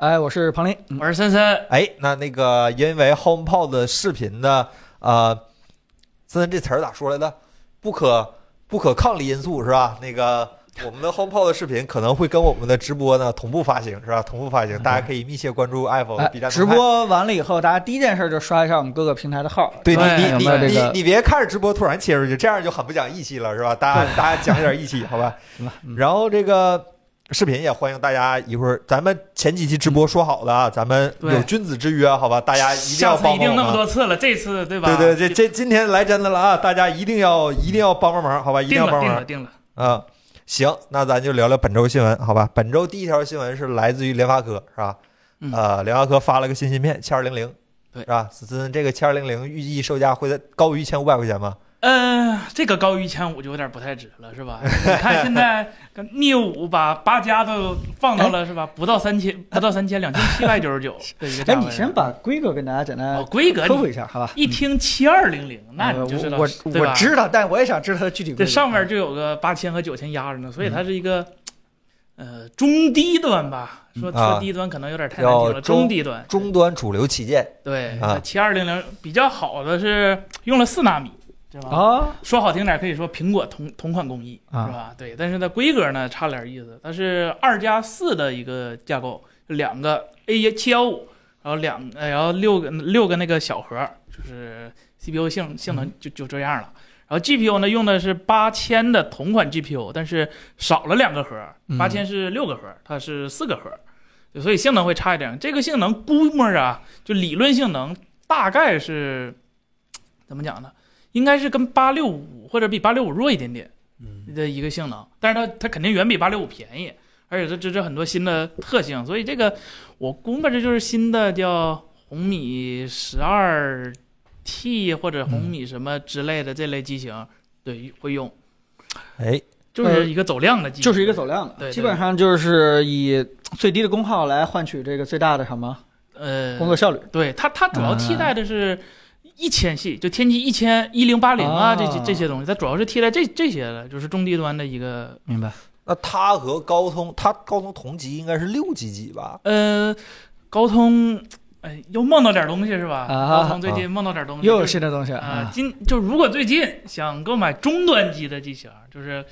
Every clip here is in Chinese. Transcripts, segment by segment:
哎，我是庞林，嗯我是森森，哎，那那个因为 HomePod 视频呢，呃，森森这词儿咋说来的？不可不可抗力因素是吧？那个我们的 HomePod 视频可能会跟我们的直播呢同步发行是吧？同步发行，大家可以密切关注 Apple 和哎 B 站，直。播完了以后，大家第一件事就刷一下我们各个平台的号。对对你有你没有你这个你你别看着直播突然切出去，这样就很不讲义气了，是吧？大家大家讲点义气，好 吧行吧？嗯然后这个视频也欢迎大家一会儿，咱们前几期直播说好的啊，咱们有嗯对君子之约，啊好吧？大家哎一定要上次帮一帮我定那们么啊。多次了，这次对吧？对对，这这今天来真的了啊！大家一定要一定要帮帮忙，好吧？一定要定了帮定忙了定了，啊！行，那咱就聊聊本周新闻，好吧？本周第一条新闻是来自于联发科，是吧？嗯呃，联发科发了个新芯片七二零零，对是吧？这这个七二零零预计售价会在高于一千五百块钱吗？嗯，这个高于一千五就有点不太值了，是吧？你看 现在逆五把八加都放到哎了是吧？不到三千，不到三千，两千七百九 十九的一个哎，价位。你先把规格跟大家简哦单规格科普你一下，好吧？呃一听七二零零，那你就知道我对我吧我知道，但我也想知道它的具体这规格。上面就有个八千和九千压着呢，所以嗯它是一个呃中低端吧。说嗯啊说低端可能有点太难听要了，中中低端终端主流旗舰，对啊，七二零零比较好的是用了四纳米，对吧？啊，说好听点，可以说苹果同同款工艺啊是吧？对，但是它规格呢差点意思，它是二加四的一个架构，两个 A 七幺五，然后两呃然后六个六个那个小核，就是 CPU 性性嗯能就就这样了。然后 GPU 呢用的是八千的同款 GPU，但是少了两个核，嗯八千是六个核，它是四个核，所以性能会差一点。这个性能估摸着啊，就理论性能大概是怎么讲呢？应该是跟八六五或者比八六五弱一点点嗯的一个性能，但是它它肯定远比八六五便宜，而且它支持很多新的特性，所以这个我估摸着就是新的叫红米十二 T 或者红米什么之类的这类机型，对会用，哎，就呃是一个走量的机型，就是一个走量的，对对基本上就是以最低的功耗来换取这个最大的什么呃工作效率。对它，它主要替代的是一千系，就天玑一千一零八零啊啊，这些这些东西，它主要是替代这这些的，就是中低端的一个。明白。那它和高通，它高通同级应该是六 G 几吧？呃，高通，哎，又梦到点东西是吧？啊高通最近梦到点东西，又有就是新的东西啊，啊！今就如果最近想购买终端机的机型，就是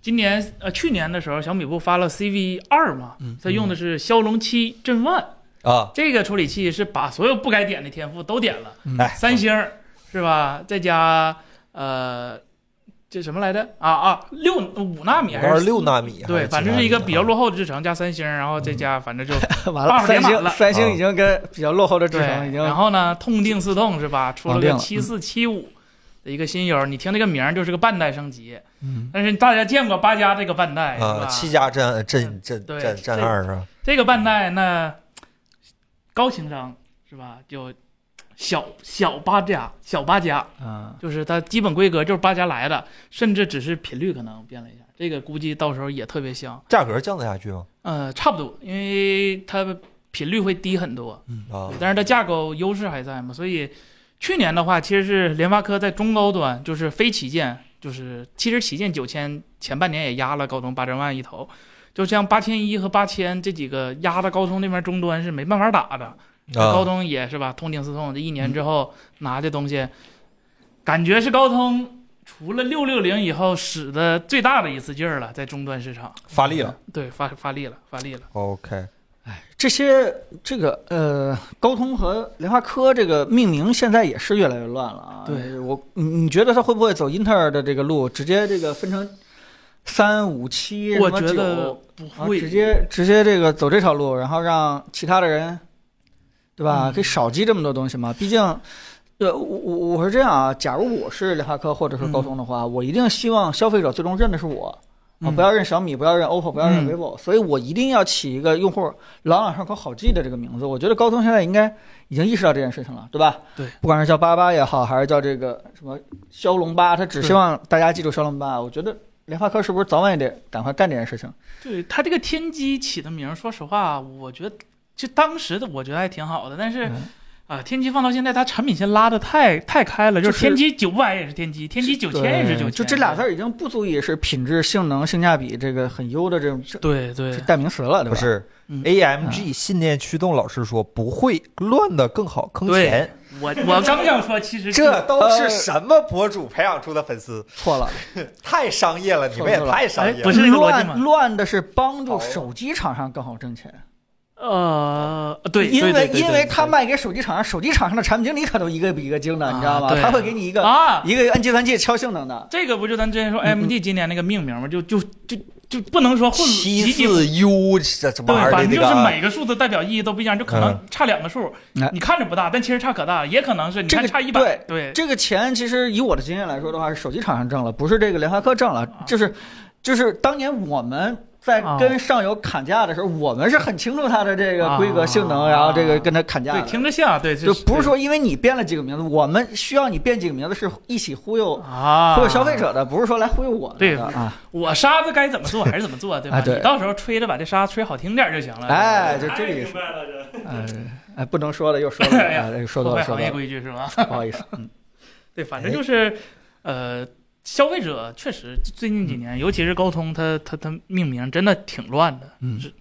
今年呃去年的时候，小米不发了 CV 二嘛，嗯它用的是骁龙七震万啊，这个处理器，是把所有不该点的天赋都点了。 哎，嗯三星儿是吧？再加呃，这什么来着？啊啊，六五纳米还二是十嗯六？纳米，嗯还对，是反几纳正是一个米比较落后的制程，加三星儿，然后再加，反正就 完了，棒别三满星了三星已经跟比较落后的智商已对。经然后呢，痛定思痛是吧？出了绑定个了嗯七四七五的一个新油，你听这个名儿就是个半代升级，嗯但是大家见过八加这个半代是啊，吧？嗯七加战震震对震震这二是吧？这个半代那高情商是吧？就小小八加小八加。啊，就是它基本规格就是八加来的，甚至只是频率可能变了一下，这个估计到时候也特别香。价格降得下去吗？呃，差不多，因为它频率会低很多，啊，嗯但是它架构优势还在嘛，所以去年的话，其实是联发科在中高端，就是非旗舰，就是其实旗舰九千前半年也压了高通八千万一头，就像八千一和八千这几个压的高通那边终端是没办法打的，啊高通也是吧，痛定思痛，这一年之后拿这东西，感觉是高通除了六六零以后使的最大的一次劲儿了，在终端市场发力了。对，发发力了，发力了。 OK，这些这个呃，高通和联发科这个命名现在也是越来越乱了啊。对我你你觉得它会不会走英特尔的这个路，直接这个分成三五七什我么觉得九，不然后会，直接啊直接这个走这条路，然后让其他的人，对吧？嗯可以少记这么多东西嘛。毕竟，呃，我我我是这样啊，假如我是联发科或者是高通的话，我一定希望消费者最终认的是我。啊，嗯不要认小米，不要认 OPPO，不要认嗯 vivo，、所以我一定要起一个用户朗朗上口、好记的这个名字。我觉得高通现在应该已经意识到这件事情了，对吧？对，不管是叫八八也好，还是叫这个什么骁龙八，他只希对望大家记住骁龙八。我觉得联发科是不是早晚也得赶快干这件事情？对他这个啊天玑起的名儿，说实话，我觉得就当时的我觉得还挺好的，但是嗯啊，天玑放到现在，它产品线拉的太太开了，就就是天玑九百也是天玑，天玑九千也是九对千，就这俩字儿已经不足以是品质、性能、性价比这个很优的这种这对对这，代名词了，对不吧？是嗯 AMG 信念驱动，老师说不会乱的更好坑钱，我我刚要说，其实这都是呃什么博主培养出的粉丝？错了，太商业了，你们也太商业不了。是这个逻辑吗乱乱的是帮助手机厂商更好挣钱，呃对，因对对为对对因为他对卖给手机厂商，手机厂商的产品经理可都一个比一个精的，啊你知道吗？对啊他会给你一个啊，一个按计算器敲性能的，这个不就咱之前说嗯 AMD 今年那个命名吗？就就就就不能说混七集体四 U 这什么对，玩意儿反的正这就是啊每个？个数字代表意义都不一样，就可能嗯差两个数哎，你看着不大，但其实差可大，也可能是你这看个差一百，对，这个钱其实以我的经验来说的话，是手机厂商挣了，不是这个联发科挣了啊，就是就是当年我们。在啊跟上游砍价的时候，我们是很清楚它的这个规格、啊性能，然后这个跟它砍价对，的。听着像，对，就这不是说因为你变了几个名字，我们需要你变几个名字是一起忽悠对啊，忽悠消费。者的，不是说来忽悠我们对的啊。我沙子该怎么做还是怎么做，对吧？啊对你到时候吹着把这沙子吹好听点就行了。哎，就哎这个意明思。白了这。哎哎，不能说的又说了，哎呀哎，说破多坏了说行业多了，规矩是吧？ 不好意思。嗯对，反正就是，呃，消费者确实最近几嗯年，尤其是高通，它它它命名真的挺乱的。嗯是，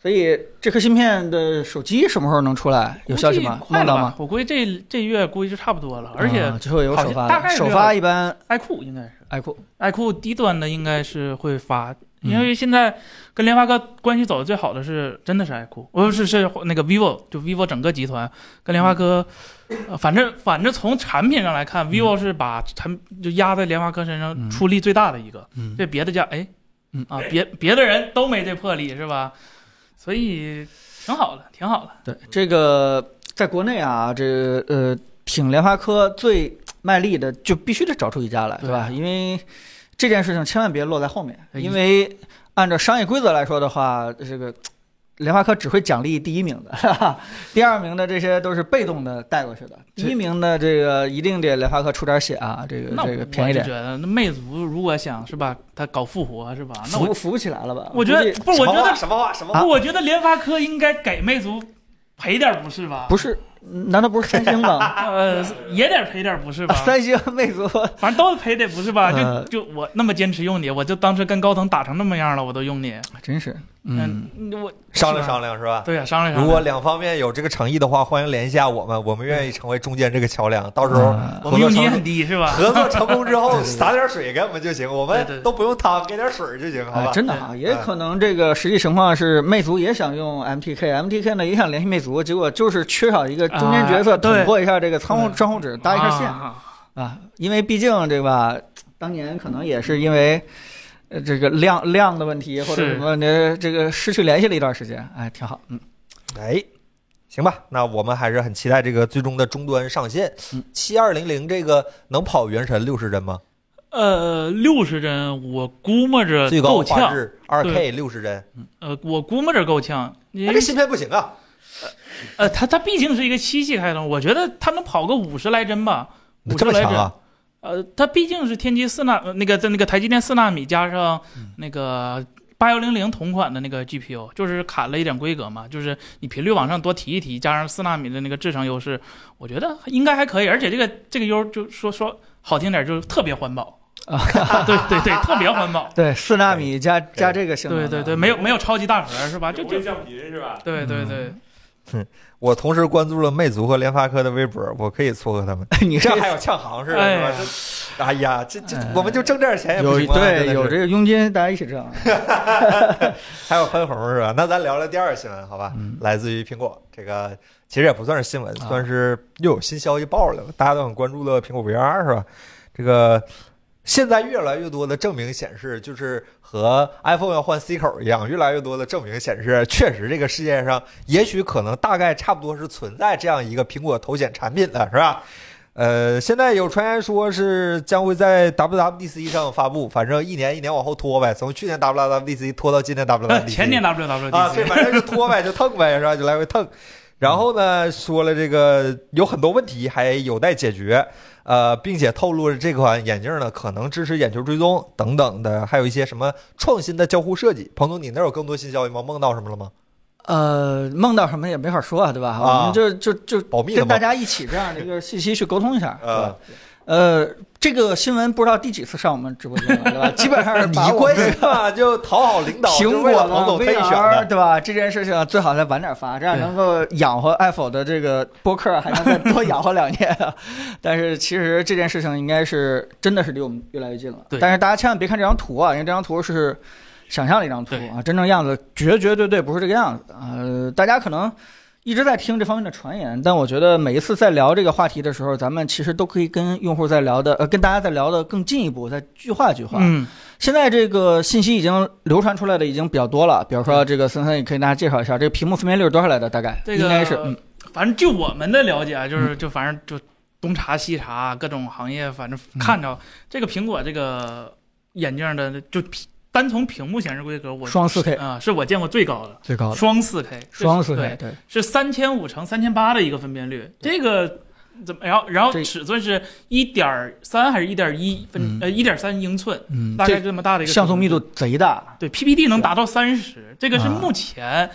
所以这颗芯片的手机什么时候能出来？有消息吗估？计快弄了到吧吗？？我估计这这月估计就差不多了，而且啊最后有首好像发大概的，是首发一般爱酷应该是爱酷爱酷低端的应该是会发，嗯因为现在跟联发科关系走的最好的是真的是爱酷，不是是那个 vivo，就 vivo 整个集团跟联发科，嗯呃反正反正从产品上来看，vivo 是把产就压在联发科身上嗯出力最大的一个，嗯这别的家哎嗯啊别别的人都没这魄力是吧？所以挺好的，挺好的。对这个在国内啊，这个呃挺联发科最卖力的，就必须得找出一家来，对吧？因为这件事情千万别落在后面，对因为按照商业规则来说的话，这个。联发科只会奖励第一名的， 哈哈，第二名的这些都是被动的带过去的。第一名的这个一定得联发科出点血啊，这个那我这个便宜就点觉，得，那魅族如果想是吧，他搞复活是吧？那扶我扶不起来了吧？我觉估得计不是，我觉得什么话什么话？什么话不，我觉得联发科应该给魅族赔点儿不是吧？不是，难道不是三星吗？呃，也得赔点儿不 是吧啊？三星、魅族反正都赔得不是吧？就呃就我那么坚持用你，我就当时跟高腾打成那么样了，我都用你。真是，嗯，，我商量啊是吧商量是吧？对呀，啊商量商如量。果两方面有这个诚意的话，欢迎联系下我们，我们愿意成为中间这个桥梁。到时候嗯我合作们佣金也成很低是吧？合作成功之 后，对对对撒点水给我们就行，我对对们对都不用汤，给点水就行，好哎吧，？真的啊，也可能这个实际情况是，魅族也想用 MTK，MTK 呢也想联系魅族，结果就是缺少一个中间角啊色，对捅破一下这个窗户对窗户纸，搭一下线啊啊，因为毕竟对吧，当年可能也是因为。呃，这个量量的问题或者是什么，这这个失去联系了一段时间，哎，挺好，嗯，哎，行吧，那我们还是很期待这个最终的终端上线嗯。七二零零这个能跑原神六十帧吗？呃，六十帧，我估摸着最高呃够画呛。质二 K 六十帧，呃，我估摸着够呛，因那为这芯片不行啊！呃，它它毕竟是一个七系开通，我觉得它能跑个五十来帧吧，那五十这么来强帧。啊？呃，它毕竟是天玑四纳呃那个在那个台积电四纳米加上嗯那个八幺零零同款的那个 GPU，就是砍了一点规格嘛，就是你频率往上多提一提，加上四纳米的那个制程优势，我觉得应该还可以。而且这个这个优就说说好听点，就是特别环 保啊，对对对，特别 环保，对，四纳米加加这个性能对的，对对，没有没有超级大核是啊吧？就有就微降频是吧？对对对，我同时关注了魅族和联发科的微博，我可以撮合他们。 你这这还有呛行似的，哎是呀吧？这哎呀，这这哎我们就挣这点钱也不有行吗？真的对是有这个佣金，大家一起挣啊，还有分红是吧？那咱聊聊第二个新闻，好吧？嗯来自于苹果，这个其实也不算是新闻，啊算是又有新消息爆了，大家都很关注的苹果 VR 是吧？这个现在越来越多的证明显示，就是和 iPhone 要换 C 口一样，越来越多的证明显示，确实这个世界上也许可能大概差不多是存在这样一个苹果头显产品的，是吧？呃，现在有传言说是将会在 WWDC 上发布，反正一年一年往后拖呗，从去年 WWDC 拖到今年嗯 WWDC， 呃前年 WWDC 啊，对，反正就拖呗，就蹭呗，是吧？就来回蹭。然后呢，说了这个有很多问题还有待解决，呃，并且透露了这款眼镜呢可能支持眼球追踪等等的，还有一些什么创新的交互设计。彭总，你那儿有更多新消息吗？梦到什么了吗？呃，梦到什么也没法说啊，对吧？啊我们就就就保密的跟大嘛。家一起这样的一个信息去沟通一下。呃对吧呃，这个新闻不知道第几次上我们直播间 了，对吧？基本上是你把我关们系大就讨好领导，苹就果为了了彭总推选 VR 的。对吧？这件事情最好再晚点发，这样对能够养活 Apple 的这个播客，还能再 多养活两年啊。但是其实这件事情应该是真的是离我们越来越近了。对但是大家千万别看这张图啊，因为这张图是想象的一张图对啊，真正样子绝绝对对不是这个样子。呃，大家可能。一直在听这方面的传言，但我觉得每一次在聊这个话题的时候，咱们其实都可以跟用户在聊的，呃，跟大家在聊的更进一步，再具化具化。嗯，现在这个信息已经流传出来的已经比较多了，比如说这个森森也可以给大家介绍一下，这个屏幕分辨率是多少来的？大概这个应该是嗯反正就我们的了解啊，就是就反正就东查西查，各种行业，反正嗯看着这个苹果这个眼镜的，就屏单从屏幕显示规格，我双四 K 啊、是我见过最高的最高，双四 K，双四对 K，，对，是三千五乘三千八的一个分辨率，这个。怎么？然后，然后这尺寸是一点三还是一点一嗯分？呃，一点三英寸，嗯，大概这这么大的一个像素密度。度贼大，对 PPD 能达到三十，这个是啊目前，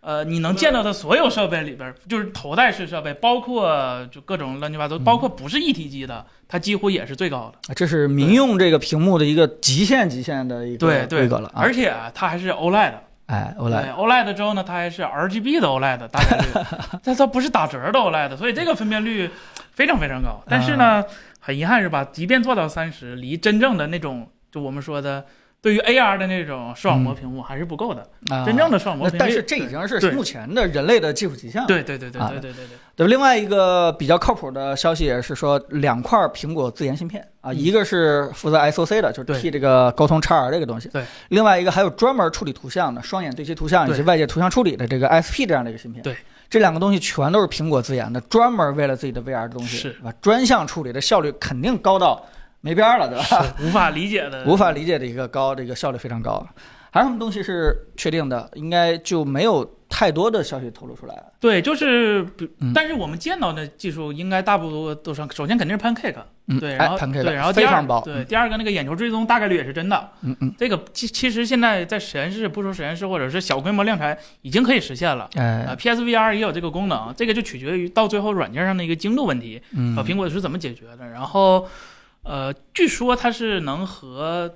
呃，你能见到的所有设备里边儿，就是头戴式设备，包括就各种乱七八糟，嗯包括不是一体机的，它几乎也是最高的。这是民用这个屏幕的一个极限极限的一对个对规格了啊！而且啊它还是 OLED 的，哎，我对来 OLED 之后呢，它还是 RGB 的 OLED，的大 概这个，但它不是打折的 OLED，所以这个分辨率非常非常高。但是啊呢，很遗憾是吧？即便做到三十，离真正的那种就我们说的对于 AR 的那种视网膜屏幕还是不够的。真正的，的视网嗯膜啊那屏幕，但是这已经是对目前的人类的技术极 限了。对对对对啊对对对对，对，另外一个比较靠谱的消息也是说，两块苹果自研芯片啊，嗯一个是负责 SOC 的，就是对替这个高通 XR 这个东西，对，另外一个还有专门处理图像的双眼对齐图像以及对外界图像处理的这个 SP 这样的一个芯片，对，这两个东西全都是苹果自研的，专门为了自己的 VR 的东西，是吧？专项处理的效率肯定高到没边儿了，对吧？无法理解的， 无法理解的一个高，这个效率非常高。还有什么东西是确定的？应该就没有太多的消息透露出来。对，就是比嗯，但是我们见到的技术应该大部分都上，首先肯定是 Pancake，嗯，对，哎然后，盘 K 对，然后第非二常薄，对，第二个那个眼球追踪大概率也是真的，嗯嗯，这个其其实现在在实验室，不说实验室或者是小规模量产，已经可以实现了。哎啊，，PSVR 也有这个功能，这个就取决于到最后软件上的一个精度问题，嗯啊，苹果是怎么解决的？然后，呃，据说它是能和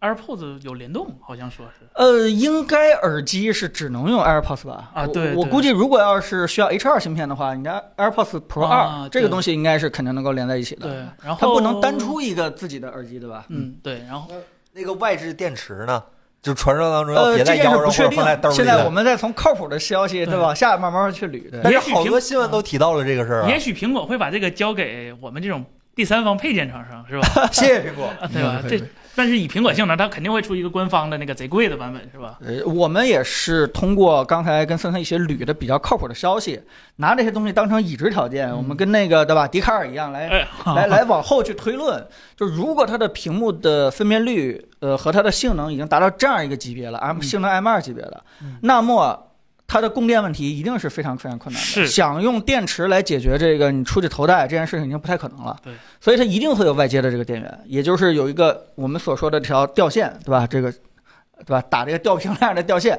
AirPods 有联动，好像说是，呃，应该耳机是只能用 AirPods 吧？啊我对我对估计如果要是需要 H2 芯片的话，你家 AirPods Pro 啊二这个对东西应该是肯定能够连在一起对的。，然呃后它不能单，出一个自己的耳机，对吧？嗯，对，然后。那个外置电池呢，就传说当中要呃，别这在件腰事上不或确者定放在兜。里现的。在我们再从靠谱的消息，对对往下慢慢去捋。对但是也许好多苹新闻都提到了这个事儿啊也。许苹果会把这个交给我们这种第三方配件厂商，是 吧？谢谢苹果。啊对吧？对对这但是以苹果性能，它肯定会出一个官方的那个贼贵的版本，是吧？呃，我们也是通过刚才跟森森一起捋的比较靠谱的消息，拿这些东西当成已知条件，我们跟那个对吧，笛卡尔一样来嗯哎，来 来往后去推论，就如果它的屏幕的分辨率，呃和它的性能已经达到这样一个级别了，M 嗯性能 M 二级别了，嗯那么它的供电问题一定是非常非常困难的。是想用电池来解决这个你出去头戴这件事情已经不太可能了。对，所以它一定会有外接的这个电源，也就是有一个我们所说的这条吊线，对吧？这个对吧？打这个吊瓶那样的吊线。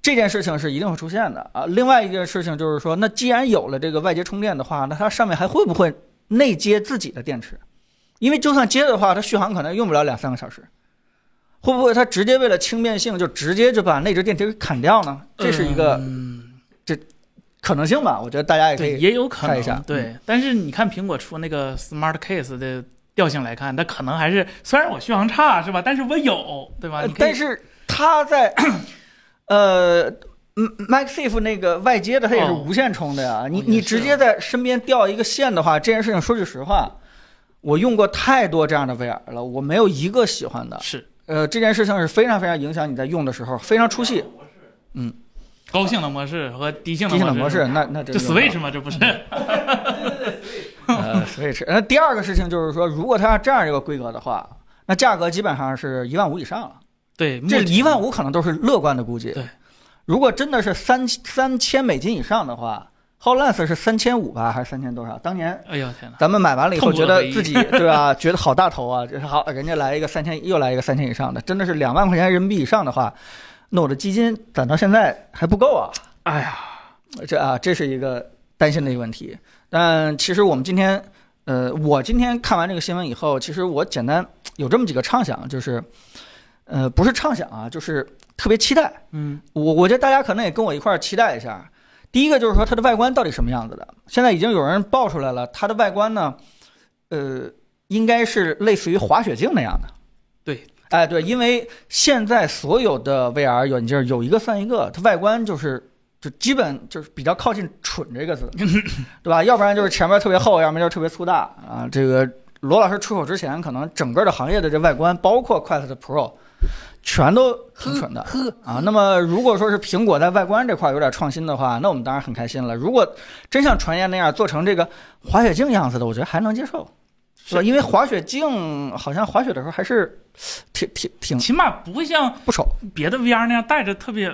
这件事情是一定会出现的啊！另外一件事情就是说，那既然有了这个外接充电的话，那它上面还会不会内接自己的电池，因为就算接的话，它续航可能用不了两三个小时。会不会它直接为了轻便性，就直接就把那只电池给砍掉呢？这是一个嗯可能性吧？我觉得大家也可对，以。也有可看一下能，对。但是你看苹果出那个 Smart Case 的调性来看，它可能还是虽然我续航差是吧，但是我有，对吧呃？啊你可以但是它在呃嗯 MagSafe 那个外接的，它也是哦无线充的呀。你哦也你是直接在身边吊一个线的话，这件事情说句实话，我用过太多这样的 VR 了，我没有一个喜欢的。是呃，这件事情是非常非常影响你在用的时候，非常出戏。高性能模式和低性低能嗯性能模式，那那就真用不了 Switch 吗？嗯这不是？呃，Switch。那第二个事情就是说，如果它要这样一个规格的话，那价格基本上是一万五以上了。对，这目前一万五可能都是乐观的估计。对，如果真的是三三千美金以上的话，HoloLens 是三千五吧，还是三千多少？当年哎呦天哪！咱们买完了以后，痛苦觉的得回忆自己对吧？ 觉得好大头啊，就是好，人家来一个三千，又来一个三千以上的，真的是两万块钱人民币以上的话，那我的基金攒到现在还不够啊。哎呀，这啊，这是一个担心的一个问题。但其实我们今天，呃，我今天看完这个新闻以后，其实我简单有这么几个畅想，就是，呃，不是畅想啊，就是特别期待。嗯我我觉得大家可能也跟我一块儿期待一下。第一个就是说它的外观到底什么样子的？现在已经有人爆出来了，它的外观呢，呃，应该是类似于滑雪镜那样的。对，哎对，因为现在所有的 VR 软件有一个算一个，它外观就是就基本就是比较靠近“蠢”这个字，对吧？要不然就是前面特别厚，要么就是特别粗大啊。这个罗老师出手之前，可能整个的行业的这外观，包括 Quest Pro，全都挺蠢的。啊，那么如果说是苹果在外观这块有点创新的话，那我们当然很开心了。如果真像传言那样做成这个滑雪镜样子的，我觉得还能接受，是吧？因为滑雪镜好像滑雪的时候还是挺挺挺起码不会像不丑别的 VR 那样戴着特别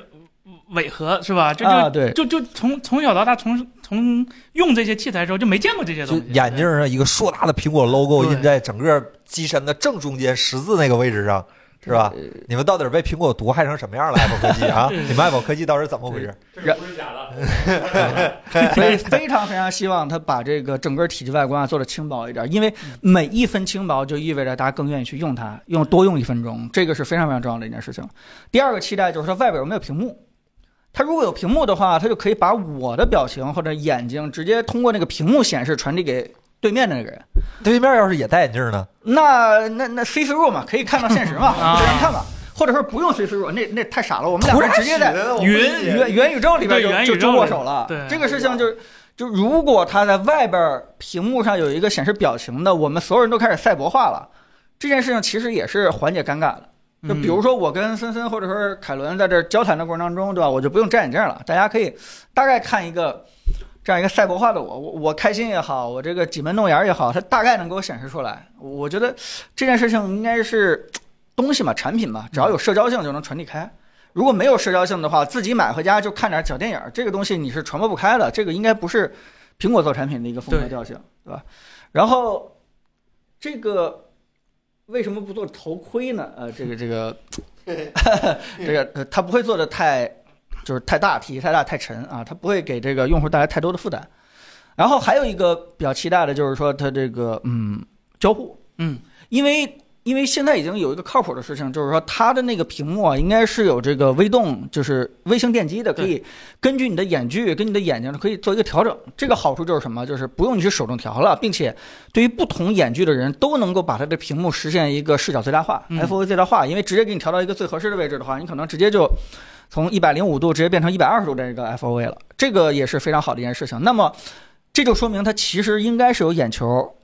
违和，是吧？这就、啊，对，就就从从小到大从从用这些器材的时候就没见过这些就东西，啊眼镜上一个硕大的苹果 logo 对印在整个机身的正中间十字那个位置上，是吧？你们到底被苹果毒害成什么样了？Apple 科技啊，对你们 Apple 科技到底是怎么回事？这不是假的，呃所以非常非常希望他把这个整个体积外观啊做的轻薄一点，因为嗯每一分轻薄就意味着大家更愿意去用它，用多用一分钟，这个是非常非常重要的一件事情。第二个期待就是它外边有没有屏幕，它如果有屏幕的话，它就可以把我的表情或者眼睛直接通过那个屏幕显示传递给对面的那个人。对面要是也戴眼镜呢？那那那 C C 入嘛，可以看到现实嘛， 啊对人看嘛，或者说不用 C C 入，那那太傻了，我们突俩然人直接在起来了我云不理解元元宇宙里边对元宇就宙就就握手了。里边对这个事情就是，就如果它在外边屏幕上有一个显示表情的，我们所有人都开始赛博化了，这件事情其实也是缓解尴尬的。嗯就比如说我跟森森或者说是凯伦在这儿交谈的过程当中，对吧？我就不用摘眼镜了，大家可以大概看一个这样一个赛博化的我，我我开心也好，我这个挤眉弄眼儿也好，它大概能给我显示出来。我觉得这件事情应该是东西嘛，产品嘛，只要有社交性就能传递开。如果没有社交性的话，自己买回家就看点小电影儿，这个东西你是传播不开的。这个应该不是苹果做产品的一个风格对调性，对吧？然后这个为什么不做头盔呢？呃，这个这个这个呃它不会做的太就是太大，体积太大太沉啊，它不会给这个用户带来太多的负担。然后还有一个比较期待的就是说它这个嗯交互，嗯，因为因为现在已经有一个靠谱的事情，就是说它的那个屏幕啊，应该是有这个微动，就是微型电机的，可对以根据你的眼距跟你的眼睛可以做一个调整。这个好处就是什么？就是不用你去手动调了，并且对于不同眼距的人都能够把它的屏幕实现一个视角最大化、嗯 f o 最大化。因为直接给你调到一个最合适的位置的话，你可能直接就从一百零五度直接变成一百二十度这个 FOV 了，这个也是非常好的一件事情。那么这就说明它其实应该是有眼球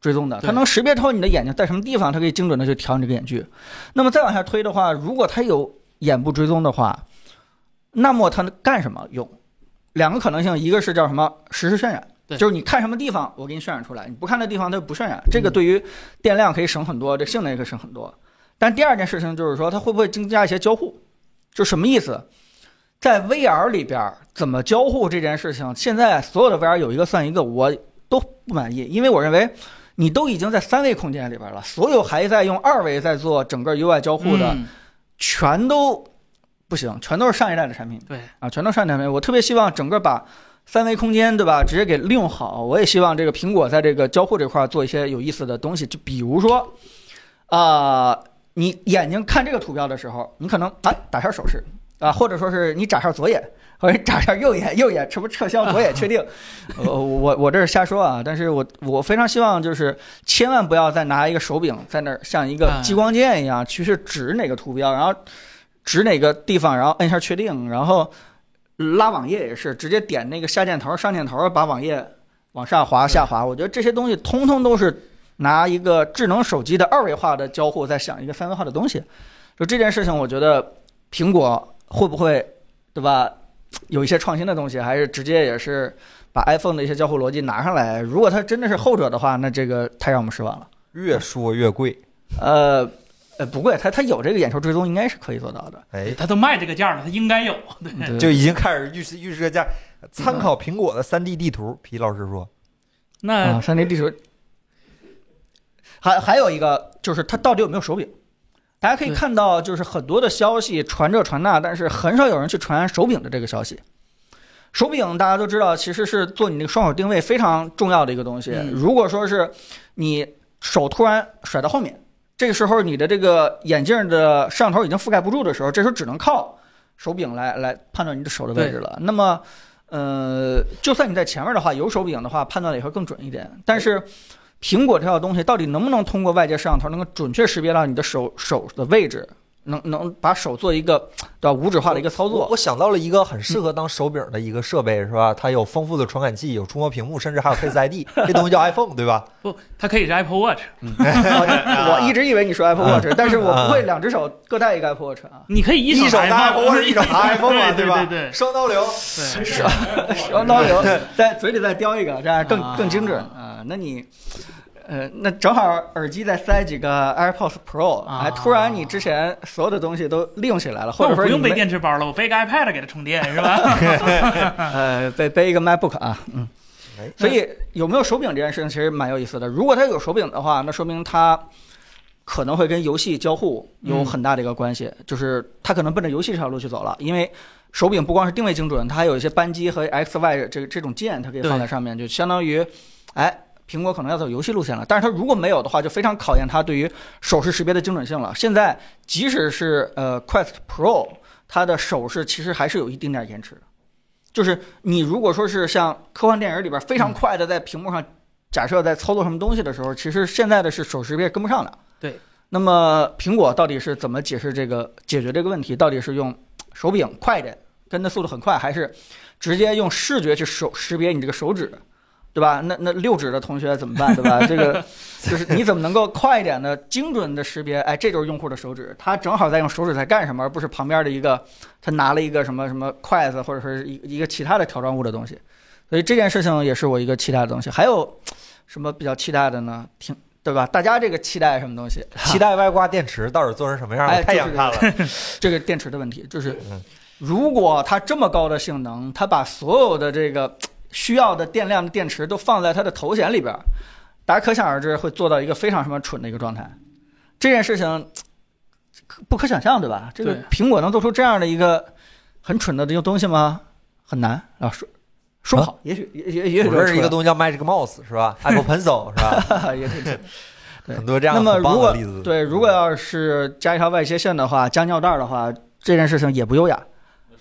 追踪的，对它能识别透你的眼睛在什么地方，它可以精准的去调你这个眼距。那么再往下推的话，如果它有眼部追踪的话，那么它干什么用？两个可能性，一个是叫什么实时渲染，对就是你看什么地方，我给你渲染出来；你不看的地方，它就不渲染。嗯这个对于电量可以省很多，这性能也可以省很多。但第二件事情就是说，它会不会增加一些交互？就什么意思？在 VR 里边儿怎么交互这件事情，现在所有的 VR 有一个算一个，我都不满意，因为我认为你都已经在三维空间里边儿了，所有还在用二维在做整个 UI 交互的，嗯全都不行，全都是上一代的产品。对啊，全都上一代产品。我特别希望整个把三维空间，对吧，直接给利用好。我也希望这个苹果在这个交互这块儿做一些有意思的东西，就比如说，啊、你眼睛看这个图标的时候，你可能啊打下手势啊，或者说是你眨下左眼，或者眨下右眼，右眼什么撤销，左眼确定。 呃，我我这是瞎说啊，但是我我非常希望就是千万不要再拿一个手柄在那儿像一个哎激光剑一样去是指哪个图标，然后指哪个地方，然后摁一下确定，然后拉网页也是直接点那个下箭头、上箭头，把网页往上滑、下滑。我觉得这些东西通通都是拿一个智能手机的二维化的交互在想一个三维化的东西。就这件事情，我觉得苹果会不会对吧？有一些创新的东西，还是直接也是把 iPhone 的一些交互逻辑拿上来。如果它真的是后者的话，那这个太让我们失望了。越说越贵，呃，呃，不贵，它它有这个眼球追踪，应该是可以做到的。哎，他都卖这个价了，他应该有。对，对就已经开始预示预示这价。参考苹果的三 D 地图，皮老师说，那啊，三 D 地图。还还有一个就是它到底有没有手柄？大家可以对看到，就是很多的消息传这传那，但是很少有人去传手柄的这个消息。手柄大家都知道，其实是做你那个双手定位非常重要的一个东西。嗯如果说是你手突然甩到后面，这个时候你的这个眼镜的摄像头已经覆盖不住的时候，这时候只能靠手柄来来判断你的手的位置了。那么，呃，就算你在前面的话，有手柄的话，判断的也会更准一点。但是。苹果这套东西到底能不能通过外界摄像头能够准确识别到你的手手的位置，能能把手做一个对吧无纸化的一个操我 作？我想到了一个很适合当手柄的一个设备，是吧？它有丰富的传感器，有触摸屏幕，甚至还有 Face ID，这东西叫 iPhone，对 吧？不，它可以是 Apple Watch，我我一直以为你说 Apple Watch，但是我不会啊两只手各带一个 Apple Watch 啊。你可以一手手拿 iPhone， iPhone，一 手拿 iPhone 嘛，对吧？对对双刀流，对对，啊然后刀 流在嘴里再叼一个，这样更啊更精准啊。那你，呃，那正好耳机再塞几个 AirPods Pro，啊哎，突然你之前所有的东西都利用起来了，或那者说我不你用背没电池包了，我背个 iPad 给它充电是吧？呃背背一个 MacBook 啊，嗯哎。所以有没有手柄这件事情其实蛮有意思的。如果它有手柄的话，那说明它可能会跟游戏交互有很大的一个关系，就是它可能奔着游戏这条路去走了，因为。手柄不光是定位精准，它还有一些扳机和 X、Y 这这种键，它可以放在上面，就相当于，哎，苹果可能要走游戏路线了。但是它如果没有的话，就非常考验它对于手势识别的精准性了。现在即使是呃 Quest Pro，它的手势其实还是有一丁点延迟的。就是你如果说是像科幻电影里边非常快的在屏幕上假设在操作什么东西的时候，其实现在的是手识别跟不上的。对。那么苹果到底是怎么解释这个解决这个问题？到底是用手柄快一点，跟的速度很快，还是直接用视觉去手识别你这个手指，对吧？那那六指的同学怎么办，对吧？这个就是你怎么能够快一点的、精准的识别？哎，这就是用户的手指，他正好在用手指在干什么，而不是旁边的一个他拿了一个什么什么筷子或者是一一个其他的条状物的东西。所以这件事情也是我一个期待的东西。还有什么比较期待的呢？挺对吧？大家这个期待什么东西？ 期待外挂电池到底做成什么样，哎我太想看了。这个电池的问题，就是嗯如果它这么高的性能，它把所有的这个需要的电量的电池都放在它的头显里边儿，大家可想而知会做到一个非常什么蠢的一个状态。这件事情不可想象，对吧？这个对苹果能做出这样的一个很蠢的这个东西吗？很难啊，说说啊不好，也许也也也许我认识一个东东西叫 Magic Mouse，是吧？Apple Pencil，是吧？也可以出来 对很多这样那么很棒如果的例子。对，如果要是加一条外切线的话，加尿袋儿的话，这件事情也不优雅。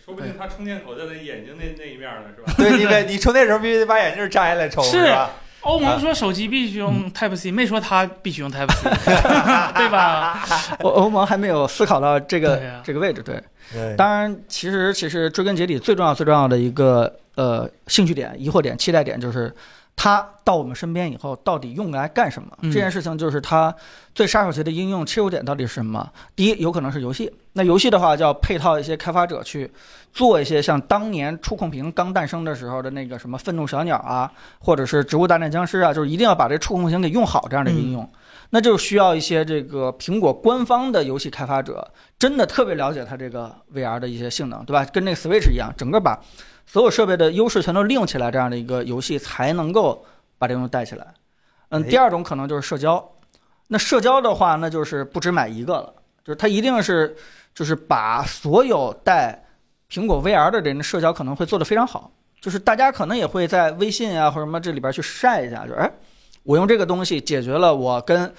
说不定他充电口在他眼睛那那一面呢，是吧？ 对，你得你充电时候必须得把眼镜摘下来抽，是吧？欧盟说手机必须用 Type C，没说它必须用 Type C，对吧？ 欧欧盟还没有思考到这个、对呀这个位置，对。对当然，其实其实追根结底，最重要最重要的一个呃兴趣点、疑惑点、期待点，就是它到我们身边以后，到底用来干什么？嗯这件事情就是它最杀手级的应用切入点到底是什么？第一，有可能是游戏。那游戏的话，就要配套一些开发者去做一些像当年触控屏刚诞生的时候的那个什么愤怒小鸟啊，或者是植物大战僵尸啊，就是一定要把这触控屏给用好这样的一个应用。那就需要一些这个苹果官方的游戏开发者，真的特别了解它这个 VR 的一些性能，对吧？跟那个 Switch 一样，整个把所有设备的优势全都利用起来，这样的一个游戏才能够把这东西带起来。嗯，哎第二种可能就是社交，那社交的话，那就是不只买一个了，就是它一定是就是把所有带苹果 VR 的人的社交可能会做得非常好，就是大家可能也会在微信啊或者什么这里边去晒一下，就是哎，我用这个东西解决了我跟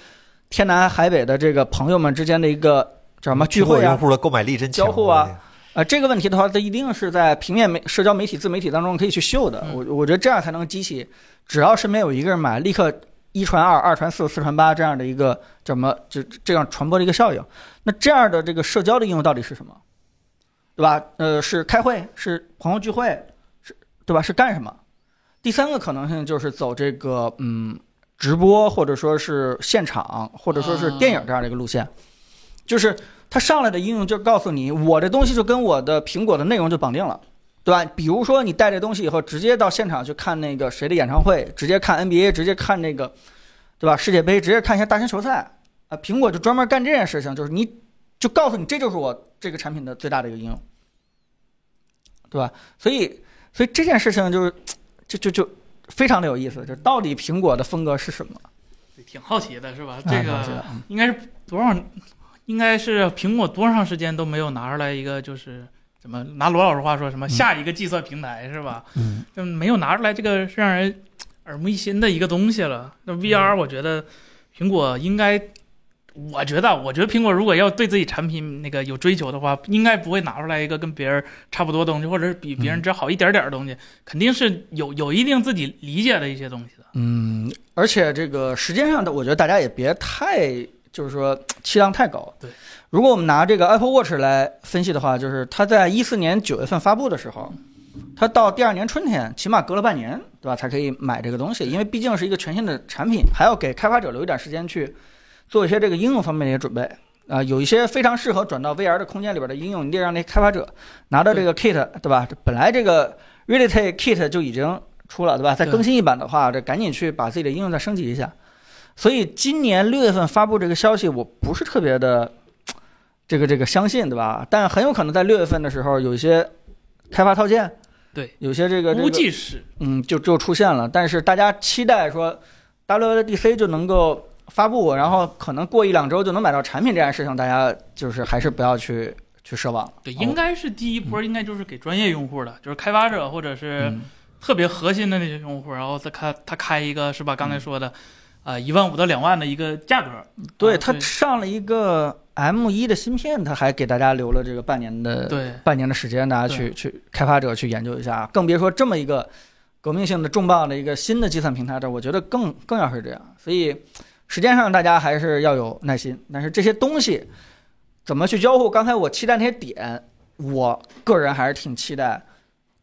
天南海北的这个朋友们之间的一个叫什么聚苹果会啊用，户的购买力真强，交互啊啊，这个问题的话，它一定是在平面媒、社交媒体、自媒体当中可以去秀的。嗯我我觉得这样才能激起，只要身边有一个人买，立刻一传二，二传四，四传八这样的一个怎么就这样传播的一个效应。那这样的这个社交的应用到底是什么？对吧？呃，是开会，是朋友聚会，是对吧？是干什么？第三个可能性就是走这个嗯直播，或者说是现场，或者说是电影这样的一个路线，就是它上来的应用就告诉你，我这东西就跟我的苹果的内容就绑定了。对吧？比如说你带这东西以后，直接到现场去看那个谁的演唱会，直接看 NBA，直接看那个，对吧？世界杯，直接看一下大型球赛啊。苹果就专门干这件事情，就是你就告诉你，这就是我这个产品的最大的一个应用，对吧？所以，所以这件事情就是，就就就非常的有意思，就到底苹果的风格是什么？挺好奇的是吧？啊这我觉得个嗯应该是多少？应该是苹果多长时间都没有拿出来一个就是怎么拿罗老师话说嗯什么下一个计算平台是吧？嗯，就没有拿出来这个是让人耳目一新的一个东西了。嗯那 VR 我觉得苹果应该，我觉得我觉得苹果如果要对自己产品那个有追求的话，应该不会拿出来一个跟别人差不多东西，或者是比嗯别人只好一点点的东西，肯定是有有一定自己理解的一些东西的。嗯，而且这个时间上的，我觉得大家也别太，就是说期望太高。对，如果我们拿这个 Apple Watch 来分析的话，就是它在一四年九月份发布的时候，它到第二年春天，起码隔了半年，对吧，才可以买这个东西，因为毕竟是一个全新的产品，还要给开发者留一点时间去做一些这个应用方面的一些准备。啊、有一些非常适合转到 VR 的空间里边的应用，你得让那些开发者拿到这个 kit，对吧？这本来这个 Reality Kit 就已经出了，对吧？再对更新一版的话，这赶紧去把自己的应用再升级一下。所以今年六月份发布这个消息，我不是特别的这个这个相信，对吧？但很有可能在六月份的时候，有一些开发套件，对，有些这个这估个计是嗯，就就出现了。但是大家期待说 WWDC 就能够发布，然后可能过一两周就能买到产品这件事情，大家就是还是不要去去奢望了。哦对，应该是第一嗯波，应该就是给专业用户的，就是开发者或者是、嗯特别核心的那些用户，然后再开他开一个嗯是吧？刚才说的，啊、一万五到两万的一个价格，对啊它上了一个 M 1的芯片，它还给大家留了这个半年的对半年的时间，大家去去开发者去研究一下，啊更别说这么一个革命性的重磅的一个新的计算平台这，我觉得更更要是这样。所以时间上大家还是要有耐心，但是这些东西怎么去交互？刚才我期待那些点，我个人还是挺期待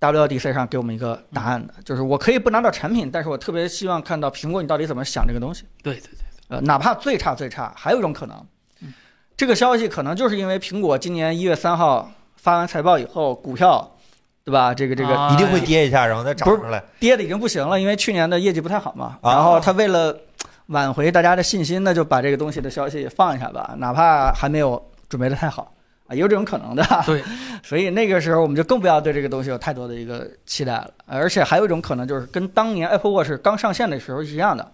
WDC 上给我们一个答案的，就是我可以不拿到产品，但是我特别希望看到苹果你到底怎么想这个东西。对对对，呃，哪怕最差最差，还有一种可能，这个消息可能就是因为苹果今年一月三号发完财报以后，股票，对吧？这个这个啊一定会跌一下，然后再涨哎不是上来。跌的已经不行了，因为去年的业绩不太好嘛。啊然后他为了挽回大家的信心，那就把这个东西的消息放一下吧，哪怕还没有准备的太好啊，也有这种可能的。对，所以那个时候我们就更不要对这个东西有太多的一个期待了。而且还有一种可能就是跟当年 Apple Watch 刚上线的时候是一样的，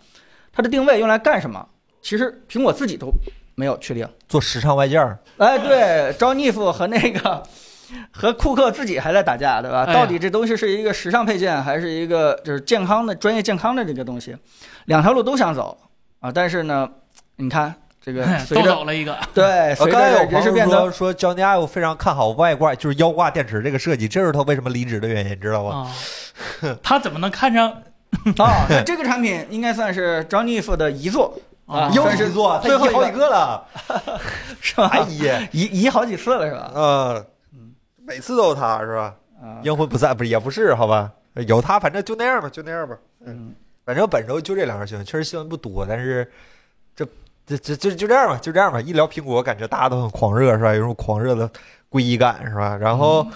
它的定位用来干什么，其实苹果自己都没有确定。做时尚外件儿，哎，对，John Ive 和那个和库克自己还在打架，对吧？哎呀到底这东西是一个时尚配件，还是一个就是健康的专业健康的这个东西？两条路都想走啊，但是呢，你看这个 随哎都着走了 一个，对呃，哎随刚才着有人朋事友变说得说 Johnny Ive 非常看好外挂，就是腰挂电池这个设计，这是他为什么离职的原因，知道吗？啊，他怎么能看上啊，那这个产品应该算是 John Ive 的遗作啊啊？又又算是是做，他最后移好一个啊几个了，是吧哎？ 呀，遗遗好几次了是吧？嗯，每次都有他是吧？啊，阴魂不散，不是也不是，好吧？有他，反正就那样吧，就那样吧。嗯，反正本周就这两条新闻，确实新闻不多，但是这这这这就这样吧，就这样吧。一聊苹果，感觉大家都很狂热，是吧？有种狂热的皈依感，是吧？然后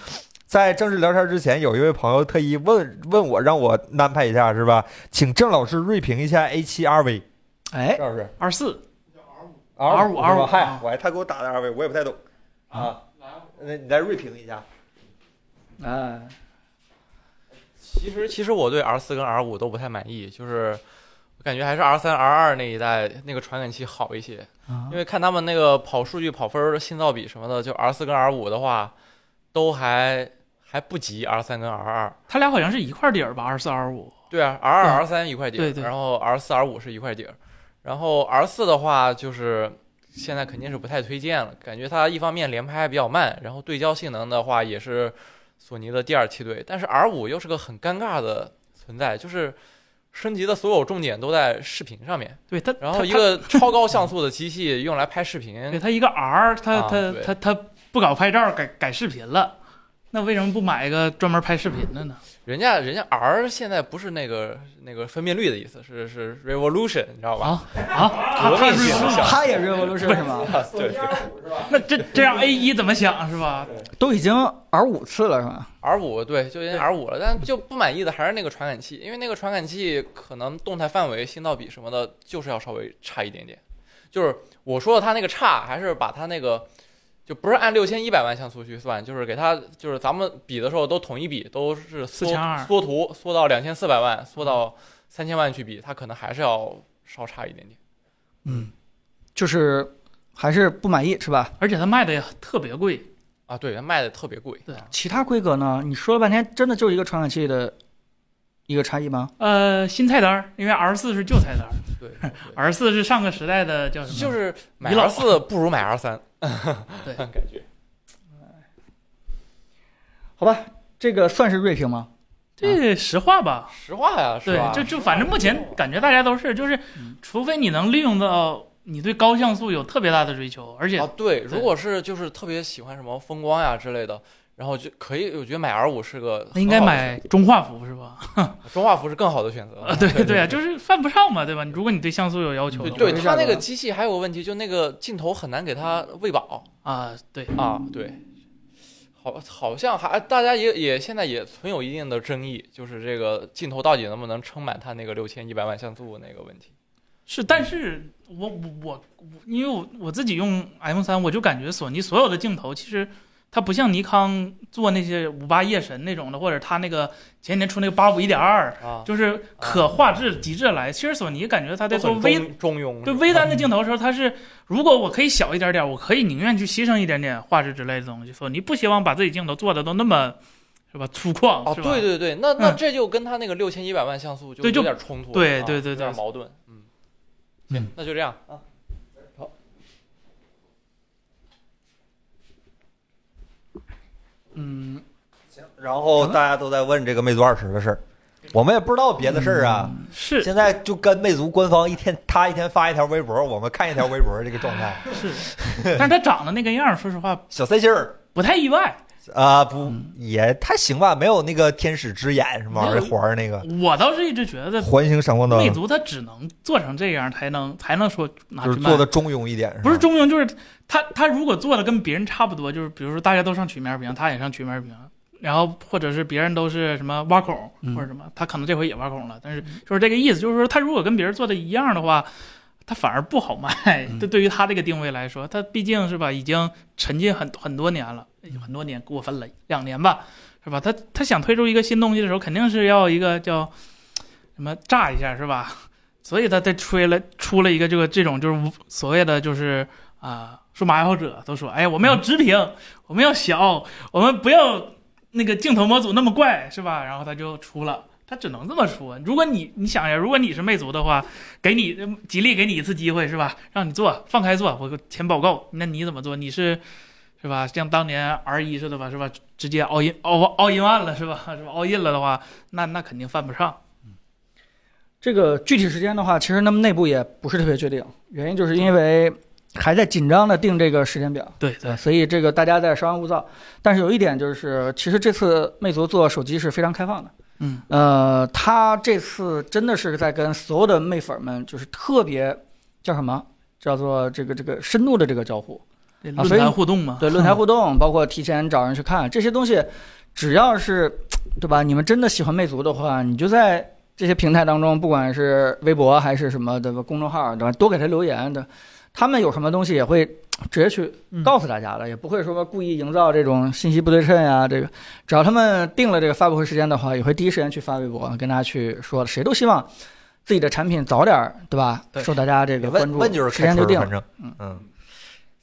在正式聊天之前，有一位朋友特意问问我，让我安排一下，是吧？请郑老师锐评一下 E A 七 RV，哎，老师二四？ R 五 R5 是吧嗨啊，我还他给我打的 RV，我也不太懂啊。那你再锐评一下，哎，其实其实我对 R 四跟 R 五都不太满意，就是我感觉还是 R 三 R 二那一代那个传感器好一些，因为看他们那个跑数据、跑分儿、信噪比什么的，就 R 四跟 R 五的话，都还还不及 R 三跟 R 二。他俩好像是一块底儿吧？二四二五，对啊，R 二 R 三一块底儿，对对然后 R 四 R 五是一块底儿，然后 R 四的话就是现在肯定是不太推荐了，感觉它一方面连拍比较慢，然后对焦性能的话也是索尼的第二梯队，但是 R 五又是个很尴尬的存在，就是升级的所有重点都在视频上面，对他，然他后一，个超高像素的机器用来拍视频他对，他一个 R，他啊他对他他不搞拍照，改改视频了，那为什么不买一个专门拍视频的呢？人家人家 R 现在不是那个那个分辨率的意思，是是 revolution，你知道吧？啊啊，他革他命是性的项目他也 Revolution 是吗？ 对那这这样 A 一怎么想是吧？都已经 R 五次了是吧？ R 五对，就已经对 R 五了，但就不满意的还是那个传感器，因为那个传感器可能动态范围、信噪比什么的，就是要稍微差一点点。就是我说的它那个差，还是把它那个就不是按六千一百万像素去算，就是给它就是咱们比的时候都统一比，都是缩4200缩图缩到两千四百万，缩到三千万去比，它可能还是要稍差一点点。嗯，就是还是不满意是吧？而且他卖的也特别贵，啊，对，它卖的特别贵。对其他规格呢？你说了半天，真的就是一个传感器的一个差异吗？呃，新菜单儿，因为 R 四是旧菜单儿对，对，R 四是上个时代的叫什么？ 就是买你老 R 四不如买 R 三，对感觉好吧，这个算是锐评吗？这实话吧，实话啊呀，是对吧，？就就反正目前感觉大家都是，就是嗯除非你能利用到你对高像素有特别大的追求，而且啊，对，如果是就是特别喜欢什么风光呀啊之类的，然后就可以，我觉得买 R 五是个很那应该好的买中画幅是吧？选择中画幅是更好的选择。啊，对 对啊，就是犯不上嘛，对吧？你如果你对像素有要求的对，话，对这它样那的个机器还有个问题，就那个镜头很难给它喂饱啊，对，啊。对，好，好像还大家也也现在也存有一定的争议，就是这个镜头到底能不能撑满它那个六千一百万像素那个问题。是，但是我我我我因为我我自己用 iPhone 三，我就感觉索尼所有的镜头其实。它不像尼康做那些五八夜神那种的，或者它那个前几年出那个八五一点二，啊，就是可画质极致来。其实索尼感觉它在都做很微中中庸，对是吧微单的镜头的时候，它是如果我可以小一点点，我可以宁愿去牺牲一点点画质之类的东西。索尼不希望把自己镜头做的都那么是吧粗犷，哦，是吧？对对对，那那嗯这就跟它那个六千一百万像素就对就有点冲突了，对啊对对对有点矛盾，嗯，行，那就这样啊，嗯，然后嗯大家都在问这个魅族二十的事儿，我们也不知道别的事儿啊。嗯是现在就跟魅族官方一天，他一天发一条微博，我们看一条微博这个状 态。是，但是它长得那个样儿，说实话小三星儿不太意外。啊、不嗯也还行吧，没有那个天使之眼什么玩意儿环儿啊那个我倒是一直觉得环形闪光灯，魅族它只能做成这样，才能才能说拿就去是卖做。的中庸一点，不是中中庸，就是它它如果做的跟别人差不多，就是比如说大家都上曲面屏，它也上曲面屏，然后或者是别人都是什么挖孔嗯或者什么，它可能这回也挖孔了，但是就是这个意思，就是说它如果跟别人做的一样的话，它反而不好卖。嗯这对于它这个定位来说，它毕竟是吧，已经沉浸很很多年了，哎很多年过分了，两年吧，是吧？它它想推出一个新东西的时候，肯定是要一个叫什么炸一下，是吧？所以它才吹了出了一个这个这种就是无所谓的就是啊、数码爱好者都说，哎，我们要直屏，我们要小，我们不要那个镜头模组那么怪，是吧？然后他就出了，他只能这么说。如果你你想一下，如果你是魅族的话，给你嗯吉利给你一次机会，是吧？让你做，放开做，我钱保够，那你怎么做？你是是吧？像当年 R 一似的吧，是吧？直接 all in all all in one 了，是吧？是吧？all in 了的话，那那肯定犯不上。这个具体时间的话，其实他们内部也不是特别确定，原因就是因为还在紧张的定这个时间表。对对对，所以这个大家在稍安勿躁。但是有一点就是，其实这次魅族做手机是非常开放的。嗯，呃，他这次真的是在跟所有的魅粉们，就是特别叫什么，叫做这个这个深度的这个交互，这啊论所以坛互动嘛，对论坛互动，包括提前找人去看这些东西，只要是对吧，你们真的喜欢魅族的话，你就在。这些平台当中，不管是微博还是什么的公众号，对吧？多给他留言的，他们有什么东西也会直接去嗯告诉大家了，也不会说故意营造这种信息不对称呀、这个，只要他们定了这个发布会时间的话，也会第一时间去发微博跟大家去说。谁都希望自己的产品早点儿，对吧？对受大家这个关问注。问就是时开间就春定儿，反。了正嗯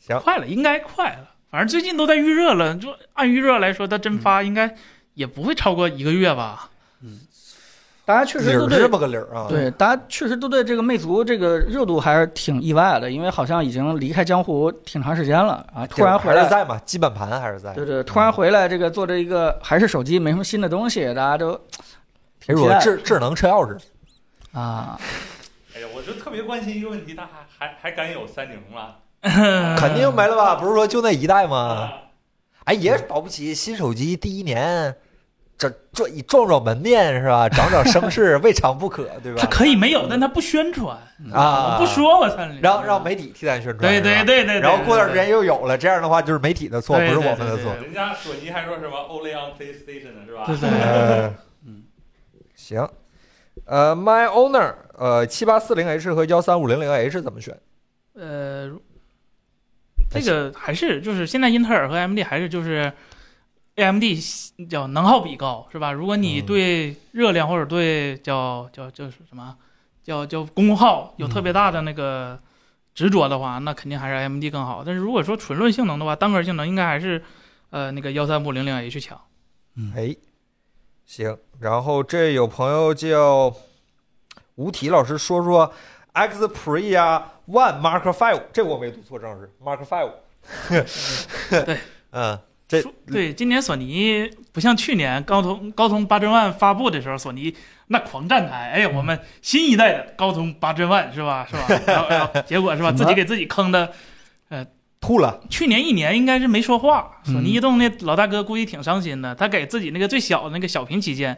嗯，啊快了，应该快了。反正最近都在预热了，就按预热来说，它真嗯发应该也不会超过一个月吧。大家确理实都儿对是吧个理儿啊，对，大家确实都对这个魅族这个热度还是挺意外的，因为好像已经离开江湖挺长时间了啊，突然回还是来。在嘛，基本盘还是在。嗯对对，突然回来这个做这一个还是手机，没什么新的东西，大家都比哎挺如期我待智智能车钥匙，啊。哎呀，我就特别关心一个问题，他还还还敢有三菱了？肯定没了嗯吧？不是说就那一代吗？，哎，也保不齐新手机第一年，这撞撞撞门面是吧？长长声 势，未尝不可，对它吧？可以没有，但它不宣传，啊，我不，说我三菱，让让媒体替咱宣传，对对是吧对对对，然后过段时间对又有了，这样的话就是媒体的错，不对是对我们的对错对。人家索尼还说什么 Only on PlayStation 呢，是吧？对对呃嗯，行，呃，My Owner，呃，七八四零 H 和幺三五零零 H 怎么选？呃，这个还是就是现在英特尔和 AMD 还是就是。AMD 叫能耗比高是吧？如果你嗯对热量或者对叫叫叫什么叫叫功耗有特别大的那个执着的话，那肯定还是 AMD 更好。但是如果说纯论性能的话，单核性能应该还是呃那个幺三五零零 H 强。哎，行，然后这有朋友叫吴体老师说说 X Pre One Mark Five，这我没读错，正是 Mark Five。对， 嗯，这说对，今年索尼不像去年高通高通八千万发布的时候，索尼那狂站台，哎呀，嗯我们新一代的高通八千万是吧？是吧？然后然后结果是吧，自己给自己坑的。吐了，去年一年应该是没说话，嗯索尼移动那老大哥估计挺伤心的，他给自己那个最小的那个小屏旗舰，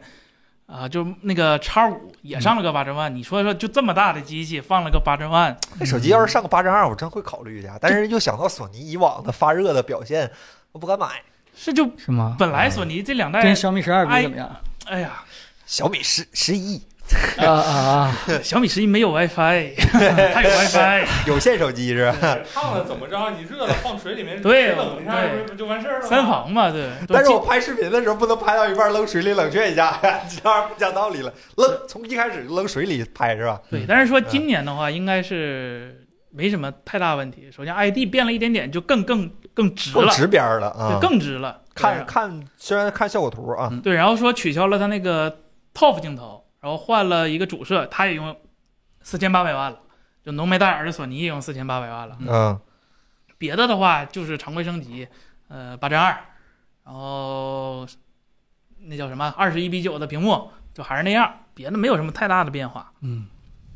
啊、就那个叉五也上了个八千嗯万，你说说就这么大的机器放了个八千万，那手机要是上个八针二，我真会考虑一下，但是又想到索尼以往的发热的表现，我不敢买。是就是吗？本来索尼这两嗯代跟，小米十二比怎么样？哎呀，小米十十一 啊啊啊！小米十一没有 WiFi，它有 WiFi，有线手机是吧？烫了怎么着？你热了放水里面，对冷一下对不就完事儿了吗？三防嘛，对，但是我拍视频的时候不能拍到一半扔水里冷却一下， 这样不讲道理了。扔从一开始扔水里拍是吧？对，但是说今年的话，应该是没什么太大问题。首先 ID 变了一点点，就更更更直不了，直边儿了啊对，！更直了。看对啊看，虽然看效果图啊，对，然后说取消了它那个 TOF 镜头，然后换了一个主摄，它也用四千八百万了。就浓眉大眼儿的索尼也用四千八百万了，嗯，别的的话就是常规升级，呃，八针二，然后那叫什么二十一比九的屏幕，就还是那样，别的没有什么太大的变化，嗯，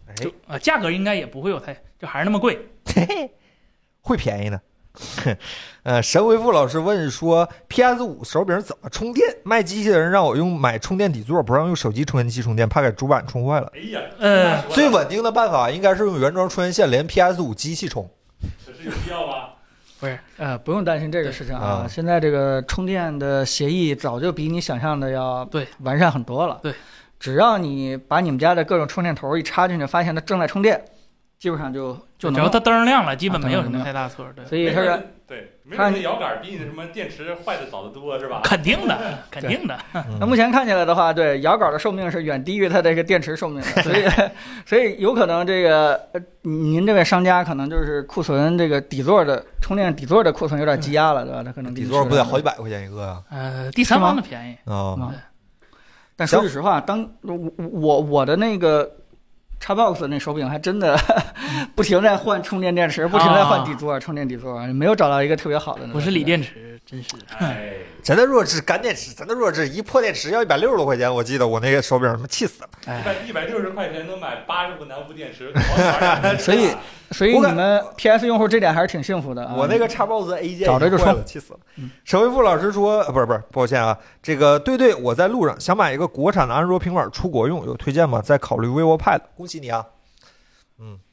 哎，就呃价格应该也不会有太，就还是那么贵，嘿嘿，嗯 会便宜的。 呃，神回复老师问说，PS 五手柄怎么充电？卖机器的人让我用买充电底座，不让用手机充电器充电，怕给主板充坏了。哎呀，呃那说的最稳定的办法应该是用原装充电线连 PS 五机器充。这是有必要吗？呃，不用担心这个事情啊啊！现在这个充电的协议早就比你想象的要对完善很多了。对，只要你把你们家的各种充电头一插进去，发现它正在充电，基本上就就只能要它用。灯亮了，基本啊没有灯什能么太大错。对，所以他说，对，没看准那摇杆比你的什么电池坏的早得多是吧？肯定的，肯定的。嗯那目前看起来的话，对摇杆的寿命是远低于它这个电池寿命 的，所以所以有可能这个呃您这位商家可能就是库存这个底座的充电底座的库存有点积压了，对吧？它可能嗯底座不得好几百。百块钱一个啊？呃，第三方的便宜，啊、啊对。但说句实话，当我我我的那个 Xbox 那手柄还真的嗯 不停在换充电电池，不停在换底啊座、充电底座，没有找到一个特别好的那个。不是锂电池，真是。哎，真的弱智，干电池，真的弱智，一破电池要一百六十多块钱，我记得我那个手柄，他妈气死了。一百一百六十块钱能买八十部南孚电池，好好玩儿所以所以我感你们 PS 用户这点还是挺幸福的啊。我那个叉 box A 键找着就坏了，充气死了嗯。沈维富老师说，呃不是不是，抱歉啊，这个对对，我在路上想买一个国产的安卓平板出国用，有推荐吗？在考虑 vivo Pad。恭喜你啊！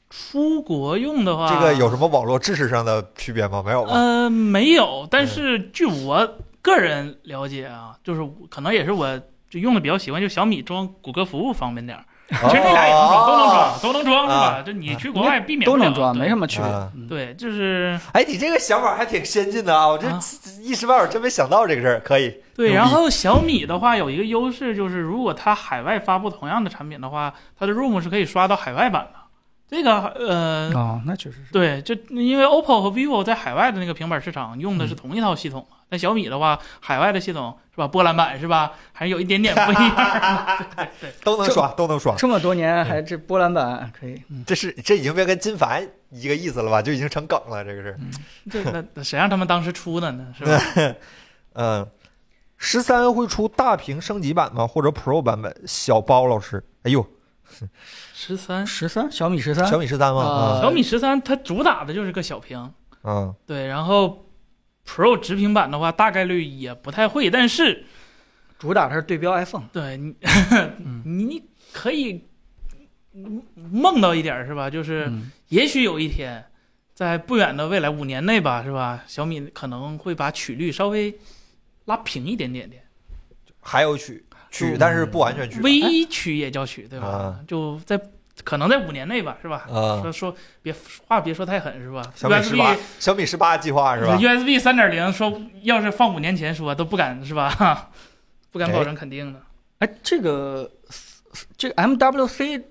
出国用的话，这个有什么网络知识上的区别吗？没有吗？呃，没有，但嗯是据我个人了解啊，就是我可能也是我就用的比较习惯，就小米装谷歌服务方便点儿。哦其实那呃俩也能装，都能哦装，都能装是吧？就你去国外避免都不啊能了装，对没什么区别啊。嗯对，就是哎，你这个想法还挺先进的啊！我这啊一时半会儿真没想到这个事儿，可以。牛对。逼然后小米的话有一个优势，就是如果它海外发布同样的产品的话，它的 ROM 是可以刷到海外版的。这个呃，哦，那确实是。对，就因为 OPPO 和 vivo 在海外的那个平板市场用的嗯是同一套系统嘛，那、小米的话，海外的系统是吧？波兰版是吧？还是有一点点不一 样。都能刷，都能刷。这么多年还这波兰版可以，这是这已经变跟金凡一个意思了吧？就已经成梗了，这个是。嗯这那那谁让他们当时出的呢？是吧？嗯，十三会出大屏升级版吗？或者 Pro 版本？小包老师，哎呦，十三，十三小米十三小米十三吗？啊小米十三它主打的就是个小屏，嗯对，然后 Pro 直屏版的话，大概率也不太会，但是主打它是对标 iPhone，对你嗯 你可以嗯梦到一点儿是吧？就是。嗯也许有一天，在不远的未来五年内吧，是吧？小米可能会把曲率稍微拉平一点点点，还有曲嗯曲，但是不完全曲。微曲也叫曲，对吧？啊就在可能在五年内吧，是吧？啊说说别话别说太狠，是吧小米十？USB 八，小米十八计划是吧？ USB 三点零说要是放五年前说都不敢是吧？ 不敢哎保证肯定的。哎，这个这个 MWC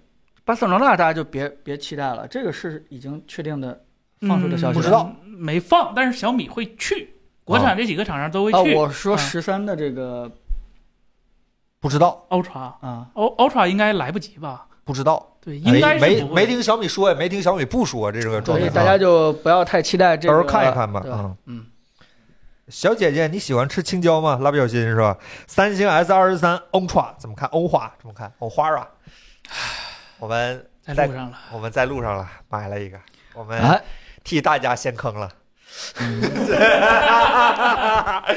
巴塞罗那大家就别别期待了，这个是已经确定的放出的消息嗯不知道没放，但是小米会去国产这几个厂商都会啊，去。我说啊十三的这个不知道， Ultra 啊， Ul- Ultra 应该来不及吧？不知道，对，应该哎是没不会没听小米说，也没听小米不说这种状态所以啊，大家就不要太期待这到个。时候看一看吧，对吧嗯。嗯，小姐姐，你喜欢吃青椒吗？蜡笔小新是吧？三星 S 二十三 Ultra 怎么看？Ultra 怎么看？Ultra 啊！我们在路上了。我们在路上了，买了一个，我们哎，替大家陷坑了。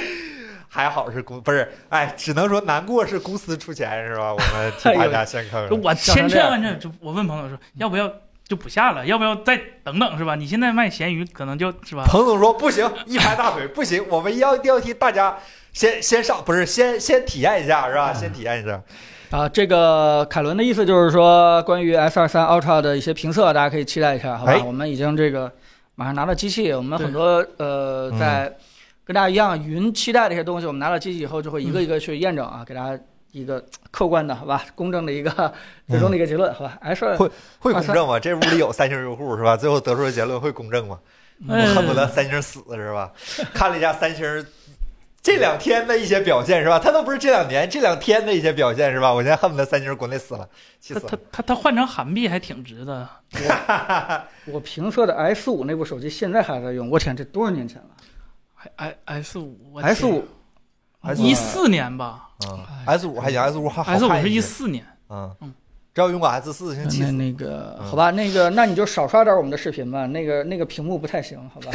还好是公不是，哎，只能说难过是公司出钱是吧？我们替大家陷坑就了。我千这样真万确，就我问朋友说，要不要就不下了？要不要再等等是吧？你现在卖咸鱼可能就是吧？彭总说不行，一拍大腿不行，我们要一定要替大家先先上，不是先先体验一下是吧？先体验一下。啊，这个凯伦的意思就是说，关于 S 二三 Ultra 的一些评测，大家可以期待一下，好吧？哎我们已经这个马上拿到机器，我们对很多呃嗯在跟大家一样云期待的一些东西，我们拿到机器以后就会一嗯个一个去验证啊，给大家一个客观的，好吧？公正的一个最终的一个结论，好吧？S 二会啊公三正吗？这屋里有三星用户是吧？最后得出的结论会公正吗？嗯我呃恨不得三星死是吧？看了一下三星这两天的一些表现是吧？他都不是这两年，这两天的一些表现是吧？我现在恨不得三星国内死了，气他死他了。他他换成韩币还挺值的。我评测的 S 五那部手机现在还在用，我天，这多少年前了 i i S 五？S 五一四年吧嗯，S 五还行，S 五还啊好哎，S 五看是一些四年，嗯嗯，只要用过 S 四，先气那死。那个嗯好吧，那个那你就少刷点我们的视频吧，那个那个屏幕不太行，好吧？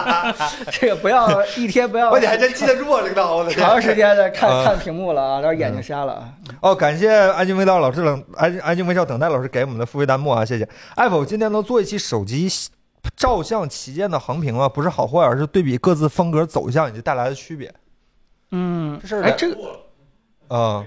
这个不要一天嗯不要我你还真记得住啊，领导，我的天！长时间的嗯看看屏幕了啊，然后眼睛瞎了啊。哦，感谢安静微笑老师等安安静微笑等待老师给我们的付费弹幕啊，谢谢。Apple 今天能做一期手机照相旗舰的横评吗？不是好坏，而是对比各自风格走向以及带来的区别。嗯这事儿哎，得这个啊啊嗯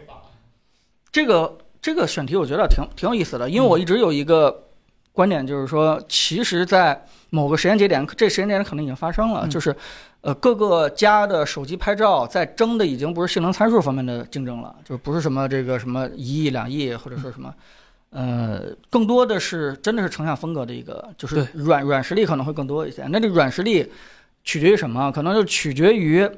这个这个选题我觉得挺挺有意思的，嗯因为我一直有一个观点，就是说，其实，在某个时间节点，这时间节点可能已经发生了，嗯就是，呃，各个家的手机拍照在争的已经不是性能参数方面的竞争了，就不是什么这个什么一亿两亿或者说什么。呃，更多的是真的是成像风格的一个，就是对软软实力可能会更多一些。那这软实力取决于什么？可能就取决于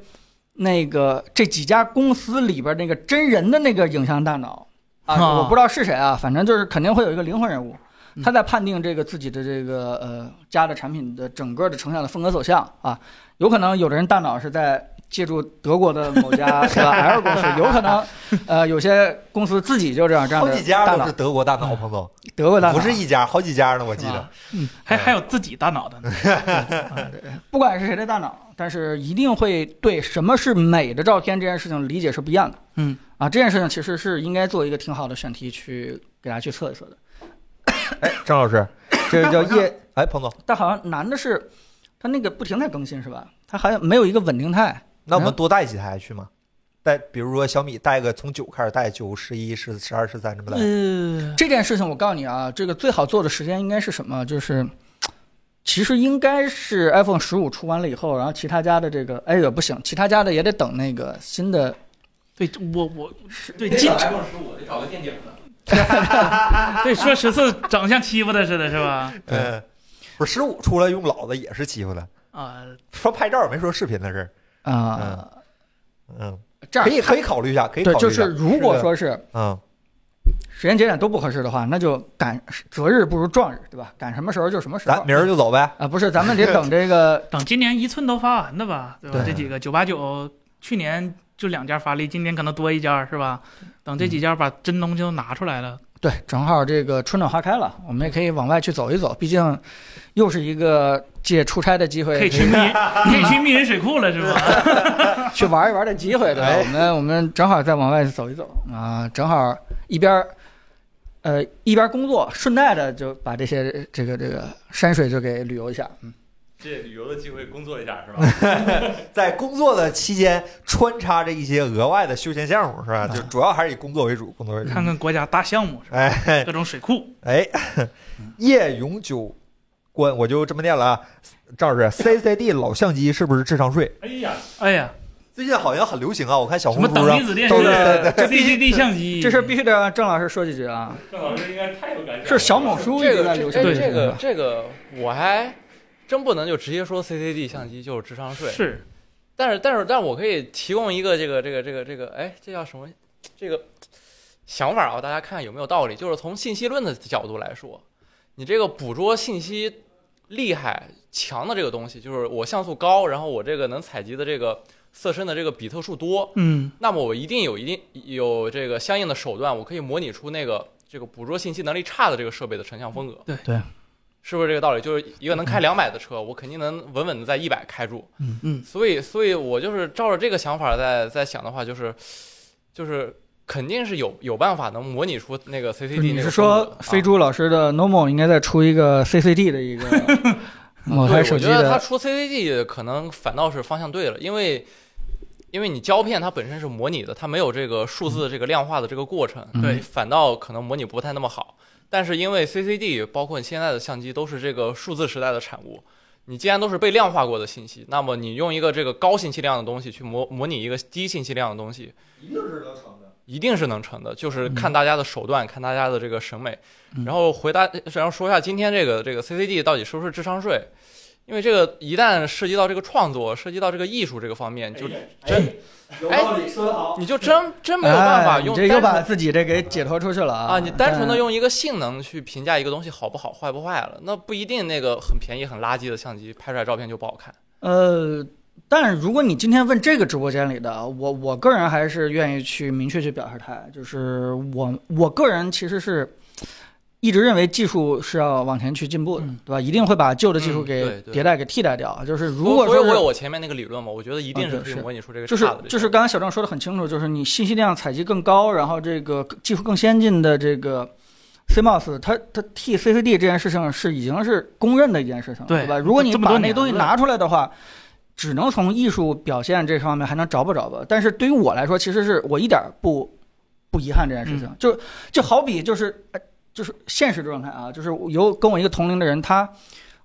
那个这几家公司里边那个真人的那个影像大脑啊，啊我不知道是谁啊，反正就是肯定会有一个灵魂人物，嗯他在判定这个自己的这个呃家的产品的整个的成像的风格走向啊，有可能有的人大脑是在。借助德国的某 家是吧 L 公司，有可能，呃，有些公司自己就这样这样好的几家大都脑是，德国大脑，彭 总，德国大脑不是一家，好几家呢，我记是得吧。嗯还还有自己大脑的呢。不管是谁的大脑，但是一定会对什么是美的照片这件事情理解是不一样的。嗯，啊，这件事情其实是应该做一个挺好的选题去给大家去测一测的。哎，张老 师，这个叫叶，哎，彭总，但好像难的是，它那个不停在更新是吧？它好像没有一个稳定态。那我们多带几台去吗？带，比如说小米带个从九开始带九、十一、十、十二、十三这么带。呃，这件事情我告诉你啊，这个最好做的时间应该是什么？就是。其实应该是 iPhone 十五出完了以后，然后其他家的这个，哎也不行，其他家的也得等那个新的对我我对今十五得找个垫底的。对说十次整像欺负他似的，是吧？嗯，不是十五出来用老的也是欺负的，啊，说拍照没说视频的事儿。啊、嗯，这样可以可以考虑一下，可以考对，虑一下。就是如果说是嗯，时间节点都不合适的话，那就赶择日不如撞日，对吧？赶什么时候就什么时咱候。明儿就走呗。啊，不是，咱们得等这个等今年一寸都发完的吧，对吧？对这几个九八九，去年就两家发力，今年可能多一家，是吧？等这几家把真东西都拿出来了，对，正好这个春暖花开了，我们也可以往外去走一走，毕竟又是一个借出差的机会可以去密，可以去密云水库了，是吧？去玩一玩的机会，对吧？哎我 们我们正好再往外走一走啊，正好一边儿呃一边工作，顺带着就把这些这个这个山水就给旅游一下，嗯，借旅游的机会工作一下是吧？在工作的期间穿插着一些额外的休闲项目，是吧？啊就主要还是以工作为主，工作为主。看看国家大项目，是吧？哎各种水库，哎， 夜永久关，我就这么念了啊。赵 老师，CCD 老相机是不是智商税？哎呀，哎呀，最近好像很流行啊，我看小什红么书等上离子电都是视、CCD 相机，这事儿必须得让郑老师说几句啊，郑老师应该太有感想了。是小某书一嗯这直嗯个在这流这行的对这是个吧这个我还真不能就直接说 CCD 相机就是智商税，是但是但是但我可以提供一个这个这个这个这个，哎，这叫什么？这个想法啊，大家看有没有道理？就是从信息论的角度来说，你这个捕捉信息厉害强的这个东西，就是我像素高，然后我这个能采集的这个色深的这个比特数多，嗯那么我一定有一定有这个相应的手段，我可以模拟出那个这个捕捉信息能力差的这个设备的成像风格。对对，是不是这个道理？就是一个能开两百的车，我肯定能稳稳的在一百开住。嗯，所以，所以我就是照着这个想法在在想的话，就是就是肯定是有有办法能模拟出那个 CCD 你那是个风格。说飞啊猪老师的 Normal 应该再出一个 CCD 的一个某嗯对，台手机我觉得它的？出 CCD 可能反倒是方向对了，因为因为你胶片它本身是模拟的，它没有这个数字这个量化的这个过程，嗯对，反倒可能模拟不太那么好。但是因为 CCD 包括你现在的相机都是这个数字时代的产物，你既然都是被量化过的信息，那么你用一个这个高信息量的东西去模模拟一个低信息量的东西，一定是能成的。一定是能成的，就是嗯看大家的手段，看大家的这个审美。嗯然后回答，然后说一下今天这个这个 CCD 到底是不是智商税？因为这个一旦涉及到这个创作，涉及到这个艺术这个方面，哎就真哎有道理，说得好。你就真真没有办法哎用你这又单把纯自己这给解脱出去了啊！啊，你单纯的但用一个性能去评价一个东西好不好、坏不坏了，那不一定那个很便宜、很垃圾的相机拍出来照片就不好看。呃，但如果你今天问这个直播间里的我，我个人还是愿意去明确去表示态，就是我我个人其实是一直认为技术是要往前去进步的，嗯对吧？一定会把旧的技术嗯给对对迭代给替代掉。就是如果所以说所以我是有我前面那个理论嘛，我觉得一定是啊可对以是模拟出这个就是差的这个就是刚才小郑说的很清楚，就是你信息量采集更高，然后这个技术更先进的这个 CMOS，它它替 CCD 这件事情是已经是公认的一件事情了，对吧？如果你这么多把那年东西了拿出来的话，只能从艺术表现这方面还能着吧着吧。但是对于我来说，其实是我一点儿不不遗憾这件事情，就就好比就是呃就是现实状态啊，就是有跟我一个同龄的人，他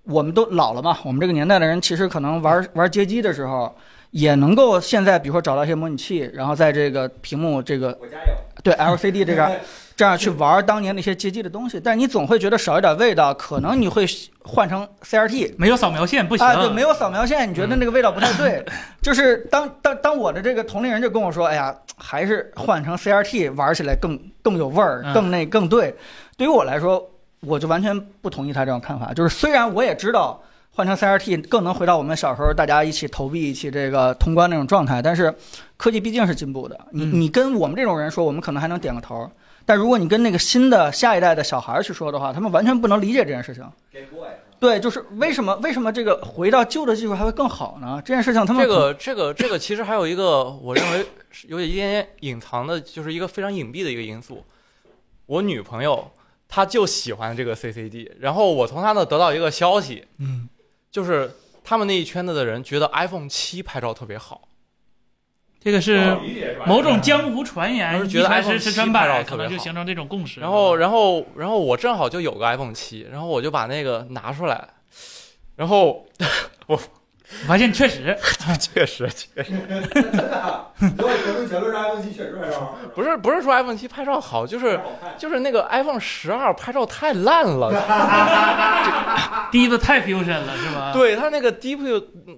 我们都老了嘛，我们这个年代的人，其实可能玩玩街机的时候，也能够现在比如说找到一些模拟器，然后在这个屏幕这个我家有。对 LCD 这嗯个这样去玩当年那些街机的东西，但你总会觉得少一点味道，可能你会换成 CRT，没有扫描线不行，嗯啊，对，没有扫描线，你觉得那个味道不太对。 就是当当当我的这个同龄人就跟我说，哎呀，还是换成 CRT 玩起来更更有味儿，嗯更那更对。对于我来说，我就完全不同意他这种看法。就是虽然我也知道换成 CRT 更能回到我们小时候大家一起投币、一起这个通关那种状态，但是科技毕竟是进步的。你嗯你跟我们这种人说，我们可能还能点个头儿。但如果你跟那个新的下一代的小孩儿去说的话，他们完全不能理解这件事情。 对，就是为什么为什么这个回到旧的技术还会更好呢？这件事情他们这个这个这个其实还有一个，我认为是有一点点隐藏的，就是一个非常隐蔽的一个因素。我女朋友她就喜欢这个 CCD，然后我从她那得到一个消息，嗯，就是他们那一圈子的人觉得 iPhone 七拍照特别好，这个是理解是吧？某种江湖传言，我是觉得一开 iPhone 始十7传拍照百，特可别能就好形成这种共识。然后然后然后我正好就有个 iPhone 七，然后我就把那个拿出来，然后我发现确实 确实真的，我得出结论是 iPhone 七确实拍照不是不是说 iPhone 七拍照好，就是好看。就是那个 iPhone 十二拍照太烂了。低的太 fusion 了，是吧？对他那个 Deep，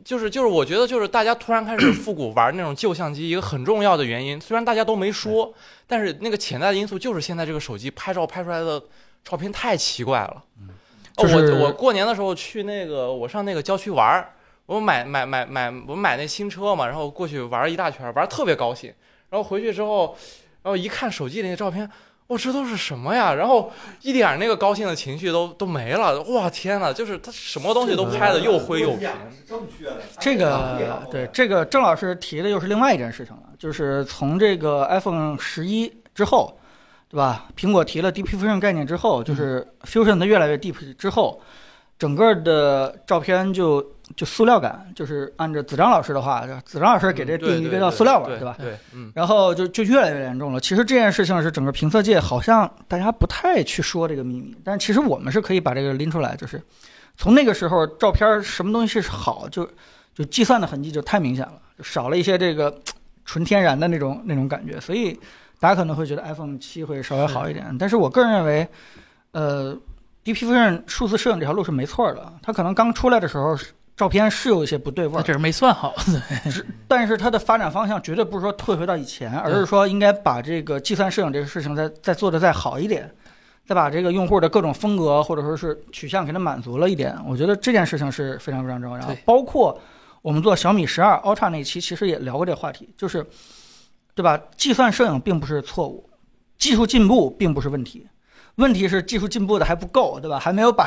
就是就是，我觉得就是大家突然 开始复古玩那种旧相机，一个很重要的原因，虽然大家都没说，但是那个潜在的因素就是现在这个手机拍照拍出来的照片太奇怪了。哦嗯就是我我过年的时候去那个我上那个郊区玩儿，我买买买买我买那新车嘛，然后过去玩儿一大圈儿，玩儿特别高兴，然后回去之后，然后一看手机里那照片。我这都是什么呀？然后一点儿那个高兴的情绪都都没了。哇天哪！就是他什么东西都拍的又灰啊又平。是正确的。这个对这个郑老师提的又是另外一件事情了，就是从这个 iPhone 十一之后，对吧？苹果提了 Deep Fusion 概念之后，就是嗯 Fusion 它越来越 Deep 之后，整个的照片就就塑料感，就是按照子章老师的话，子章老师给这嗯对定义对一个叫对塑料感，对对吧？对，嗯，然后就就越来越严重了。其实这件事情是整个评测界好像大家不太去说这个秘密，但其实我们是可以把这个拎出来，就是从那个时候照片儿什么东西是好，就就计算的痕迹就太明显了，就少了一些这个嘖 纯天然的那种那种感觉，所以大家可能会觉得哎 iPhone 七会稍微好一点，但是我个人认为，呃，DP Fusion 数字摄影这条路是没错儿的，它可能刚出来的时候是。照片是有一些不对味那儿，只是没算好。但是它的发展方向绝对不是说退回到以前，而是说应该把这个计算摄影这个事情再再做得再好一点，再把这个用户的各种风格或者说是取向给它满足了一点。我觉得这件事情是非常非常重要对。包括我们做小米十二 Ultra 那期，其实也聊过这个话题，就是对吧？计算摄影并不是错误，技术进步并不是问题。问题是技术进步的还不够，对吧？还没有把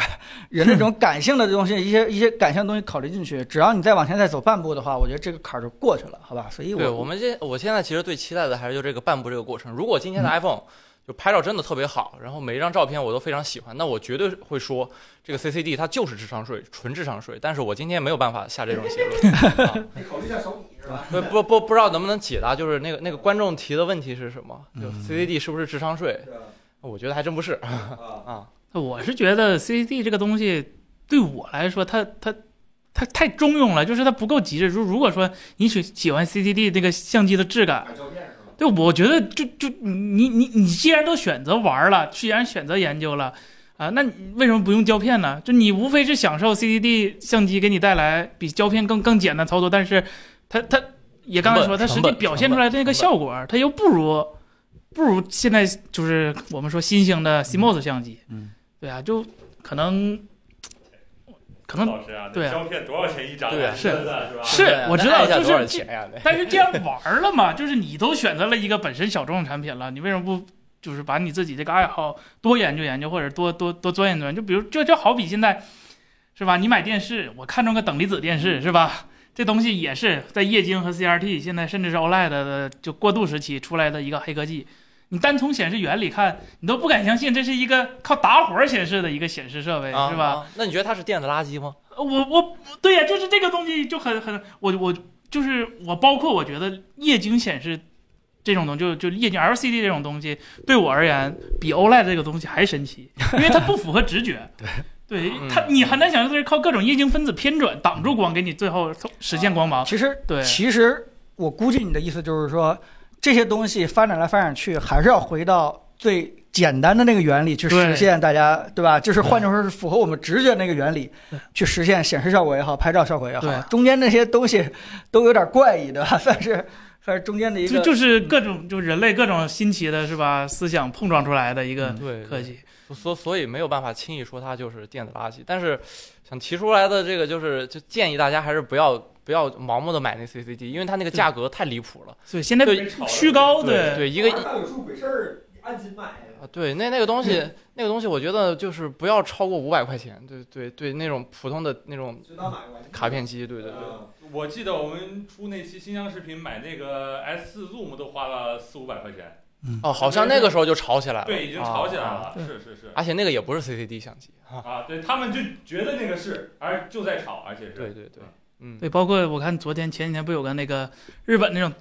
人那种感性的东西、一些一些感性的东西考虑进去。只要你再往前再走半步的话，我觉得这个坎儿就过去了，好吧？所以对我我们现我现在其实最期待的还是就这个半步这个过程。如果今嗯天的 iPhone 就拍照真的特别好，然后每一张照片我都非常喜欢，那我绝对会说这个 CCD 它就是智商税，纯智商税。但是我今天没有办法下这种结论。 啊、你考虑一下小米是吧？不不不，不知道能不能解答，就是那个那个观众提的问题是什么？就嗯 CCD 是不是智商税？哦我觉得还真不是啊，啊。我是觉得 CCD 这个东西对我来说，它它它太中庸了，就是它不够极致。如如果说你喜喜欢 CCD 这个相机的质感，买照片是吧？对，我觉得就就你你你既然都选择玩了，既然选择研究了啊、那你为什么不用胶片呢？就你无非是享受 CCD 相机给你带来比胶片更更简单操作，但是它它也刚才说，成它本实成际本表现出来的那个效果，它又不如不如现在就是我们说新型的 CMOS 相机。嗯，对啊，就可能可能老师啊，对那啊胶片多少钱一张对啊？啊是真的是吧？是对啊我那知道按一下就是多少这钱 呀？但是这样玩儿了嘛， 就是你都选择了一个本身小众产品了，你为什么不就是把你自己这个爱好多研究研究，或者多多多钻研钻研？就比如就就好比现在，是吧？你买电视，我看中个等离子电视，是吧？这东西也是在液晶和 CRT，现在甚至是 OLED 的就过渡时期出来的一个黑科技。你单从显示原理看，你都不敢相信这是一个靠打火显示的一个显示设备，啊是吧？啊那你觉得它是电子垃圾吗？呃我我对呀、就是这个东西就很很我我就是我，包括我觉得液晶显示这种东西，就就液晶 LCD 这种东西，对我而言比 OLED 这个东西还神奇，因为它不符合直觉。对。嗯它，你很难想象它是靠各种液晶分子偏转挡住光，给你最后实现光芒。其实对，其实我估计你的意思就是说，这些东西发展来发展去，还是要回到最简单的那个原理去实现，大家对吧？就是换句话说，是符合我们直觉那个原理对去实现显示效果也好，拍照效果也好对，中间那些东西都有点怪异，对吧？ 算是算是中间的一就个。就是各种就人类各种新奇的是吧思想碰撞出来的一个对，科技。所所以没有办法轻易说它就是电子垃圾，但是想提出来的这个就是就建议大家还是不要不要盲目的买那 CCD，因为它那个价格太离谱了。所以现在对被炒了虚高对哦对，一个大有数鬼事儿，按斤买。啊对那那个东西那个东西，我觉得就是不要超过五百块钱。对对对，那种普通的那种就当买过来卡片机，对对对。啊我记得我们出那期新疆视频买那个 S 四 Zoom 都花了四五百块钱，哦，好像那个时候就炒起来了，对，已经吵起来啊。啊了，对是是是而且那个也不是 CCD 相机啊，啊，对他们就觉得那个是，而就在吵，而且是对对对，嗯，对，包括我看昨天前几天不有个那个日本那种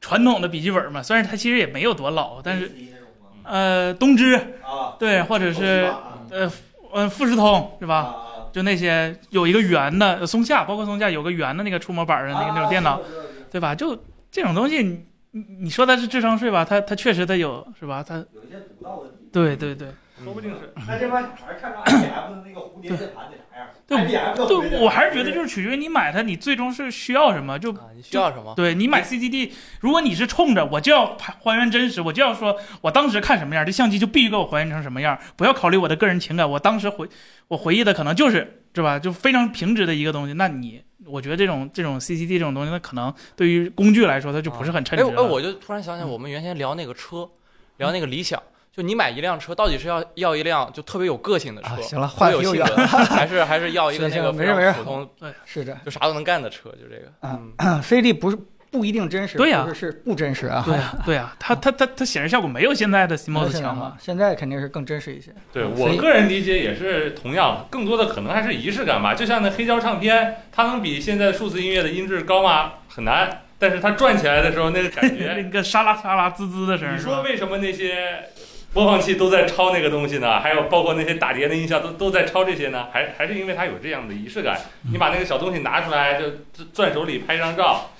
传统的笔记本嘛，虽然它其实也没有多老，但是那种吗呃，东芝啊，对，或者是啊呃呃富士通是吧？啊，就那些有一个圆的呃松下，包括松下有个圆的那个触摸板的那个那种电脑，啊，是是是对吧？就这种东西，你你你说它是智商税吧？它它确实它有是吧？它有一些独到的地方。对对对说不定是那这帮小孩看着 IBM 的那个蝴蝶键盘得啥样对？IBM 的蝴蝶键对，盘我还是觉得就是取决于你买它，你最终是需要什么就。啊，你需要什么？对你买 CCD，如果你是冲着我就要还还原真实，我就要说我当时看什么样，这相机就必须给我还原成什么样，不要考虑我的个人情感。我当时回我回忆的可能就是是吧，就非常平直的一个东西。那你我觉得这种这种 CCD 这种东西，那可能对于工具来说，它就不是很称哎职我了。哎，我就突然想起来，我们原先聊那个车，聊那个理想，就你买一辆车，到底是要要一辆就特别有个性的车，啊，行了，话特别题有又性远，格，还是还是要一个行那个行非没事没常事普通，是的就啥都能干的车，就这个。啊嗯， ，CD 不是不一定真实，对呀不是是不真实啊。对呀、对呀、它它它它显示效果没有现在的 CMOS 强嘛嘛，？现在啊肯定是更真实一些。对所我以个人理解也是同样，更多的可能还是仪式感吧。就像那黑胶唱片，它能比现在数字音乐的音质高吗？很难。但是它转起来的时候，那个感那觉，个沙拉沙拉滋滋的声儿你是说吧，为什么那些播放器都在抄那个东西呢？还有包括那些打碟的音效都都在抄这些呢？还还是因为它有这样的仪式感。嗯你把那个小东西拿出来，就攥手里拍一张照。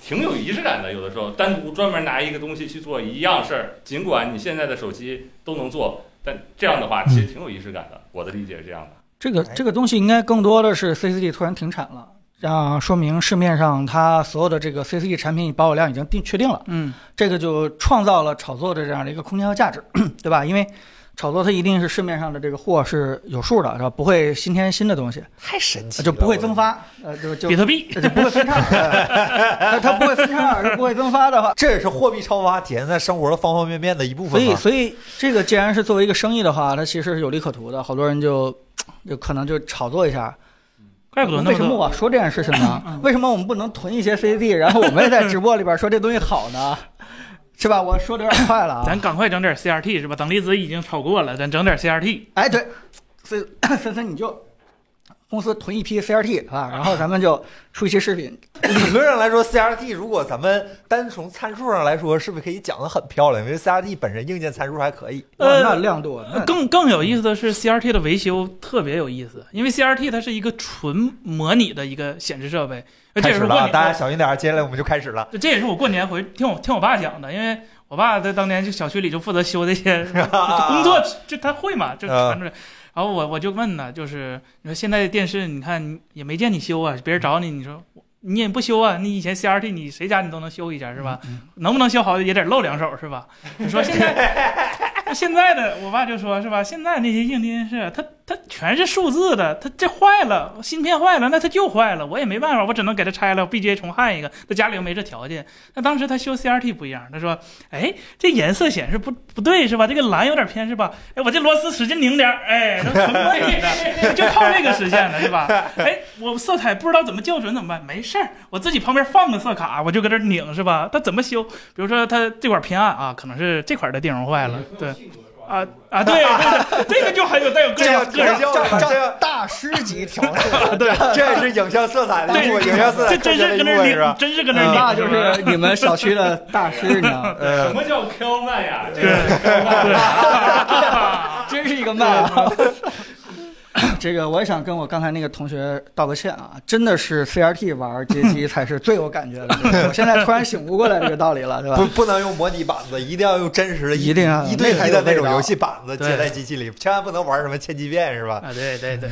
挺有仪式感的，有的时候单独专门拿一个东西去做一样事儿，尽管你现在的手机都能做，但这样的嗯话其实挺有仪式感的。我的理解是这样的。这个哎这个东西应该更多的是 CCD 突然停产了，让说明市面上它所有的这个 CCG 产品保有量已经定确定了，嗯这个就创造了炒作的这样的一个空间和价值， 对吧？因为炒作它一定是市面上的这个货是有数的，是吧？不会新添新的东西，太神奇了，就不会增发，呃，就就比特币就不会分叉，呃它它不会分叉，它不会增发的话我，这也是货币超发体现在生活的方方面面的一部所分以，嘛。所以这个既然是作为一个生意的话，它其实是有利可图的。好多人就就可能就炒作一下。怪不得那为么什么多。嗯我说这件事情呢？ 为什么我们不能囤一些 CD，然后我们也在直播里边说这东西好呢？是吧？我说的有点快了啊咱。赶快整点 CRT 是吧？等离子已经超过了，咱整点 CRT。哎，对，所以 森森你就公司囤一批 CRT 啊，然后咱们就出一期视频。理论上来说，CRT 如果咱们单从参数上来说，是不是可以讲得很漂亮？因为 CRT 本身硬件参数还可以。哇，呃那亮度，那更更有意思的是，CRT 的维修特别有意思，因为 CRT 它是一个纯模拟的一个显示设备，呃而这开也始是了过啊，年呃大家小心点儿，接下来我们就开始了。这也是我过年回听我听我爸讲的，因为我爸在当年就小区里就负责修 这些就工作，就他会嘛，就啊传出来。然后我我就问呢，就是你说现在电视，你看也没见你修啊，别人找你，你说我你也不修啊，你以前 CRT 你谁家你都能修一下是吧？嗯能不能修好也得露两手是吧？你说现在 现在的我爸就说是吧？现在那些硬件是它它全是数字的，它这坏了，芯片坏了，那它就坏了，我也没办法，我只能给它拆了，BGA 重焊一个。他家里又没这条件，那当时他修 CRT 不一样，他说，哎，这颜色显示不不对是吧？这个蓝有点偏是吧？哎，我这螺丝使劲拧点儿，哎，都纯模拟的， 就靠这个实现的是吧？哎，我色彩不知道怎么校准怎么办？没事儿，我自己旁边放个色卡，我就搁这儿拧是吧？他怎么修？比如说他这块儿偏暗啊，可能是这块儿的电容坏了，对。啊啊，对， 对对这个就很有带有个这性样个性，这样这样大师级 调色，对， 这也是影像色彩的一部分，啊对，影像色彩这真科学的一是搁部那儿分是拧，吧？真是搁啊那儿拧，那啊就是 吧是你们小区的大师，你知道吗？什呃，么叫 Q 慢呀？ 这对对， 真是一个慢啊！ 这个我也想跟我刚才那个同学道个歉啊，真的是 CRT 玩街机才是最有感觉的。 我现在突然醒悟过来这个道理了，对不吧？不能用模拟板子，一定要用真实的，一定要一对那才一有的那种味道游戏板子对接在机器里，千万不能玩什么千机变是吧？啊，对对对，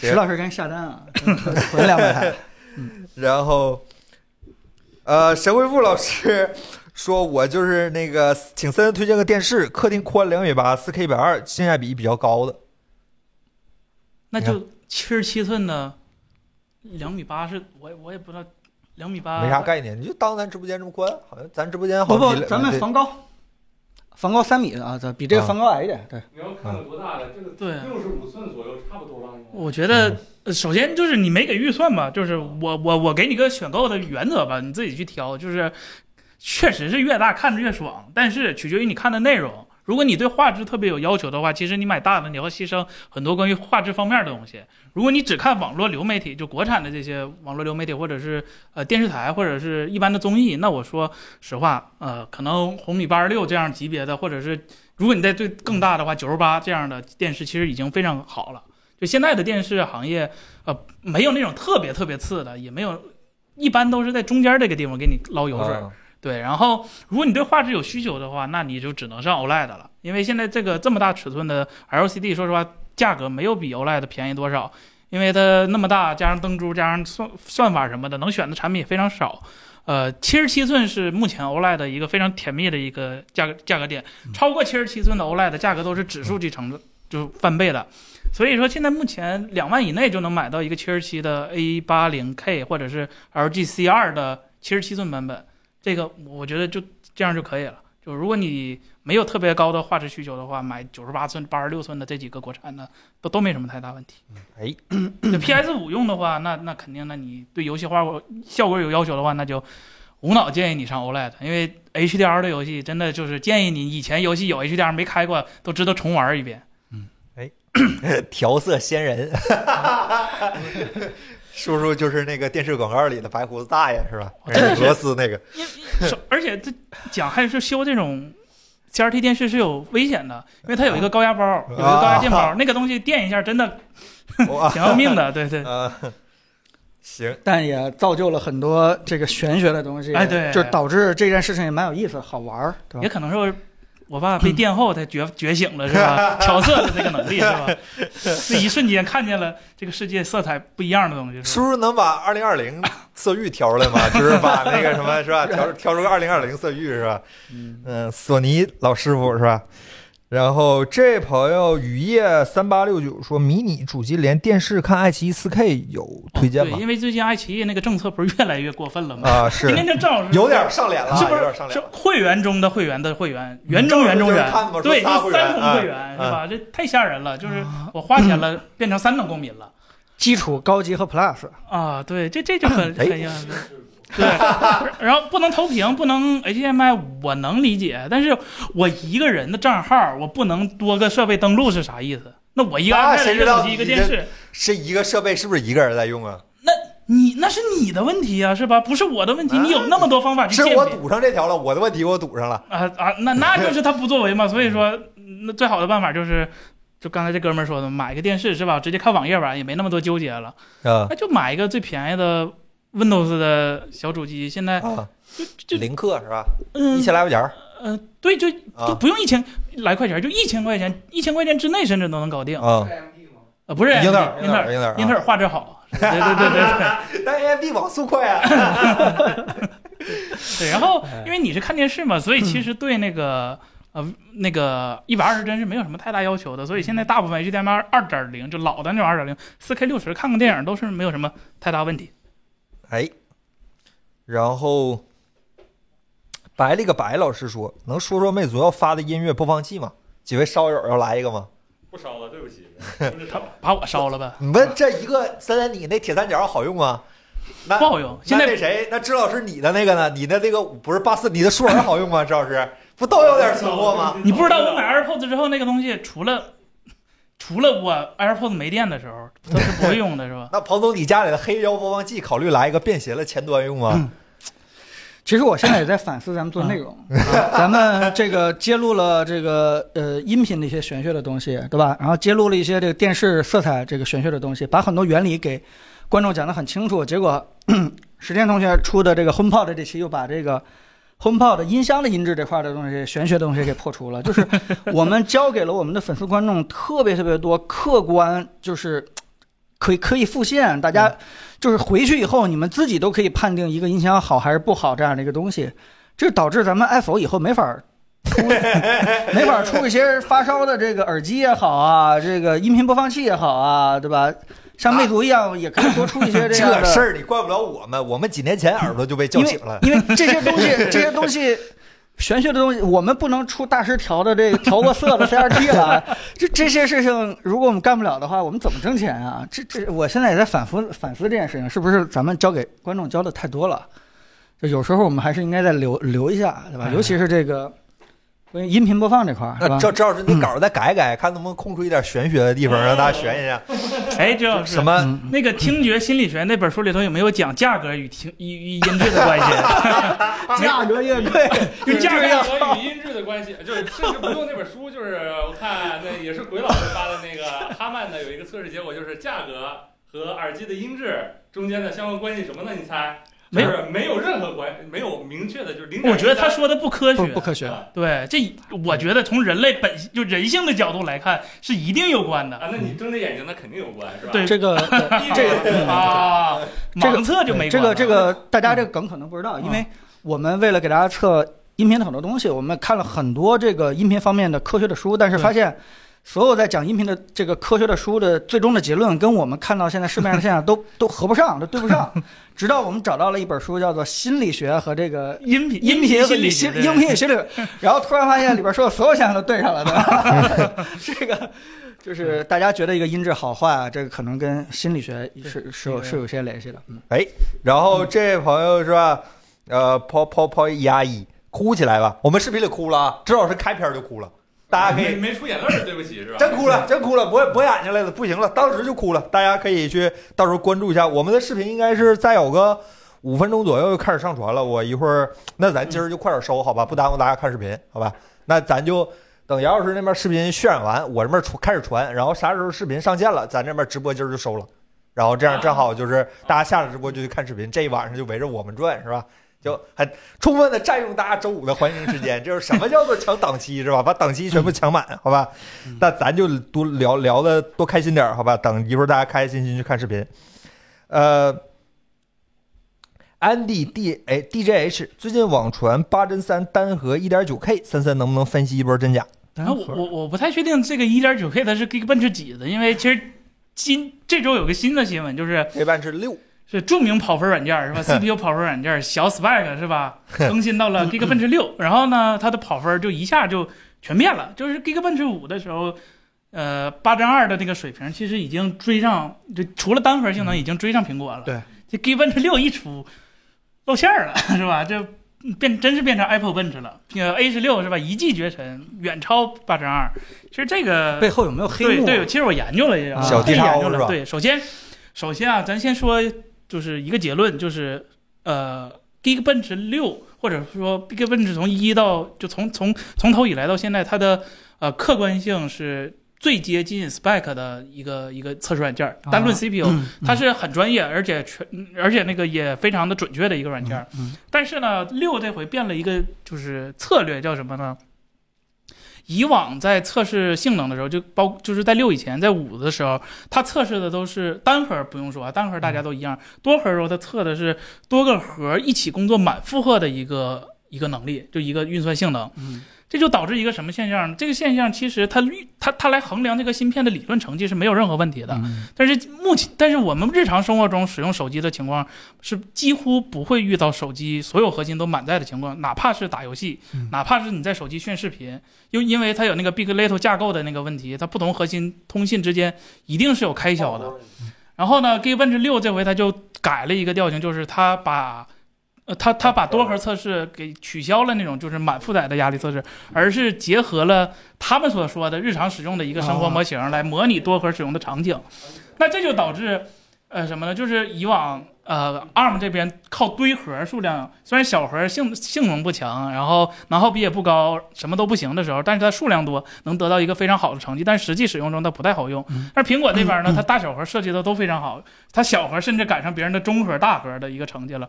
石老师跟下单啊，回两百 台。然后，呃，神回复老师 说，我就是那个，请森森推荐个电视，客厅宽两米八，四 K 一百二，性价比比较高的。那就七十七寸的两米八是，我也我也不知道两米八没啥概念，你就当咱直播间这么宽，好像咱直播间不好啊不像比，嗯咱们比房高，房高三米的啊，咱比这个房高矮一点。对，你要看看多大的，这个对啊六十五寸左右差不多吧。应该我觉嗯得，呃首先就是你没给预算吧，就是我我我给你个选购的原则吧，你自己去挑。就是确实是越大看着越爽，但是取决于你看的内容。如果你对画质特别有要求的话，其实你买大的你要牺牲很多关于画质方面的东西。如果你只看网络流媒体，就国产的这些网络流媒体，或者是呃电视台，或者是一般的综艺，那我说实话，呃，可能红米八十六这样级别的，或者是如果你再对更大的话，九十八这样的电视，其实已经非常好了。就现在的电视行业，呃，没有那种特别特别次的，也没有，一般都是在中间这个地方给你捞油水。嗯对，然后如果你对画质有需求的话，那你就只能上 OLED 了，因为现在这个这么大尺寸的 LCD，说实话价格没有比 OLED 便宜多少，因为它那么大，加上灯珠，加上算算法什么的，能选的产品也非常少。呃，七十七寸是目前 OLED 的一个非常甜蜜的一个价格价格点，超过七十七寸的 OLED 价格都是指数级成就翻倍的。所以说，现在目前两万以内就能买到一个七十七的 A 八零 K 或者是 LG C 二的七十七寸版本，这个我觉得就这样就可以了。就如果你没有特别高的画质需求的话，买九十八寸、八十六寸的这几个国产的都都没什么太大问题。哎，那 PS 五用的话，那那肯定，那你对游戏画果效果有要求的话，那就无脑建议你上 OLED，因为 HDR 的游戏真的就是建议你以前游戏有 HDR 没开过，都值得重玩一遍。调色仙人， 叔叔就是那个电视广告里的白胡子大爷是 吧？真是俄罗斯那个， 因为是而且这讲还是修这种 CRT 电视是有危险的，因为它有一个高压包，有一个高压电包，那个东西电一下真的哇，挺要命的。对对，呃，行，但也造就了很多这个玄学的东西。哎对就导致这件事情也蛮有意思，好玩儿，对也吧？可能是我爸被电后才觉觉醒了是吧？调色的这个能力是吧？那一瞬间看见了这个世界色彩不一样的东西是吧？叔叔能把二零二零色域调出来 吗？就是把那个什么是吧， 调调出个二零二零色域是吧？嗯，嗯，索尼老师傅是吧？然后这朋友雨夜三八六九说，迷你主机连电视看爱奇艺四 K 有推荐哦对，吗？因为最近爱奇艺那个政策不是越来越过分了吗？啊，今是天这郑老师有点上脸了，啊是不有是点上脸是了。会员中的会员的会员，员中员中就是员看嘛，说对，就仨会员三重哎会员是吧？这太吓人了，就是啊我花钱了变成三等公民了基础、高级和 Plus，啊！对，这这就很哎很吓人。 对，然后不能投屏，不能 HDMI，我能理解，但是我一个人的账号，我不能多个设备登录是啥意思？那我一个那 iPad、谁一知个道手机、一个你电这视，是一个设备是不是一个人在用啊？你那是你的问题啊，是吧？不是我的问题，啊你有那么多方法去是鉴别。我堵上这条了，我的问题我堵上了。啊啊，那那就是他不作为嘛，所以说嗯那最好的办法就是，就刚才这哥们儿说的，买个电视是吧？直接看网页版也没那么多纠结了，啊那就买一个最便宜的 Windows 的小主机。现在啊，哦就零克是吧？一嗯千来块钱儿呃，对，就就啊不用一千来块钱，就一千块钱，一千块钱之内甚至都能搞定。啊，呃，不是英英特尔英特尔英特尔啊英特尔画质好，对对对对 对。但 AMD 网速快啊。 对，然后哎因为你是看电视嘛，所以其实对那个、嗯呃那个一百二十帧是没有什么太大要求的，所以现在大部分 HDMI 二点零就老的那种二点零，四 K 六十看个电影都是没有什么太大问题。哎，然后白了个白老师说，能说说魅族要发的音乐播放器吗？几位烧友要来一个吗？不烧了，对 不起，真的烧了把我烧了吧，你们这一个森森，你那铁三角好用吗？那不好用。现那那在谁，那支老师你的那个呢？你的那个不是八四，你的数耳好用吗？支老师不都有点存货吗？？你不知道我买 AirPods 之后那个东西，除了除了我 AirPods 没电的时候，它是不会用的，是吧 那彭总，你家里的黑胶播放器考虑来一个便携的前端用嗯吗？其实我现在也在反思咱们做内容，啊咱们这个揭露了这个呃音频的一些玄学的东西，对吧？然后揭露了一些这个电视色彩这个玄学的东西，把很多原理给观众讲得很清楚。结果，石天同学出的这个 HomePod 的这期又把这个 HomePod 的音箱的音质这块儿的东西玄学的东西给破除了，就是我们教给了我们的粉丝观众特别特别多客观，就是可以可以复现，大家就是回去以后，你们自己都可以判定一个音箱好还是不好这样的一个东西，这导致咱们 F O 以后没法儿出，没法儿出一些发烧的这个耳机也好啊，这个音频播放器也好啊，对吧？像魅族一样，也可以多出一些 样的。这事儿你怪不了我们，我们几年前耳朵就被叫因为嗯醒了。因为这些东西，这些东西。玄学的东西，我们不能出大师调的这个调过色的 CRT 了啊。这这些事情，如果我们干不了的话，我们怎么挣钱啊？这这，我现在也在反复反思这件事情，是不是咱们交给观众交的太多了？就有时候我们还是应该再留留一下，对吧？尤其是这个关于音频播放这块儿，是那？吧嗯赵赵老师，你稿儿再改一改，看能不能空出一点玄学的地方，让大家悬一下。哎，这老师什么？嗯那个听觉心理学那本书里头有没有讲价格与听与与音质的关系？ 啊价格越贵，就价格要和语音质的关系，就是甚至不用那本书，就是我看那也是鬼老师发的那个哈曼的有一个测试结果，就是价格和耳机的音质中间的相关关系什么呢？你猜？没有有，没有任何关，没有明确的，就是零。我觉得他说的不科学不，不科学。啊，对，这我觉得从人类本就人性的角度来看，是一定有关的。啊那你睁着眼睛，那肯定有关，是吧？对这个这个嗯啊，这个盲 测就没关这个了嗯这个大家这个梗可能不知道，因为我们为了给大家测音频的很多东西，我们看了很多这个音频方面的科学的书，但是发现所有在讲音频的这个科学的书的最终的结论，跟我们看到现在市面上的现象都 都合不上，都对不 上。直到我们找到了一本书，叫做《心理学和这个 音频音频频心理学心音频与心理学》， 然后突然发现里边说的所有现象都对上了，对 吧？这个。就是大家觉得一个音质好坏啊，这个可能跟心理学是是有是有些联系的。嗯，然后这位朋友是吧？呃，抛抛抛压抑，哭起来吧！我们视频里哭了啊，周老师开篇就哭了，大家可没以没出眼泪儿，对不起，是吧？真哭了，真哭了，抹抹眼睛来了，不行了，当时就哭了。大家可以去到时候关注一下，我们的视频应该是再有个五分钟左右就开始上传了。我一会儿，那咱今儿就快点收好吧，不耽误大家看视频，好吧？那咱就。等姚老师那边视频渲染完，我这边传开始传，然后啥时候视频上线了，咱这边直播今儿就收了。然后这样正好就是大家下了直播就去看视频，这一晚上就围着我们转，是吧？就很充分的占用大家周五的欢迎时间。这是什么叫做抢档期是吧？把档期全部抢满，好吧？那咱就多聊聊的多开心点儿，好吧？等一会儿大家开开心心去看视频。呃，Andy D 哎 DJH 最近网传八帧三单核一点九 K，森森能不能分析一波真假？然后我啊我我不太确定这个一点九 K 它是 Geekbench 几的，因为其实今这周有个新的新闻，就是陪伴是六，是著名跑分软件 是吧？CPU 跑分软件小 Spark 是吧？更新 到了 Geekbench 六，然后呢，它的跑分就一下就全变了。就是 Geekbench 五的时候，呃，八针二的那个水平其实已经追上，就除了单核性能已经追上苹果了。对，这 Geekbench 六一出，露馅儿了 是吧？这变真是变成 Apple Bench 了。呃，A 十六是吧？一骑绝尘，远超八针二。其实这个背后有没有黑对幕？对，其实我研究了一下，啊小我真 DTO 研究了是吧对，首先首先啊，咱先说就是一个结论，就是呃，Geekbench 六或者说 Geekbench 从一到就从从从头以来到现在，它的呃客观性是。最接近 Spec 的一个一个测试软件，单论啊 CPU，、嗯它是很专业，而且全而且那个也非常的准确的一个软件。嗯但是呢，六这回变了一个就是策略，叫什么呢？以往在测试性能的时候，就包就是在六以前，在五的时候，它测试的都是单核，不用说啊，单核大家都一样。多核的时候，它测的是多个核一起工作满负荷的一个一个能力，就一个运算性能。嗯这就导致一个什么现象呢？这个现象其实它它它来衡量这个芯片的理论成绩是没有任何问题的。嗯但是目前，但是我们日常生活中使用手机的情况是几乎不会遇到手机所有核心都满载的情况，哪怕是打游戏，嗯哪怕是你在手机炫视频，又因为它有那个 Big Little 架构的那个问题，它不同核心通信之间一定是有开销哦的。然后呢，Geekbench 六这回它就改了一个调性，就是它把。呃，它它把多核测试给取消了那种就是满负载的压力测试，而是结合了他们所说的日常使用的一个生活模型来模拟多核使用的场景。那这就导致，呃，什么呢？就是以往呃 ARM 这边靠堆核数量，虽然小核性性能不强，然后能耗比也不高，什么都不行的时候，但是它数量多，能得到一个非常好的成绩。但实际使用中它不太好用。但是苹果这边呢，它大小核设计的都非常好，它小核甚至赶上别人的中核、大核的一个成绩了。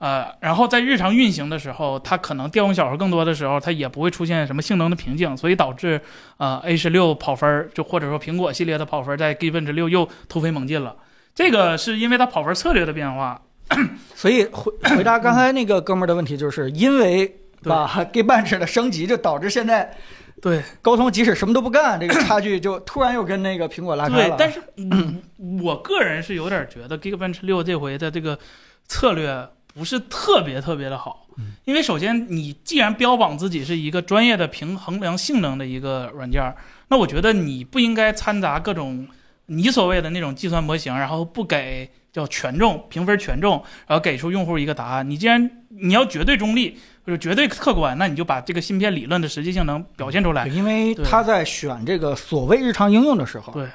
呃，然后在日常运行的时候，它可能调用小核更多的时候，它也不会出现什么性能的瓶颈，所以导致呃 A 十六跑分儿，就或者说苹果系列的跑分儿在 Geekbench 六又突飞猛进了。这个是因为它跑分策略的变化，所以回回答刚才那个哥们儿的问题，就是因为对把 Geekbench 的升级，就导致现在对高通即使什么都不干，这个差距就突然又跟那个苹果拉开对了。，但是嗯我我个人是有点觉得 Geekbench 六这回的这个策略不是特别特别的好，嗯因为首先你既然标榜自己是一个专业的平衡量性能的一个软件儿，那我觉得你不应该掺杂各种你所谓的那种计算模型，然后不给叫权重评分权重，然后给出用户一个答案。你既然你要绝对中立或者绝对客观，那你就把这个芯片理论的实际性能表现出来对。因为他在选这个所谓日常应用的时候，对，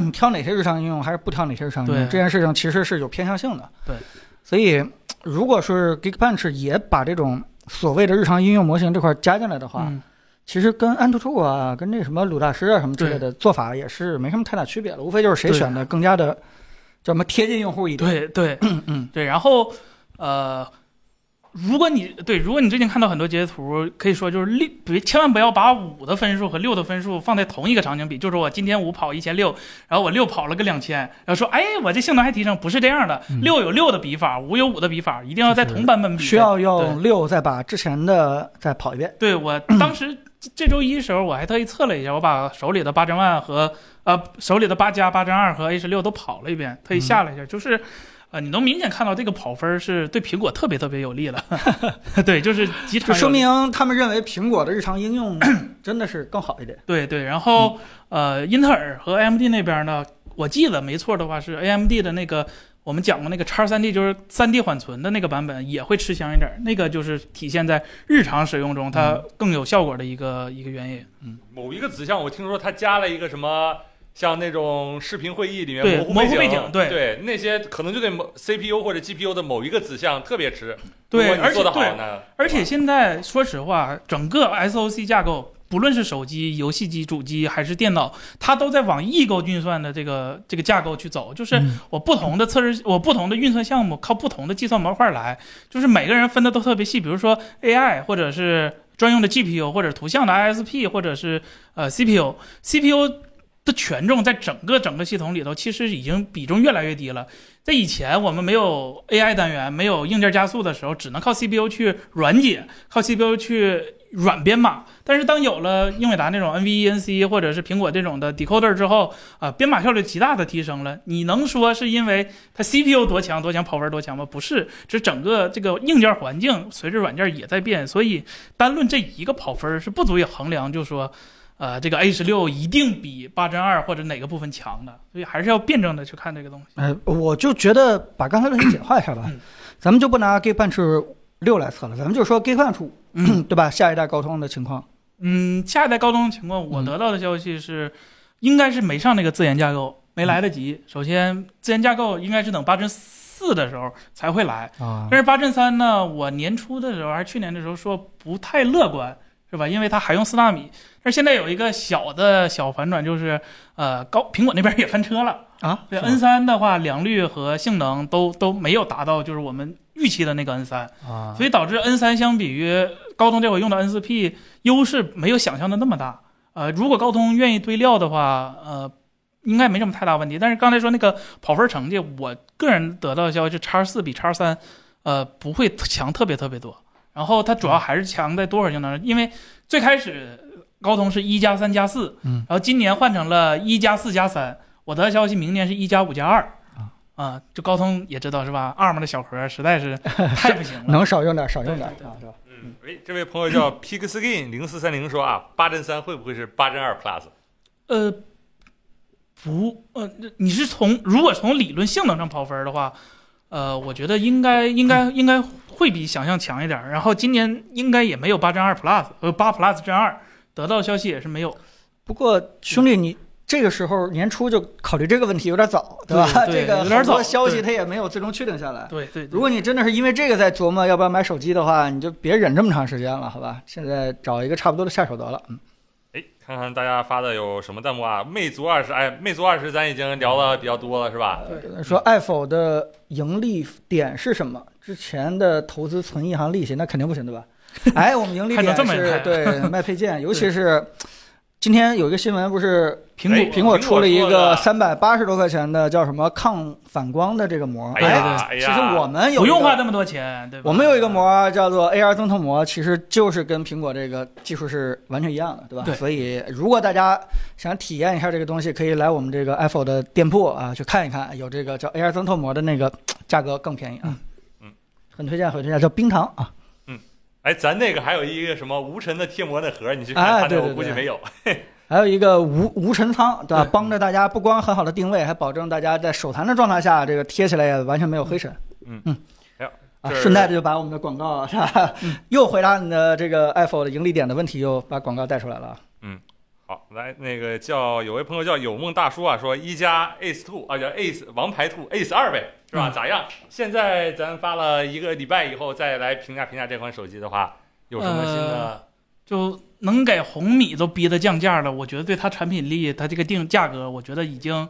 你挑哪些日常应用还是不挑哪些日常应用，对这件事情其实是有偏向性的。对，所以如果是 Geekbench 也把这种所谓的日常应用模型这块加进来的话，嗯，其实跟安兔兔啊，跟那什么鲁大师啊什么之类的做法也是没什么太大区别了，无非就是谁对选的更加的叫什么贴近用户一点。嗯对对，对，然后呃，如果你对，如果你最近看到很多截图，可以说就是六，别千万不要把五的分数和六的分数放在同一个场景比，就是我今天五跑一千六，然后我六跑了个两千，然后说哎，我这性能还提升，不是这样的，六有六的比法，五有五的比法，一定要在同版本比。嗯需要对用六再把之前的再跑一遍。对 我当时这这周一的时候，我还特意测了一下，我把手里的八针万和呃手里的八加八针二和 A 十六都跑了一遍，特意下了一下，就是。呃，你能明显看到这个跑分是对苹果特别特别有利 了， 对，就是几就场有说利明他们认为苹果的日常应 用真的是更好一点。对对，然后、嗯呃，英特尔和 AMD 那边呢，我记得没错的话是 AMD 的那个我们讲过那个叉三 D 就是三 D 缓存的那个版本也会吃香一点儿，那个就是体现在日常使用中嗯它更有效果的一个、一个原因。某一个子项，我听说他加了一个什么，像那种视频会议里面对糊模糊景，背景对那些可能就对某 CPU 或者 GPU 的某一个子项特别吃。对如果而且你做得好对呢，而且现在说实话，整个 SOC 架构不论是手机、游戏机、主机还是电脑，它都在往异构运算的这个这个架构去走，就是嗯我不同的测试，我不同的运算项目靠不同的计算模块来，就是每个人分的都特别细，比如说 AI 或者是专用的 GPU 或者图像的 ISP 或者是呃 CPU CPU 的权重在整个整个系统里头其实已经比重越来越低了。在以前我们没有 AI 单元、没有硬件加速的时候，只能靠 CPU 去软解，靠 CPU 去软编码。但是当有了英伟达那种 NVENC 或者是苹果这种的 decoder 之后，啊、编码效率极大的提升了。你能说是因为它 CPU 多强多强，power 多强吗？不是，只是整个这个硬件环境随着软件也在变，所以单论这一个跑分儿是不足以衡量，就说。呃，这个 A 十六一定比八针二或者哪个部分强的，所以还是要辩证的去看这个东西。呃，我就觉得把刚才论述简化一下吧，嗯 咱们就不拿 Geekbench 六来测了，咱们就说 Geekbench 五、嗯对吧？下一代高通的情况，嗯，下一代高通的情况，我嗯得到的消息是，应该是没上那个自研架构，没来得及。首先，自研架构应该是等八针四的时候才会来，啊但是八阵三呢，我年初的时候还是去年的时候说不太乐观，是吧？因为它还用四纳米，但是现在有一个小的小反转，就是呃，高苹果那边也翻车了。啊，对嗯 N 三的话，良率和性能都都没有达到就是我们预期的那个 N 三，啊，所以导致 N 三相比于高通这回用的 N 四 P 优势没有想象的那么大。呃，如果高通愿意堆料的话，呃，应该没什么太大问题。但是刚才说那个跑分成绩，我个人得到的消息是叉四比叉三，呃，不会强特别特别多。然后它主要还是强在多核性能嗯上，因为最开始高通是一加三加四，嗯，然后今年换成了一加四加三。我得到消息，明年是一加五加二。啊啊，这高通也知道是吧？ARM 的小核实在是太不行 了，能少用点少用点对对啊，是吧？嗯，哎，这位朋友 叫 Pigskin 零四三零说啊，八针三会不会是八针二 Plus？呃，不，呃，你是从如果从理论性能上刨分儿的话，呃，我觉得应该应该应该会比想象强一点儿。然后今年应该也没有八针二 Plus，呃，八 Plus 针二得到的消息也是没有。不过兄弟你。这个时候年初就考虑这个问题有点早，吧？对这对个有点很多早消息对它也没有最终确定下来。对对，对哎如果你真的是因为这个在琢磨要不要买手机的话，你就别忍这么长时间了，好吧？现在找一个差不多的下手得了。嗯哎，看看大家发的有什么弹幕啊？魅族二十，哎，魅族二十咱已经聊的比较多了，是吧？呃嗯说 Apple 的盈利点是什么？之前的投资存银行利息，那肯定不行， 对吧？哎，我们盈利还能点这么是看 对卖配件，尤其是今天有一个新闻，不是苹哎果苹果苹果出了一出了个三百八十多块钱的叫什么抗反光的这个膜？哎呀，哎其呀，实我们有不一用个花那么多钱，对吧？我们有一个膜叫做 AR 增透膜，其实就是跟苹果这个技术是完全一样的，对吧？对所以如果大家想体验一下这个东西，可以来我们这个 Apple 的店铺啊去看一看，有这个叫 AR 增透膜的那个，价格更便宜啊。嗯，很推荐，很推荐，叫冰糖啊。哎，咱那个还有一个什么无尘的贴膜那盒，你去哎啊看，看对那对我估计对没有。还有一个无无尘仓，对吧？对帮着大家不光很好的定位，还保证大家在手残的状态下，这个贴起来也完全没有灰尘。嗯嗯还有。啊，这是顺带着就把我们的广告是 吧？又回答你的这个 Apple 的盈利点的问题，又把广告带出来了啊。好，来那个叫有位朋友叫有梦大叔啊，说一加 Ace Two 啊，叫 Ace 王牌 Two Ace 二呗，是嗯吧？咋样？现在咱发了一个礼拜以后再来评价评价这款手机的话，有什么新呃呃的？呃就能给红米都逼得降价了，我觉得对它产品力，它这个定价格，我觉得已经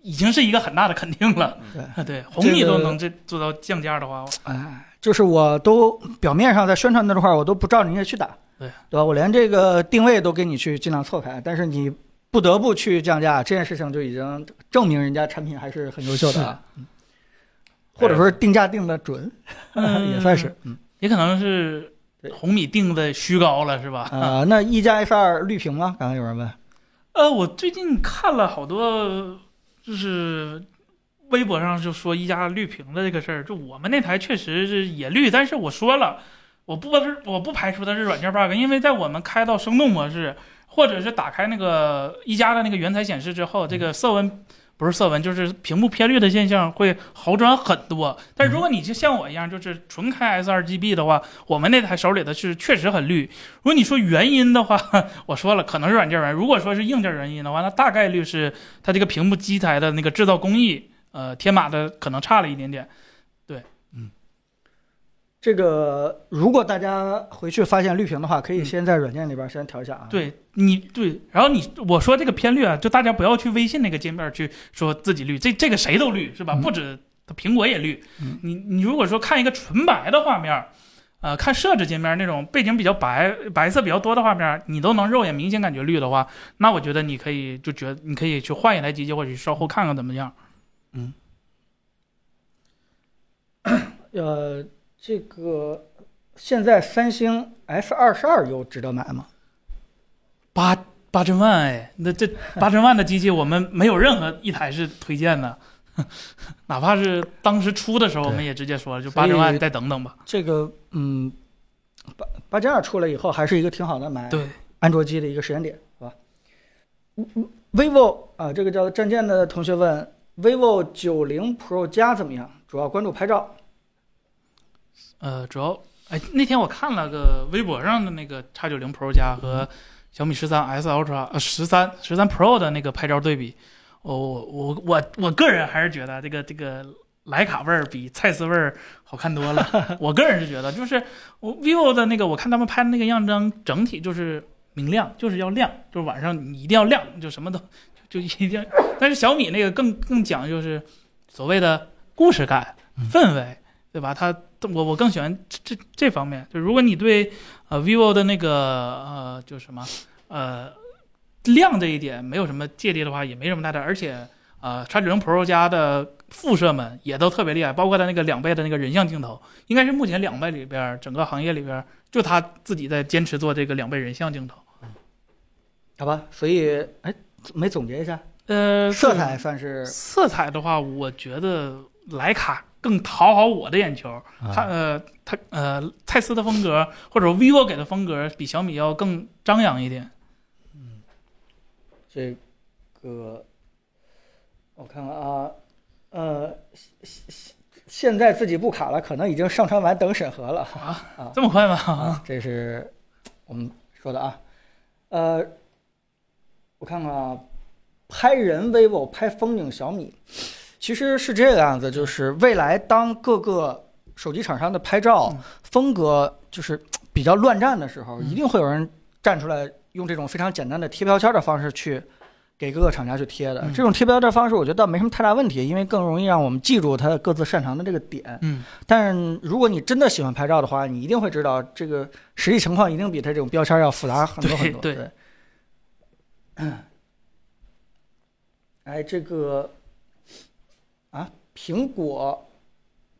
已经是一个很大的肯定了。嗯 对红米都能这做到降价的话， 哎，就是我都表面上在宣传那块儿，我都不照人家去打，对对吧？我连这个定位都给你去尽量错开，但是你不得不去降价，这件事情就已经证明人家产品还是很优秀的啊，嗯或者说是定价定的准，哎嗯 也算是。嗯也可能是对红米定的虚高了，是吧？啊、那一加 F 二绿屏吗？刚才有人问，呃，我最近看了好多，就是微博上就说一加绿屏的这个事儿，就我们那台确实是也绿，但是我说了，我不我不排除它是软件 bug，因为在我们开到生动模式，或者是打开那个一加的那个原彩显示之后，这个色温。不是色温，就是屏幕偏绿的现象会好转很多。但如果你就像我一样，就是纯开 sRGB 的话，我们那台手里的是确实很绿。如果你说原因的话，我说了，可能是软件原因。如果说是硬件原因的话，那大概率是它这个屏幕机台的那个制造工艺，呃，天马的可能差了一点点。这个如果大家回去发现绿屏的话，可以先在软件里边先调一下啊。，嗯对你对，然后你我说这个偏绿啊，就大家不要去微信那个界面去说自己绿，这这个谁都绿是吧？嗯不止苹果也绿。嗯你你如果说看一个纯白的画面儿，呃，看设置界面那种背景比较白、白色比较多的画面儿，你都能肉眼明显感觉绿的话，那我觉得你可以就觉你可以去换一台机器，或者稍后看看怎么样。呃，这个现在三星 S 二十二 U 值得买吗？八八千万哎，那这八千万的机器，我们没有任何一台是推荐的， 哪怕是当时出的时候，对我们也直接说了，就所八以千万再等等吧。这个嗯，八八加二出来以后，还是一个挺好的买对，安卓机的一个时间点，好吧嗯嗯？vivo 啊，这个叫战舰的同学问，vivo 九零 Pro 加怎么样？主要关注拍照。呃，主要哎，那天我看了个微博上的那个 X 九零 Pro 加和小米十三 S Ultra 呃十三十三 Pro 的那个拍照对比，我我我我我个人还是觉得这个这个徕卡味儿比蔡司味儿好看多了。我个人是觉得，就是我 vivo 的那个，我看他们拍的那个样张，整体就是明亮，就是要亮，就是晚上你一定要亮，就什么都就一定要。但是小米那个更更讲就是所谓的故事感、氛围，对吧？它我我更喜欢这这这方面。就如果你对呃 vivo 的那个呃就是什么呃亮这一点没有什么芥蒂的话，也没什么太大的，而且呃叉九零 Pro 加的副摄们也都特别厉害，包括它那个两倍的那个人像镜头，应该是目前两倍里边儿整个行业里边儿就它自己在坚持做这个两倍人像镜头。好吧，所以哎，没总结一下，呃，色彩算是色彩的话，我觉得徕卡更讨好我的眼球。啊它呃，它呃，蔡司的风格或者 vivo 给的风格比小米要更张扬一点。这个，我看看啊，呃，现现现在自己不卡了，可能已经上传完等审核了这么快吗？啊，这是我们说的啊，呃，我看看啊，拍人 vivo，拍风景小米，其实是这个样子，就是未来当各个手机厂商的拍照嗯风格就是比较乱战的时候，嗯一定会有人站出来用这种非常简单的贴标签的方式去。给各个厂家去贴的嗯这种贴标签方式，我觉得倒没什么太大问题，因为更容易让我们记住它各自擅长的这个点。 嗯，但如果你真的喜欢拍照的话，你一定会知道这个实际情况一定比它这种标签要复杂很多很多。对对对 哎，这个啊，苹果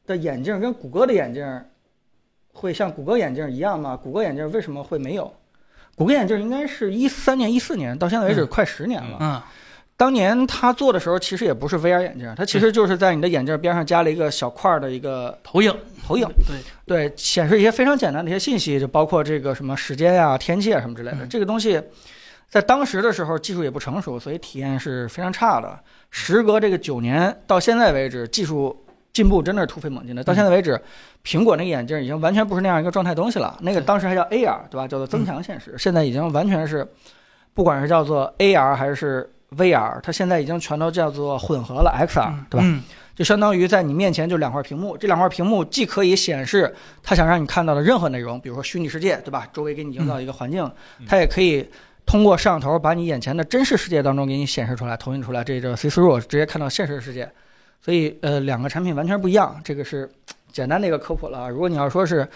的眼镜跟谷歌的眼镜会像谷歌眼镜一样吗？谷歌眼镜为什么会没有？谷歌眼镜应该是一三年、一四年到现在为止嗯快十年了。嗯，当年它做的时候，其实也不是 VR 眼镜，它其实就是在你的眼镜边上加了一个小块儿的一个投影，投影。对，对，显示一些非常简单的一些信息，就包括这个什么时间呀、天气啊什么之类的。嗯这个东西在当时的时候技术也不成熟，所以体验是非常差的。时隔这个九年到现在为止，技术进步真的是突飞猛进的。到现在为止，苹果那个眼镜已经完全不是那样一个状态东西了。那个对嗯当时还叫 AR，对吧？叫做增强现实，现在已经完全是，不管是叫做 AR 还是 VR，它现在已经全都叫做混合了 XR，、嗯啊对吧？嗯，就相当于在你面前就两块屏幕，这两块屏幕既可以显示他想让你看到的任何内容，比如说虚拟世界，对吧？周围给你营造一个环境，它也可以通过摄像头把你眼前的真实世界当中给你显示出来、投影出来，这叫 see through，直接看到现实世界。所以，呃，两个产品完全不一样，这个是简单的一个科普了啊。如果你要说是，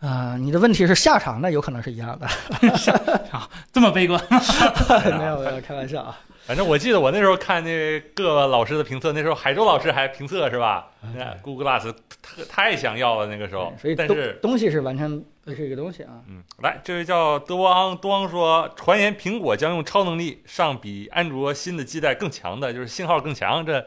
呃，你的问题是下场，那有可能是一样的。 这么悲观。没有没有，开玩笑啊。反正我记得我那时候看那各老师的评测，那时候海州老师还评测是吧？那 Google Glass 特太想要了那个时候嗯所以，但东是东西是完全不是一个东西啊。嗯，来，这位叫德沃昂多昂说，传言苹果将用超能力上比安卓新的基带更强的，就是信号更强，这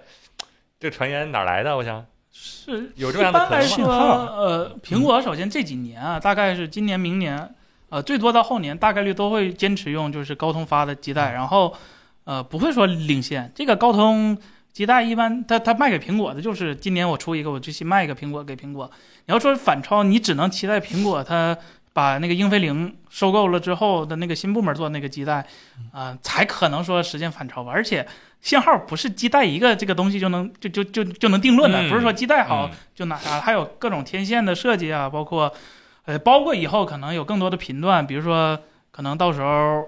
这传言哪来的？我想是有这样的一般来可说，能吗呃，苹果首先这几年啊，大概是今年、明年，呃，最多到后年，大概率都会坚持用就是高通发的基嗯带，然后，呃，不会说领先。这个高通基带一般，它它卖给苹果的就是今年我出一个，我就去卖一个苹果给苹果。你要说反超，你只能期待苹果它。把那个英飞凌收购了之后的那个新部门做那个基带，嗯啊、才可能说实现反超吧。而且信号不是基带一个这个东西就能就就就就能定论的，嗯不是说基带好嗯就那啥，还有各种天线的设计啊，包括，呃，包括以后可能有更多的频段，比如说可能到时候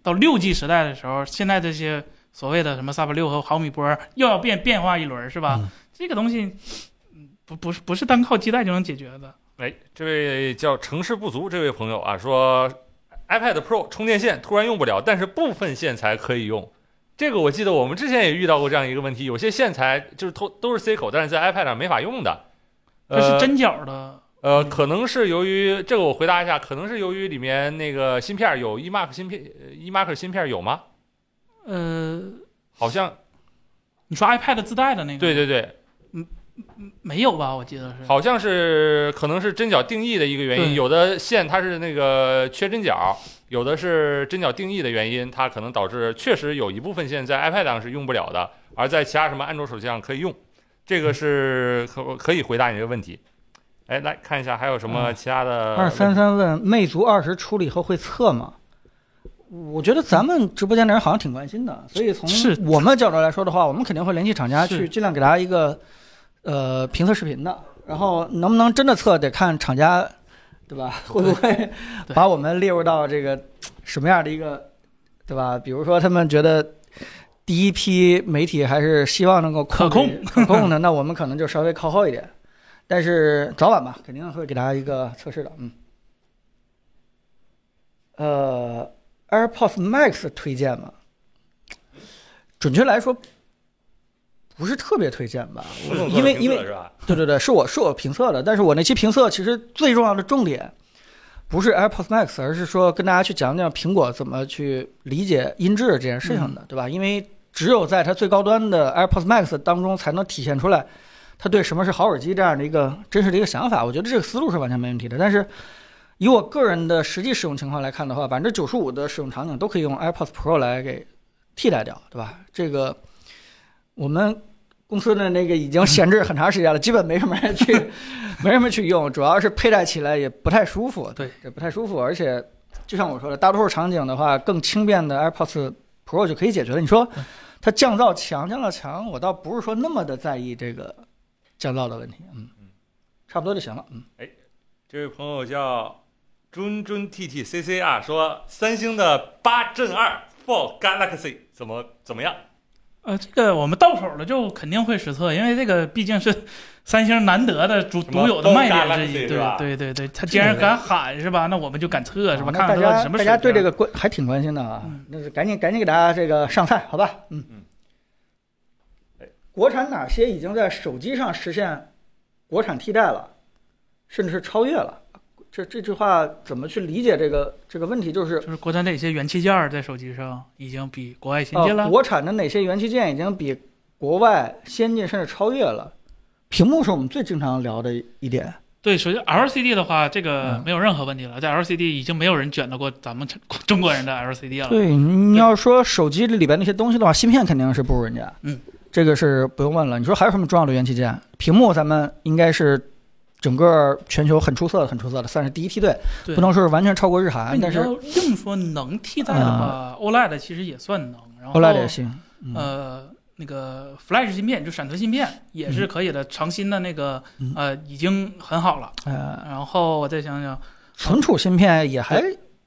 到六 G 时代的时候，现在这些所谓的什么 Sub 六和毫米波又要变变化一轮儿，是吧？嗯这个东西，嗯不不是不是单靠基带就能解决的。哎，这位叫成事不足这位朋友啊，说 iPad Pro 充电线突然用不了，但是部分线材可以用。这个我记得我们之前也遇到过这样一个问题，有些线材就是都都是 C 口，但是在 iPad 上没法用的。这是呃针脚的，呃，可能是由于这个，我回答一下，可能是由于里面那个芯片有 eMark 芯片呃，eMark 芯片有吗？呃，好像你说 iPad 自带的那个？对，对对，没有吧？我记得是。好像是可能是针脚定义的一个原因，对有的线它是那个缺针脚，有的是针脚定义的原因，它可能导致确实有一部分线在 iPad 上是用不了的，而在其他什么安卓手机上可以用。这个是可可以回答你这个问题。哎，来看一下还有什么其他呃的二三问题三问魅族二十出了以后会测吗？我觉得咱们直播间的人好像挺关心的，所以从是我们角度来说的话，我们肯定会联系厂家是去尽量给大家一个呃评测视频的。然后能不能真的测，得看厂家，对吧？会不会对把我们列入到这个什么样的一个，对吧？比如说他们觉得第一批媒体还是希望能够可控制可控的，那我们可能就稍微靠后一点。但是早晚吧，肯定会给大家一个测试的，嗯。呃，AirPods Max 推荐吗？准确来说，不是特别推荐吧，是这么做因为的因为评测是吧？对对对，是我是我评测的，但是我那期评测其实最重要的重点不是 AirPods Max，而是说跟大家去讲讲苹果怎么去理解音质这件事情的，对吧？因为只有在它最高端的 AirPods Max 当中，才能体现出来它对什么是好耳机这样的一个真实的一个想法。我觉得这个思路是完全没问题的，但是。以我个人的实际使用情况来看的话，百分之九十五的使用场景都可以用 AirPods Pro 来给替代掉，对吧？这个我们公司的那个已经 闲置很长时间了，基本没什么人去，没什么去用，主要是佩戴起来也不太舒服，对，也不太舒服，而且就像我说的，大多数场景的话，更轻便的 AirPods Pro 就可以解决了。你说它降噪强，降噪强，我倒不是说那么的在意这个降噪的问题，嗯，差不多就行了，嗯，这位朋友叫尊尊 T T C C 啊，说三星的八阵二 For Galaxy 怎么怎么样？呃，这个我们到手了就肯定会实测，因为这个毕竟是三星难得的独什么独有的卖点之 Galaxy 一。是吧对对对对，他既然敢喊是吧？那我们就敢测是吧？啊那大看看它到底家呃什么大水家对这平啊个关还挺关心的啊嗯，那是赶紧赶紧给大家这个上菜，好吧，嗯嗯哎。国产哪些已经在手机上实现国产替代了，甚至是超越了？这这句话怎么去理解这个这个问题？就是就是国产这些元器件儿在手机上已经比国外先进呃，了。国产的哪些元器件已经比国外先进甚至超越了？屏幕是我们最经常聊的一点，对，首先 LCD 的话，这个嗯没有任何问题了，在 LCD 已经没有人卷得过咱们 这中国人的 LCD 了。对，你要说手机里边那些东西的话，芯片肯定是不如人家，嗯，这个是不用问了。你说还有什么重要的元器件？屏幕咱们应该是整个全球很出色的、很出色的，算是第一梯队，对不能说是完全超过日那韩，你啊但是啊要硬说能替代的话、o l e d 其实也算能。然后 OLED 也行。嗯呃，那个 Flash 芯片就闪存芯片也是可以的，长芯的那个嗯呃已经很好了。呃，然后我再想想，存储芯片也还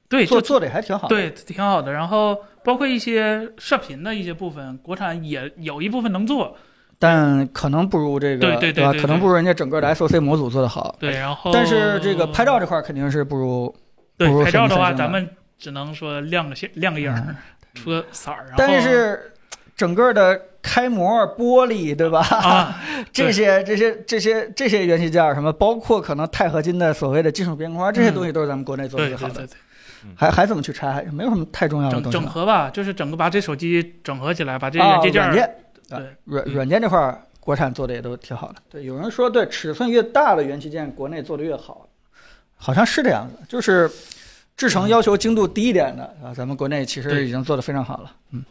对，就做做的也还挺好。，对挺好的。然后包括一些射频的一些部分，国产也有一部分能做。但可能不如这个，对对对吧？对可能不如人家整个的 SOC 模组做的好。对，哦然后哎但是这个拍照这块儿肯定是不如，不对如拍照的三话，星的咱们只能说亮个线亮个影儿嗯，出个色儿。然后但是整个的开模、玻璃，对吧？啊，这对些这些这些这些元器件儿什么，包括可能钛合金的所谓的金属边框，这些东西都是咱们国内做的嗯对最好对的。嗯对对，还还怎么去拆？没有什么太重要的整东西整了。合吧，就是整个把这手机整合起来，把这啊，元器件软儿件，对啊软嗯软件这块儿，国产做的也都挺好的。对，有人说对，尺寸越大的元器件，国内做的越好，好像是这样子，就是。制成要求精度低一点的啊，咱们国内其实嗯对已经做的非常好了。嗯，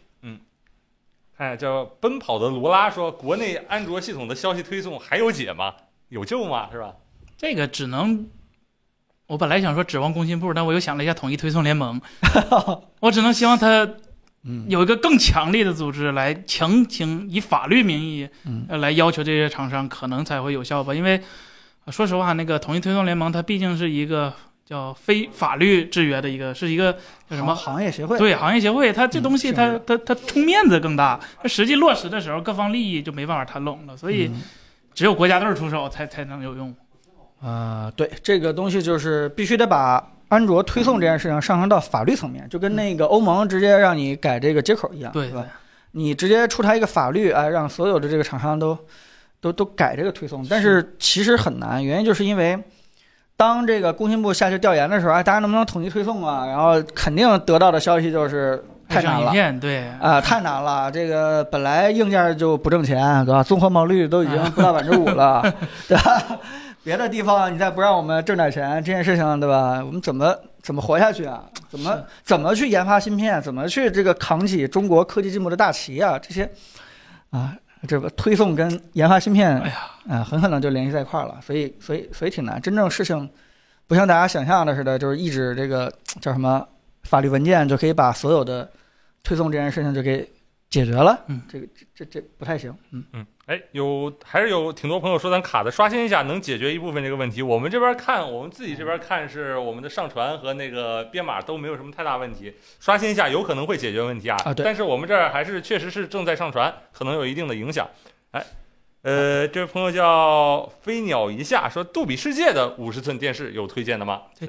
看一下哎叫奔跑的罗拉说，国内安卓系统的消息推送还有解吗？有救吗？是吧？这个只能我本来想说指望工信部，但我又想了一下统一推送 联盟，我只能希望它嗯有一个更强力的组织来强行以法律名义嗯呃来要求这些厂商，可能才会有效吧。因为呃说实话，那个统一推送联盟它毕竟是一个叫非法律制约的一个，是一个叫什么行行业协会？对行业协会，它这嗯东西是它、的它它冲面子更大，它实际落实的时候各方利益就没办法谈拢了，所以嗯只有国家队出手才才能有用。啊、对，这个东西就是必须得把安卓推送这件事情上升到法律层面，就跟那个欧盟直接让你改这个接口一样，对吧？你直接出台一个法律，哎，让所有的这个厂商都都都改这个推送，但是其实很难，原因就是因为。当这个工信部下去调研的时候，哎，大家能不能统一推送啊？然后肯定得到的消息就是太拍难上影了，片，对， 啊、太难了！这个本来硬件就不挣钱，对吧？综合毛利率都已经嗯不到百分之五 了，对吧？别的地方你再不让我们挣点钱，这件事情，对吧？我们怎么怎么活下去啊？怎么是怎么去研发芯片？怎么去这个扛起中国科技进步的大旗啊？这些啊，这个推送跟研发芯片，哎呀啊、很可能就联系在一块儿了。所以，所以，所以挺难。真正事情不像大家想象的似的，就是一纸这个叫什么法律文件就可以把所有的推送这件事情就给解决了。嗯这个这这这不太行。嗯，嗯，哎，有还是有挺多朋友说咱卡的，刷新一下能解决一部分这个问题。我们这边看，我们自己这边看是我们的上传和那个编码都没有什么太大问题，刷新一下有可能会解决问题啊。啊对但是我们这儿还是确实是正在上传，可能有一定的影响。哎，呃，这位朋友叫飞鸟一下说，杜比世界的五十寸电视有推荐的吗？对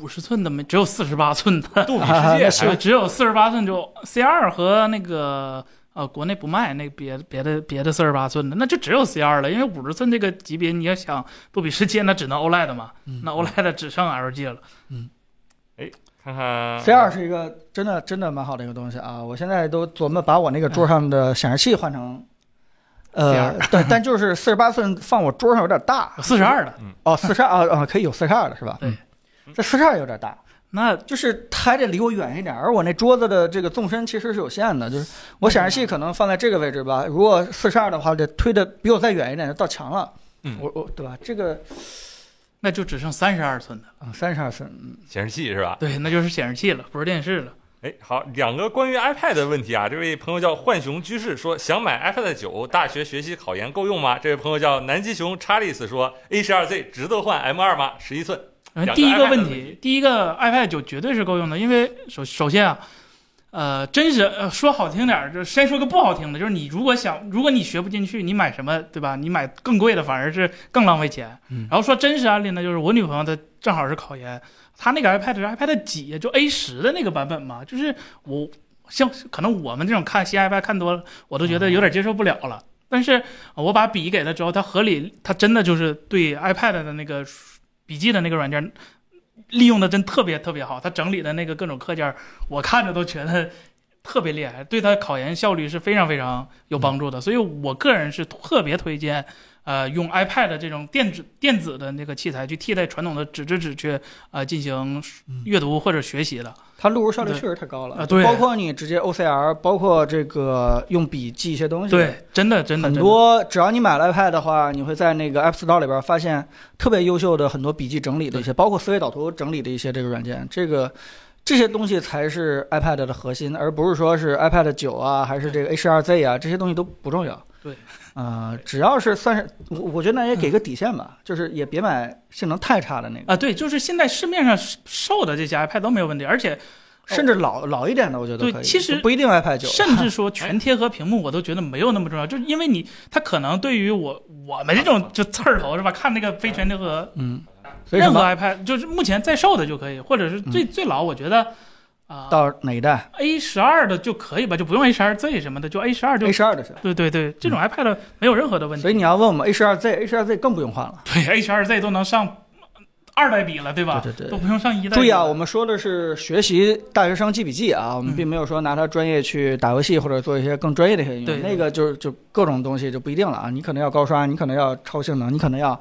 五十寸的没，只有四十八寸的，杜比啊那 是世界，哎对， 只有四十八寸就 C 二和那个呃国内不卖那别别的别的四十八寸的，那就只有 C 二了，因为五十寸这个级别你要想杜比世界，那只能 OLED 嘛，嗯那 OLED 只剩 LG 了。看看 C 二是一个真的真的蛮好的一个东西啊！我现在都琢磨把我那个桌上的显示器换成。呃，对，但就是四十八寸放我桌上有点大，四十二的，哦，四十二啊啊，可以有四十二的是吧？对嗯，这四十二有点大，那就是它还得离我远一点，而我那桌子的这个纵深其实是有限的，就是我显示器可能放在这个位置吧，如果四十二的话，得推的比我再远一点，就到墙了。嗯我我对吧？这个那就只剩三十二寸的了，啊，三十二寸，嗯显示器是吧？对，那就是显示器了，不是电视了。哎，好，两个关于 iPad 的问题啊。这位朋友叫浣熊居士说，想买 iPad 九，大学学习考研够用吗？这位朋友叫南极熊查理斯说，A 1 2 Z 值得换 M 2吗？十一寸，然后两个第一 iPad 个问的问题，第一个 iPad 九绝对是够用的，因为首首先啊，呃，真是呃说好听点儿，就先说个不好听的，就是你如果想，如果你学不进去，你买什么对吧？你买更贵的反而是更浪费钱。嗯然后说真实案例呢，就是我女朋友她正好是考研，她那个 iPad 是 iPad 几，就 A 十的那个版本嘛，就是我像可能我们这种看新 iPad 看多了，我都觉得有点接受不了了。但是呃我把笔给他之后，他合理，他真的就是对 iPad 的那个笔记的那个软件利用的真特别特别好，他整理的那个各种课件，我看着都觉得特别厉害，对他考研效率是非常非常有帮助的。嗯所以我个人是特别推荐，呃，用 iPad 这种电子电子的那个器材去替代传统的纸质纸去呃进行阅读或者学习的。它录入效率对确实太高了啊对包括你直接 OCR，包括这个用笔记一些东西，对，真的真的很真的多，只要你买了 iPad 的话，你会在那个 App Store 里边发现特别优秀的很多笔记整理的一些，包括思维导图整理的一些这个软件。这个这些东西才是 iPad 的核心，而不是说是 iPad 九啊，还是这个 H2Z 啊，这些东西都不重要。对，嗯啊、只要是算是我，我觉得那也给个底线吧，就是也别买性能太差的那个，啊，对，就是现在市面上售的这些 iPad 都没有问题，而且甚至老老一点的，我觉得对可以其实不一定 iPad 九，甚至说全贴合屏幕，我都觉得没有那么重要，就是因为你它可能对于我我们这种就刺儿头是吧？看那个非全贴合，嗯，所以什任何么嗯 iPad 就是目前在售的就可以，或者是最最老我觉得啊到哪一代 A 十二的就可以吧，就不用 A 十二 Z 什么的，就 A 十二就嗯？A 十二的是。对对对，这种 iPad 没有任何的问题，所以你要问我们 A 十二 Z，A 十二 Z 更不用换了。对 A 十二 Z 都能上二代笔了，对吧？对对对都不用上一代笔了。注意啊，我们说的是学习大学生记笔记啊，我们嗯并没有说拿它专业去打游戏或者做一些更专业的一些应对用，对那个就是就各种东西就不一定了啊，你可能要高刷，你可能要超性能，你可能要。嗯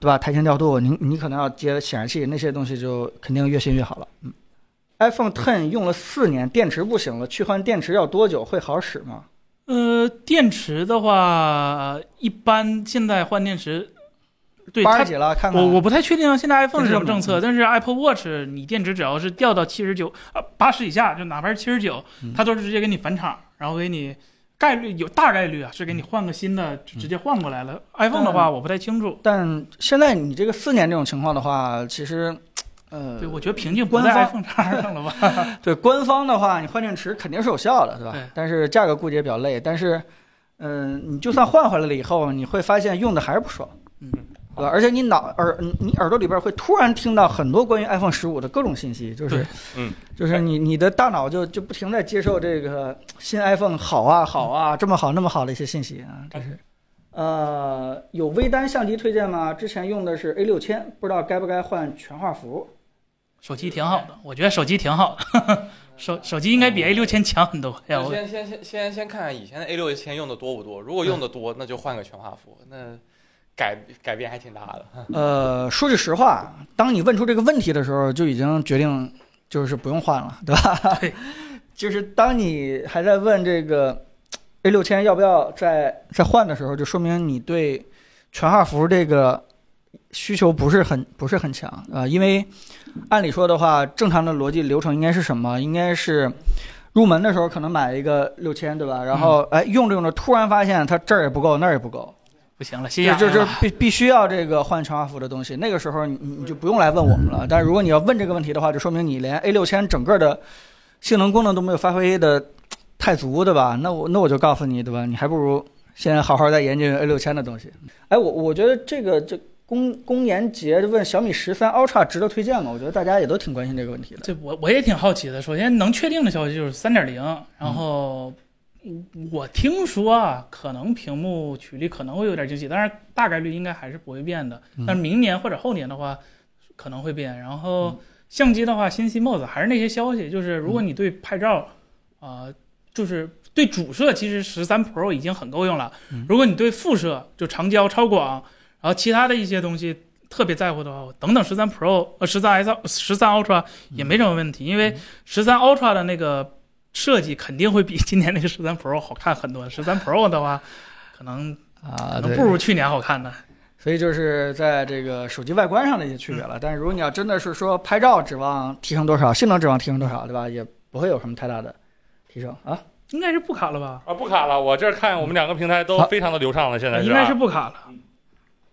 对吧？台前调度，你你可能要接显示器那些东西，就肯定越新越好了。嗯，iPhone Ten 用了四年，电池不行了，去换电池要多久？会好使吗？呃，电池的话，一般现在换电池，对八十它几了，看看我我不太确定啊现在 iPhone 是什么政这策，但是 Apple Watch 你电池只要是掉到七十九啊八十以下，就哪怕是七十九嗯，它都是直接给你返厂，然后给你概率有大概率啊是给嗯你换个新的，就直接换过来了。iPhone 的话我不太清楚，但现在你这个四年这种情况的话，其实，呃，对我觉得瓶颈不官在方 iPhone 叉上 了吧？对官方的话，你换电池肯定是有效的，对吧？对但是价格估计也比较累，但是，嗯、你就算换回来了以后，你会发现用的还是不爽，嗯，对吧？而且你脑耳你你耳朵里边会突然听到很多关于 iPhone 十五的各种信息，就是对，嗯，就是你你的大脑就就不停在接受这个新 iPhone 好啊好啊这么好那么好的一些信息啊，这是。呃，有微单相机推荐吗？之前用的是 A 六千，不知道该不该换全画幅。手机挺好的，我觉得手机挺好的， 手手机应该比 A 六千强很多哎呀。我先先先先先看看以前的 A 六千用的多不多，如果用的多，那就换个全画幅，那改改变还挺大的。呃，说句实话，当你问出这个问题的时候，就已经决定就是不用换了，对吧？对， 就是当你还在问这个 A 六千要不要再再换的时候，就说明你对全画幅这个需求不是很不是很强啊、呃因为按理说的话，正常的逻辑流程应该是什么？应该是。入门的时候可能买一个六千，对吧？然后哎，用着用着，突然发现它这儿也不够，那儿也不够，不行了，谢谢就啊。就就必必须要这个换全画幅的东西，那个时候你你你就不用来问我们了。但是如果你要问这个问题的话，就说明你连 A 六千整个的性能功能都没有发挥的太足，对吧？那我那我就告诉你，对吧？你还不如先好好再研究 A 六千的东西。哎，我我觉得这个这公公研节问小米十三 Ultra 值得推荐吗？我觉得大家也都挺关心这个问题的。这我我也挺好奇的。首先能确定的消息就是三点零，嗯然后我听说啊，可能屏幕曲率可能会有点惊喜，但是大概率应该还是不会变的嗯。但是明年或者后年的话可能会变。然后嗯相机的话，新 CMOS 还是那些消息，就是如果你对拍照啊、呃就是对主摄，其实十三 Pro 已经很够用了嗯。如果你对副摄，就长焦、超广，然后其他的一些东西特别在乎的话，我等等十三 Pro、呃十三 S、十三 Ultra 也没什么问题，因为十三 Ultra 的那个设计肯定会比今年那个十三 Pro 好看很多。十三 Pro 的 话，可能啊可能不如去年好看呢。所以就是在这个手机外观上的一些区别了。但是如果你要真的是说拍照指望提升多少，性能指望提升多少，对吧？也不会有什么太大的提升啊。应该是不卡了吧？啊，不卡了，我这儿看我们两个平台都好非常的流畅了，现在啊应吧该是不卡了。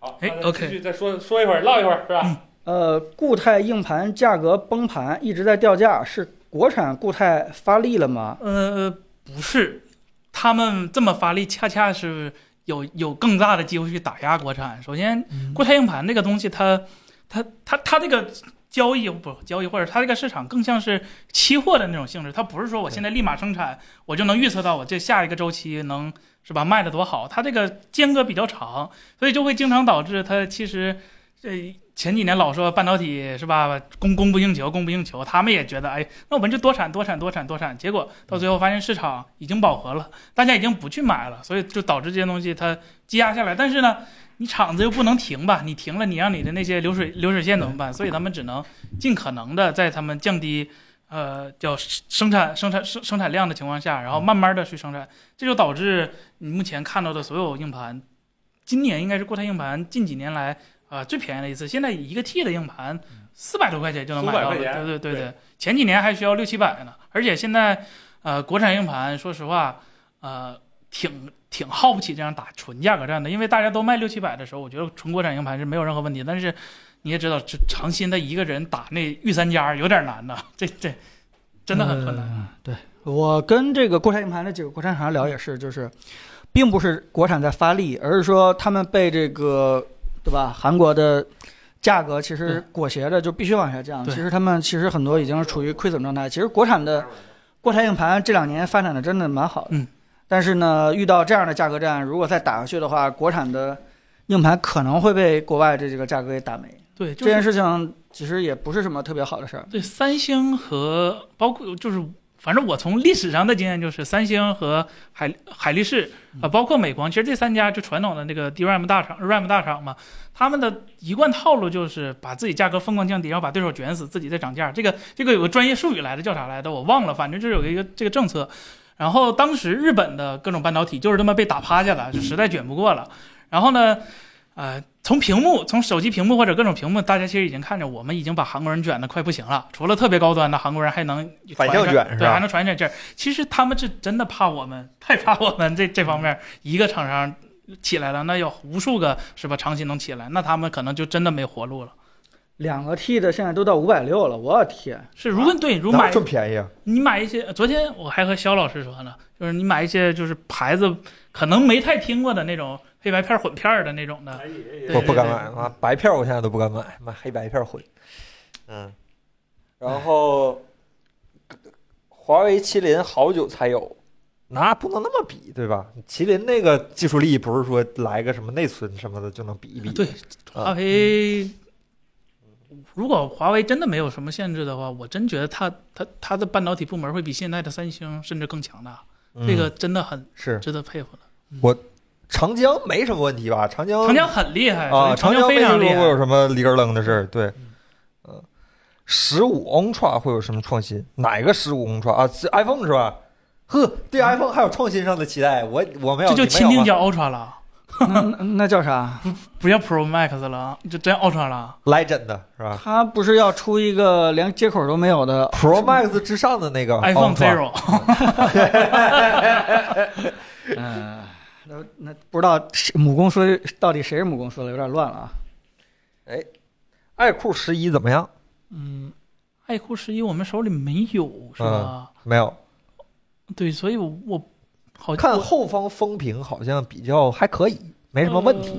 好，哎那咱 OK 嗯继续再说说一会儿，唠一会儿是吧？呃，固态硬盘价格崩盘，一直在掉价，是国产固态发力了吗？呃，不是，他们这么发力，恰恰是有有更大的机会去打压国产。首先，嗯固态硬盘这个东西它，它它它这个交易不交易，或者它这个市场更像是期货的那种性质，它不是说我现在立马生产，我就能预测到我这下一个周期能是吧卖的多好，它这个间隔比较长，所以就会经常导致它其实这。前几年老说半导体是吧，供供不应求，供不应求，他们也觉得哎，那我们就多产多产多产多产，结果到最后发现市场已经饱和了，大家已经不去买了，所以就导致这些东西它积压下来。但是呢，你厂子又不能停吧？你停了，你让你的那些流水流水线怎么办？所以他们只能尽可能的在他们降低，呃，叫生产生产生生产量的情况下，然后慢慢的去生产，这就导致你目前看到的所有硬盘，今年应该是固态硬盘近几年来啊、呃最便宜的一次。现在一个 T 的硬盘四百多块钱就能买到了， 400块钱对对对对对，前几年还需要六七百呢。而且现在，呃，国产硬盘说实话，呃，挺挺耗不起这样打纯价格战的，因为大家都卖六七百的时候，我觉得纯国产硬盘是没有任何问题。但是你也知道，这长鑫他一个人打那御三家有点难呐，这这真的很困难。呃对我跟这个国产硬盘的几个国产厂商聊也是，就是并不是国产在发力，而是说他们被这个对吧韩国的价格其实裹挟着，就必须往下降。对其实他们其实很多已经是处于亏损状态。其实国产的国产硬盘这两年发展的真的蛮好的，嗯但是呢，遇到这样的价格战，如果再打下去的话，国产的硬盘可能会被国外这几个价格给打没。对，就这件是事情其实也不是什么特别好的事儿。对三星和包括就是，反正我从历史上的经验就是，三星和海海力士嗯啊、包括美光，其实这三家就传统的那个 DRAM 大厂、RAM 大厂嘛，他们的一贯套路就是把自己价格疯狂降低，然后把对手卷死，自己再涨价。这个这个有个专业术语来的，叫啥来的我忘了，反正就是有一个这个政策。然后当时日本的各种半导体就是他妈被打趴下了，就实在卷不过了。然后呢，呃，从屏幕，从手机屏幕或者各种屏幕，大家其实已经看着，我们已经把韩国人卷的快不行了。除了特别高端的韩国人，还能反向卷传一是吧对，还能传一点劲儿。其实他们是真的怕我们，太怕我们这这方面一个厂商起来了，那有无数个是吧？长期能起来，那他们可能就真的没活路了。两个 T 的现在都到五百六了，我的天！是，如果对，如果哪买有这么便宜啊？你买一些，昨天我还和肖老师说呢，就是你买一些就是牌子可能没太听过的那种黑白片混片儿的那种的，对我不敢对买啊，白票我现在都不敢买，买黑白票混。嗯，然后华为麒麟好久才有，那不能那么比，对吧？麒麟那个技术力不是说来个什么内存什么的就能比一比。对，啊华为，如果华为真的没有什么限制的话，我真觉得它它它的半导体部门会比现在的三星甚至更强大，嗯这个真的很是值得佩服的。长江没什么问题吧？长江长江很厉害嗯啊，哎长长江非常厉没听说过有害。什么里根楞的事儿。对，嗯，十五 Ultra 会有什么创新？哪个十五 Ultra 啊？是 iPhone 是吧？呵，对 iPhone 还有创新上的期待，我我没有，这你们就亲有定吗叫 Ultra 了，那那那叫啥？不叫 Pro Max 了，啊就真 Ultra 了。 Legend 的是吧他不是要出一个连接口都没有的？ ？Pro Max 之上的那个 iPhone Ultra Zero，嗯，那那不知道谁母公司到底谁是母公司了，有点乱了啊。爱酷十一怎么样？嗯，爱酷十一我们手里没有是吧？没有，对，所以我我好嗯看我后方风评好像比较还可以，没什么问题。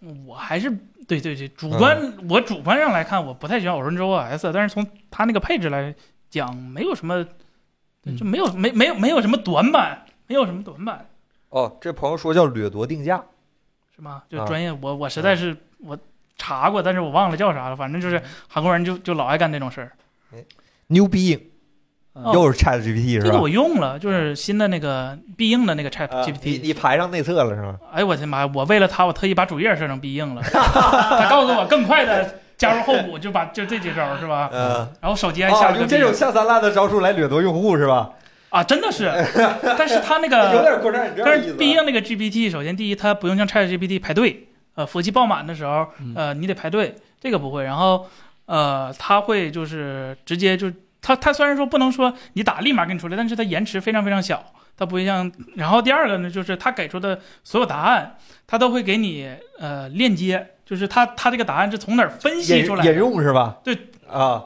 呃我还是对对对，嗯主观、我主观上来看，我不太喜欢 Orange OS，但是从它那个配置来讲，没有什么，嗯就没有没没有没有什么短板，没有什么短板哦，这朋友说叫掠夺定价，是吗？就啊专业，我我实在是、我查过，但是我忘了叫啥了，反正嗯就是韩国人就就老爱干这种事儿。牛逼，嗯哦又是 Chat GPT 这是个吧我？用了，就是新的那个必应的那个 Chat 啊你 GPT，、你排上内测了是吧？哎，我的妈！我为了他，我特意把主页设成必 应了。他告诉我更快的加入候补，就把就这几招是吧？呃，然后手机还啊，下了个用必这应种下三滥的招数来掠夺用户是吧？啊，真的是。但是他那 有个，点过站，你这 但样意是思。啊必应那个 GPT，首先第一，它不用像 Chat GPT 排队，呃，服务器爆满的时候，呃，你得排队，这个不会。然后，呃，它会就是直接就它它虽然说不能说你打立马给你出来，但是它延迟非常非常小，它不会像。然后第二个呢，就是它给出的所有答案，它都会给你呃链接，就是它它这个答案是从哪儿分析引出来引的。用是吧？对啊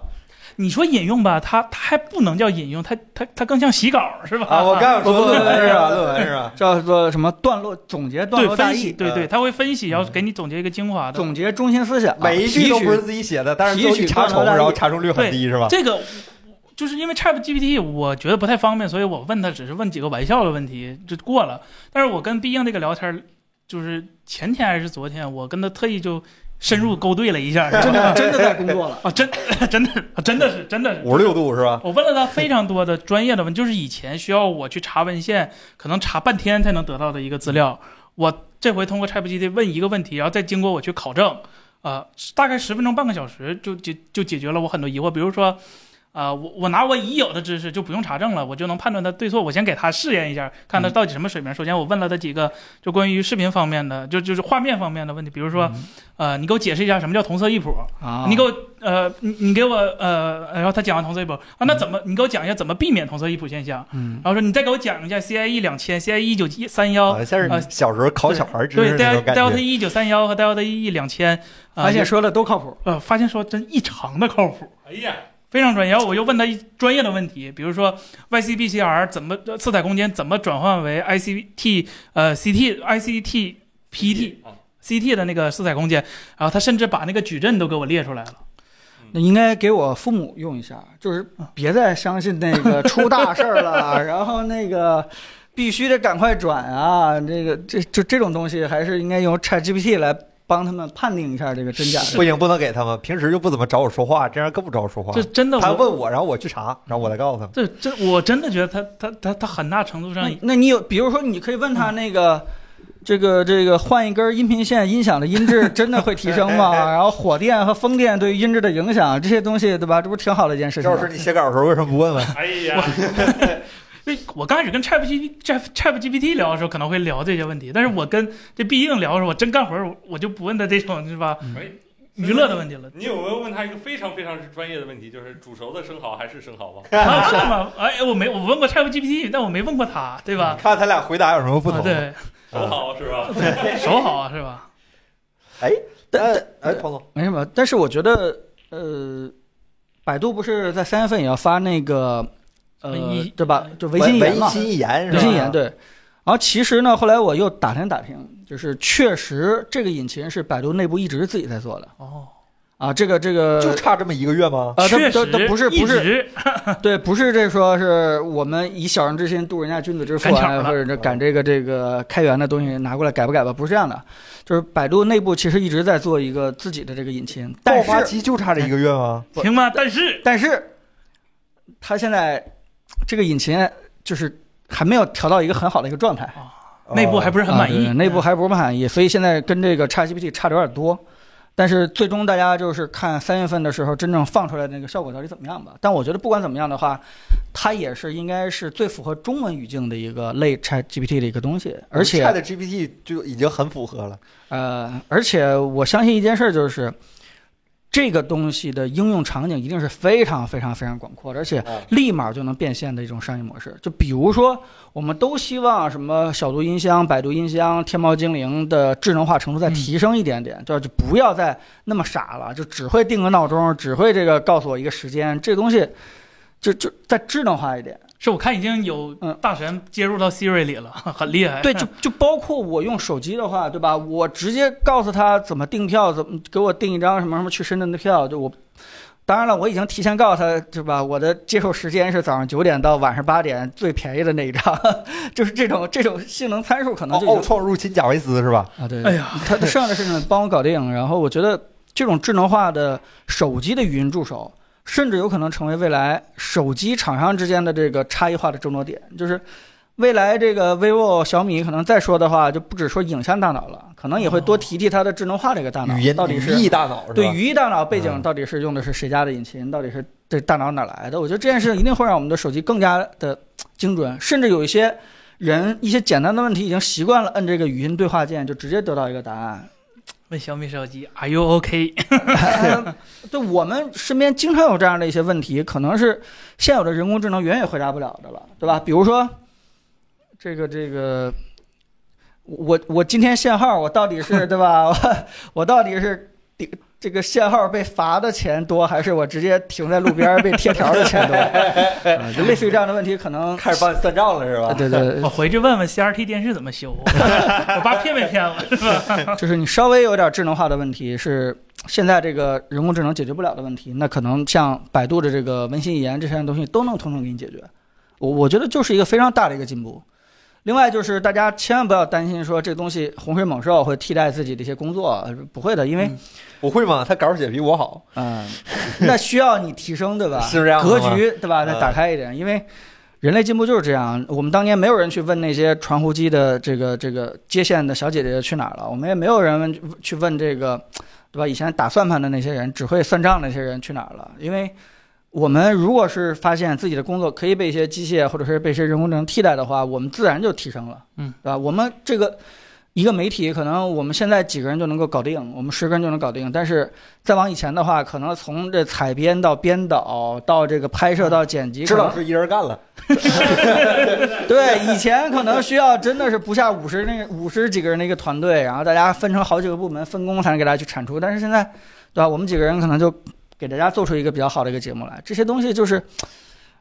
你说引用吧，它它还不能叫引用，它它它更像洗稿是吧？啊，我刚想说不不不论文是吧？不论文是吧？叫做什么段落总结段对落大分析，意，对对，呃他会分析，然后给你总结一个精华的。总结中心思想，每一句都不是提取自己写的，但是最后提取你查重，段落大意然后查重率很低是吧？这个就是因为 Chat GPT，我觉得不太方便，所以我问他只是问几个玩笑的问题就过了。但是我跟毕应这个聊天儿，就是前天还是昨天，我跟他特意就深入勾兑了一下，真真的的真的在工作了。啊，真 真的啊真的是真的是五十六度是吧？我问了他非常多的专业的问，就是以前需要我去查文献，可能查半天才能得到的一个资料，我这回通过 ChatGPT 问一个问题，然后再经过我去考证，呃，大概十分钟半个小时就解就解决了我很多疑惑，比如说。啊、我我拿我已有的知识就不用查证了，我就能判断它对错。我先给他试验一下，看他到底什么水平。首先，我问了他几个就关于视频方面的，就就是画面方面的问题，比如说，呃，你给我解释一下什么叫同色异谱？ 啊，你给我呃，你你给我呃，然后他讲完同色异谱啊，那怎嗯么你给我讲一下怎么避免同色异谱现象？嗯然后说你再给我讲一下 CIE 两千、CIE 一九三幺啊，，像呃是小时候考小孩儿知对识那种感 Delta 觉。一九三幺和 Delta E 两千，而而且且说的都靠谱，呃发现说真异常的靠谱，哎呀，非常专业。然后我又问他一专业的问题，比如说 YCBCR 怎么呃色彩空间怎么转换为 ICT 呃 CT ICT PT 啊 CT 的那个色彩空间，然后他甚至把那个矩阵都给我列出来了。那应该给我父母用一下，就是别再相信那个出大事儿了，啊然后那个必须得赶快转啊，这个这就这种东西还是应该用 ChatGPT 来帮他们判定一下这个真假的。不行，不能给他们。平时就不怎么找我说话，这样更不找我说话这。真的他我问我，然后我去查，然后我再告诉他们。这这，我真的觉得他他他他很大程度上那那你有，比如说你可以问他那个。这个这个换一根音频线，音响的音质真的会提升吗？然后火电和风电对于音质的影响，这些东西对吧？这不是挺好的一件事情赵吗哎老？师，你写稿的时候为什么不问问？哎呀，为我刚开始跟 Chat G Chat Chat GPT 聊的时候，可能会聊这些问题，但是我跟这必应聊的时候，我真干活儿，我我就不问他这种是嗯吧哎嗯娱乐的问题了。你有没有问他一个非常非常专业的问题，就是煮熟的生蚝还是啊生蚝 吗？他问嘛，哎，我没我问过 Chat GPT，但我没问过他，对嗯吧？看他俩回答有什么不啊，同。对， 熟蚝是吧？手好啊，是吧？但哎，彭总，没什么。但是我觉得，呃，百度不是在三月份也要发那个，呃文艺，对吧？就维唯新言嘛，心一言是吧？维新言对。然后其实呢，后来我又打听打听，就是确实这个引擎是百度内部一直自己在做的哦，啊。这个这个就差这么一个月吗？啊，确它实它它不是一不是直对，不是这说是我们以小人之心度人家君子之腹赶场啊，了嗯或者这赶这个这个开源的东西拿过来改吧改吧，不是这样的。就是百度内部其实一直在做一个自己的这个引擎，爆但发是期就差这一个月吗？不行吧？但是但是它现在这个引擎就是还没有调到一个很好的一个状态，哦内哦部还不是很满啊意，嗯对内部还不是很满意，所以现在跟这个 ChatGPT 差的有点多。但是最终大家就是看三月份的时候真正放出来的那个效果到底怎么样吧。但我觉得不管怎么样的话，它也是应该是最符合中文语境的一个类 ChatGPT 的一个东西。而且 Chat GPT 就已经很符合了。呃，而且我相信一件事儿就是，这个东西的应用场景一定是非常非常非常广阔的，而且嗯立马就能变现的一种商业模式。就比如说，我们都希望什么小度音箱、百度音箱、天猫精灵的智能化程度再提升一点点，就就不要再那么傻了，就只会定个闹钟，只会这个告诉我一个时间，这东西就就再智能化一点。是我看已经有嗯大神接入到 Siri 里了， 很厉害。对，就就包括我用手机的话，对吧？我直接告诉他怎么订票，怎么给我订一张什么什么去深圳的票，就我。当然了，我已经提前告诉他，对吧？我的接受时间是早上九点到晚上八点，最便宜的那一张， 就是这种这种性能参数可能奥就已哦奥经创入侵贾维斯是吧？啊，对，哎呀，他他剩下的事情帮我搞定。然后我觉得这种智能化的手机的语音助手，甚至有可能成为未来手机厂商之间的这个差异化的争夺点。就是未来这个 vivo、小米可能再说的话，就不只说影像大脑了，可能也会多提提它的智能化这个大脑哦语音到底语义是。大脑是吧？对语义大脑背嗯景到底是用的是谁家的引擎，到底是这大脑哪来的？我觉得这件事情一定会让我们的手机更加的精准，甚至有一些人一些简单的问题已经习惯了摁这个语音对话键，就直接得到一个答案。问小米手机，Are you OK？嗯对我们身边经常有这样的一些问题，可能是现有的人工智能远远回答不了的了，对吧？比如说，这个这个，我我今天限号，我到底是对吧？我我到底是顶这个限号被罚的钱多，还是我直接停在路边儿被贴条的钱多？啊就类似于这样的问题，可能开始办算账了是吧？对对我哦回去问问 CRT 电视怎么修，我爸骗没骗我， 是吧？就是你稍微有点智能化的问题是现在这个人工智能解决不了的问题，那可能像百度的这个文心一言这些东西都能统统给你解决。我我觉得就是一个非常大的一个进步。另外就是大家千万不要担心说这东西洪水猛兽会替代自己的一些工作，呃不会的，因为我会吗？他稿写比我好，嗯、那需要你提升对吧？ 是这样的格吗局对吧？再嗯打开一点，因为人类进步就是这样。我们当年没有人去问那些传呼机的这个这个接线的小姐姐去哪儿了，我们也没有人问去问这个，对吧？以前打算盘的那些人，只会算账的那些人去哪儿了？因为我们如果是发现自己的工作可以被一些机械或者是被一些人工智能替代的话，我们自然就提升了，嗯，对吧？我们这个一个媒体，可能我们现在几个人就能够搞定，我们十个人就能搞定，但是再往以前的话，可能从这采编到编导到这个拍摄到剪辑，嗯知可能道是一人干了。对，以前可能需要真的是不下五十那五十几个人的一个团队，然后大家分成好几个部门分工才能给大家去产出。但是现在，对吧？我们几个人可能就给大家做出一个比较好的一个节目来。这些东西就是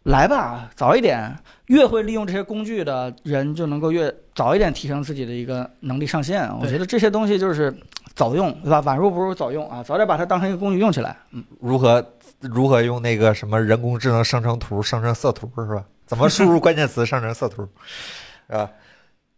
来吧，早一点，越会利用这些工具的人，就能够越早一点提升自己的一个能力上限。我对觉得这些东西就是早用，对吧？晚入不如早用啊，早点把它当成一个工具用起来。嗯如何如何用那个什么人工智能生成图、生成色图是吧？怎么输入关键词生成色 图，是吧？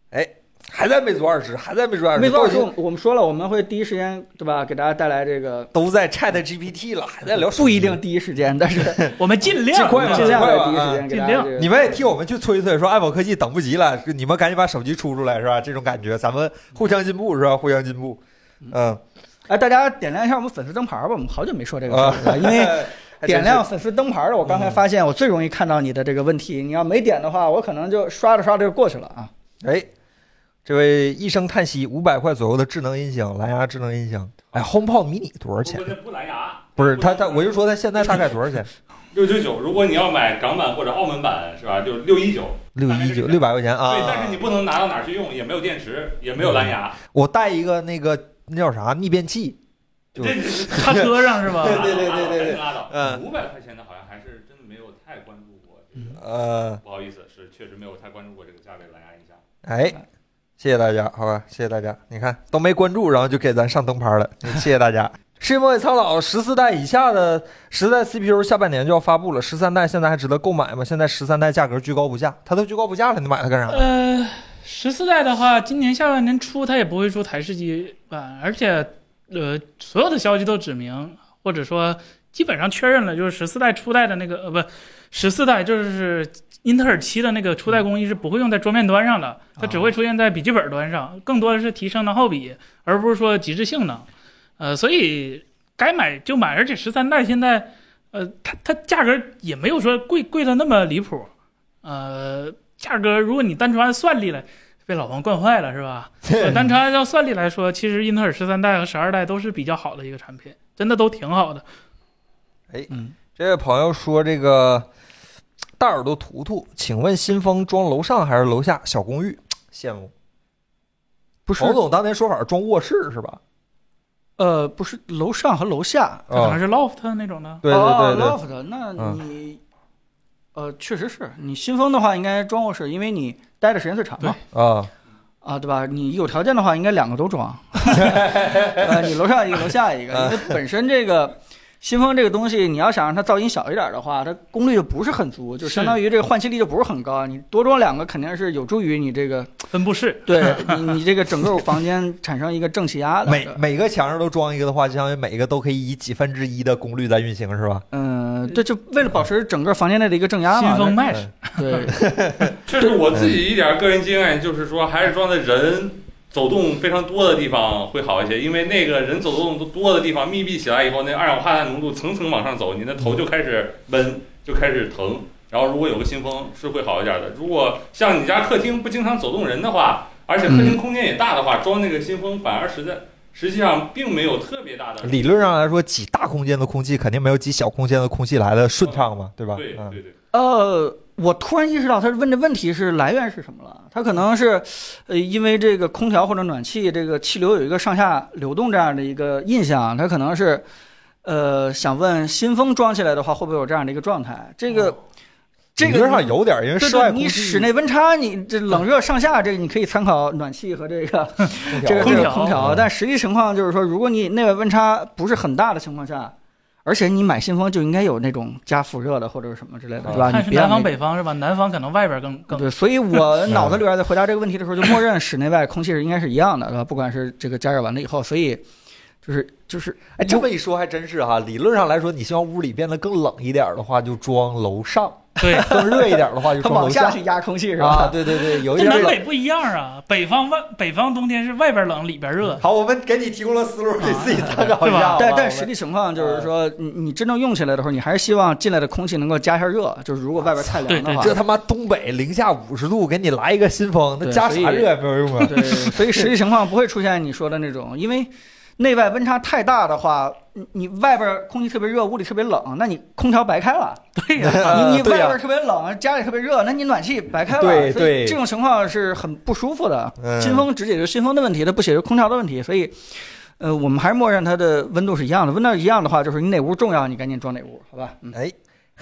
哎，还在魅族二十，还在魅族二十，没错，都已经我我们说了，我们会第一时间，对吧？给大家带来这个。都在 Chat GPT 了，还在聊手机不一定第一时间，但是我们尽量尽快吧尽量快在吧第一时啊间给尽大量家这个。你们也替我们去催一催，说爱宝科技等不及了，你们赶紧把手机出出来是吧？这种感觉，咱们互相进步是吧？互相进步，嗯， 哎，大家点亮一下我们粉丝灯牌吧，我们好久没说这个事儿了，因为啊还真是点亮粉丝灯牌儿了。我刚才发现，我最容易看到你的这个问题。你要没点的话，我可能就刷着刷着就过去了啊。哎，这位一声叹息，五百块左右的智能音响，蓝牙智能音响。哎，HomePod mini 多少钱不？不不蓝牙，不是，它它，我就说它现在大概多少钱？六九九。如果你要买港版或者澳门版，是吧？就六一九。六一九，六百块钱对，但啊是你！不能拿到哪儿去用，也没有电池，也没有蓝牙。我带一个那个那叫啥逆变器，就这这这他车上是吧？嗯对对对对对对拉倒。嗯五百块钱的好像还是真没有太关注过这个。呃，不好意思，是确实没有太关注过这个价位蓝牙音箱。哎，谢谢大家，好吧，谢谢大家。你看都没关注，然后就给咱上灯牌了，谢谢大家。 世末也苍老，十四代以下的十代 CPU 下半年就要发布了，十三代现在还值得购买吗？现在十三代价格居高不下，它都居高不下了，你买它干 啥？呃，十四代的话，今年下半年初它也不会出台式机版，而且呃，所有的消息都指明，或者说基本上确认了，就是十四代初代的那个呃不，十四代就是英特尔七的那个初代工艺是不会用在桌面端上的，它只会出现在笔记本端上，更多的是提升能耗比，而不是说极致性能。呃，所以该买就买，而且十三代现在。呃，它它价格也没有说贵贵的那么离谱，呃，价格如果你单纯按算力来，被老王惯坏了是吧？呃单纯按照算力来说，其实英特尔十三代和十二代都是比较好的一个产品，真的都挺好的。嗯，这位朋友说这个大耳朵图图，请问新风装楼上还是楼下小公寓？羡慕。不冯总当年说法是装卧室是吧？呃，不是楼上和楼下，它可能啊，是 loft 那种的，对对对对，哦，loft，那你、呃，确实是你新风的话，应该装卧室，因为你待的时间最长嘛。啊，啊，对吧？你有条件的话，应该两个都装， 呃，你楼上一个，楼下一个，因为本身这个新风这个东西，你要想让它噪音小一点的话，它功率就不是很足，就相当于这个换气力就不是很高。你多装两个肯定是有助于你 这个分布式。对 你你这个整个房间产生一个正气压的。每每个墙上都装一个的话，就相当于每一个都可以以几分之一的功率在运行是吧？嗯，对，就为了保持整个房间内的一个正压嘛。新风哎 mesh，对，这是我自己一点个人经验，就是说还是装在人走动非常多的地方会好一些，因为那个人走动多的地方密闭起来以后，那二氧化碳浓度层层往上走，你的头就开始闷，就开始疼。然后如果有个新风是会好一点的。如果像你家客厅不经常走动人的话，而且客厅空间也大的话，装那个新风反而实在实际上并没有特别大的理论上来说，挤大空间的空气肯定没有挤小空间的空气来的顺畅嘛，对吧？对嗯对对，呃，我突然意识到他问的问题是来源是什么了。他可能是，呃，因为这个空调或者暖气这个气流有一个上下流动这样的一个印象，他可能是，呃，想问新风装起来的话会不会有这样的一个状态？这个，这理个论上有点，因为对室外对，空你气室内温差，你这冷热上下，这个你可以参考暖气和这个空调这个这空个调空调，哎啊但实际情况就是说，如果你内外温差不是很大的情况下，而且你买新风就应该有那种加辐热的或者是什么之类的，啊对吧？看你哦是别南方没北方是吧？南方可能外边更 更对，所以我脑子里边在回答这个问题的时候，就默认室内外空气是应该是一样的，对吧？不管是这个加热完了以后，所以就是就是哎，这么一说还真是哈。理论上来说，你希望屋里变得更冷一点的话，就装楼上；对。更热一点的话，就它装楼往 下去压空气是啊，吧？对对对，有一这点南冷。北不一样啊，北方外北方冬天是外边冷里边嗯热，好，我们给你提供了思路，你自己参考一下。 好吧啊但但实际情况就是说，你你真正用起来的时候，你还是希望进来的空气能够加一下热，就是如果外边太凉的话，这他妈东北零下五十度，给你来一个新风，那对加所以啥热也没有用啊。 对，所以实际情况不会出现你说的那种，因为内外温差太大的话，你你外边空气特别热，屋里特别冷，那你空调白开了。对呀、啊你 你对外呀边特别冷，家里特别热，那你暖气白开了，对所以对这种情况是很不舒服的。嗯新风只解决新风的问题，它不解决空调的问题，所以。呃，我们还是默认它的温度是一样的。温度一样的话，就是你哪屋重要，你赶紧装哪屋，好吧？嗯，哎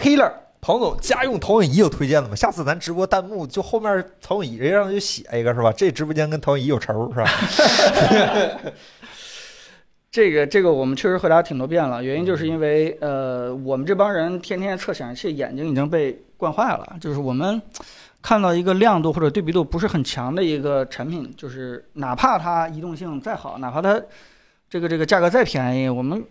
，Healer，彭总家用投影仪有推荐的吗？下次咱直播弹幕就后面投影仪这上就写一个是吧？这直播间跟投影仪有仇是吧？ 这个这个我们确实回答挺多遍了，原因就是因为呃，我们这帮人天天测显示器，眼睛已经被惯坏了，就是我们。看到一个亮度或者对比度不是很强的一个产品，就是哪怕它移动性再好，哪怕它这个这个价格再便宜，我们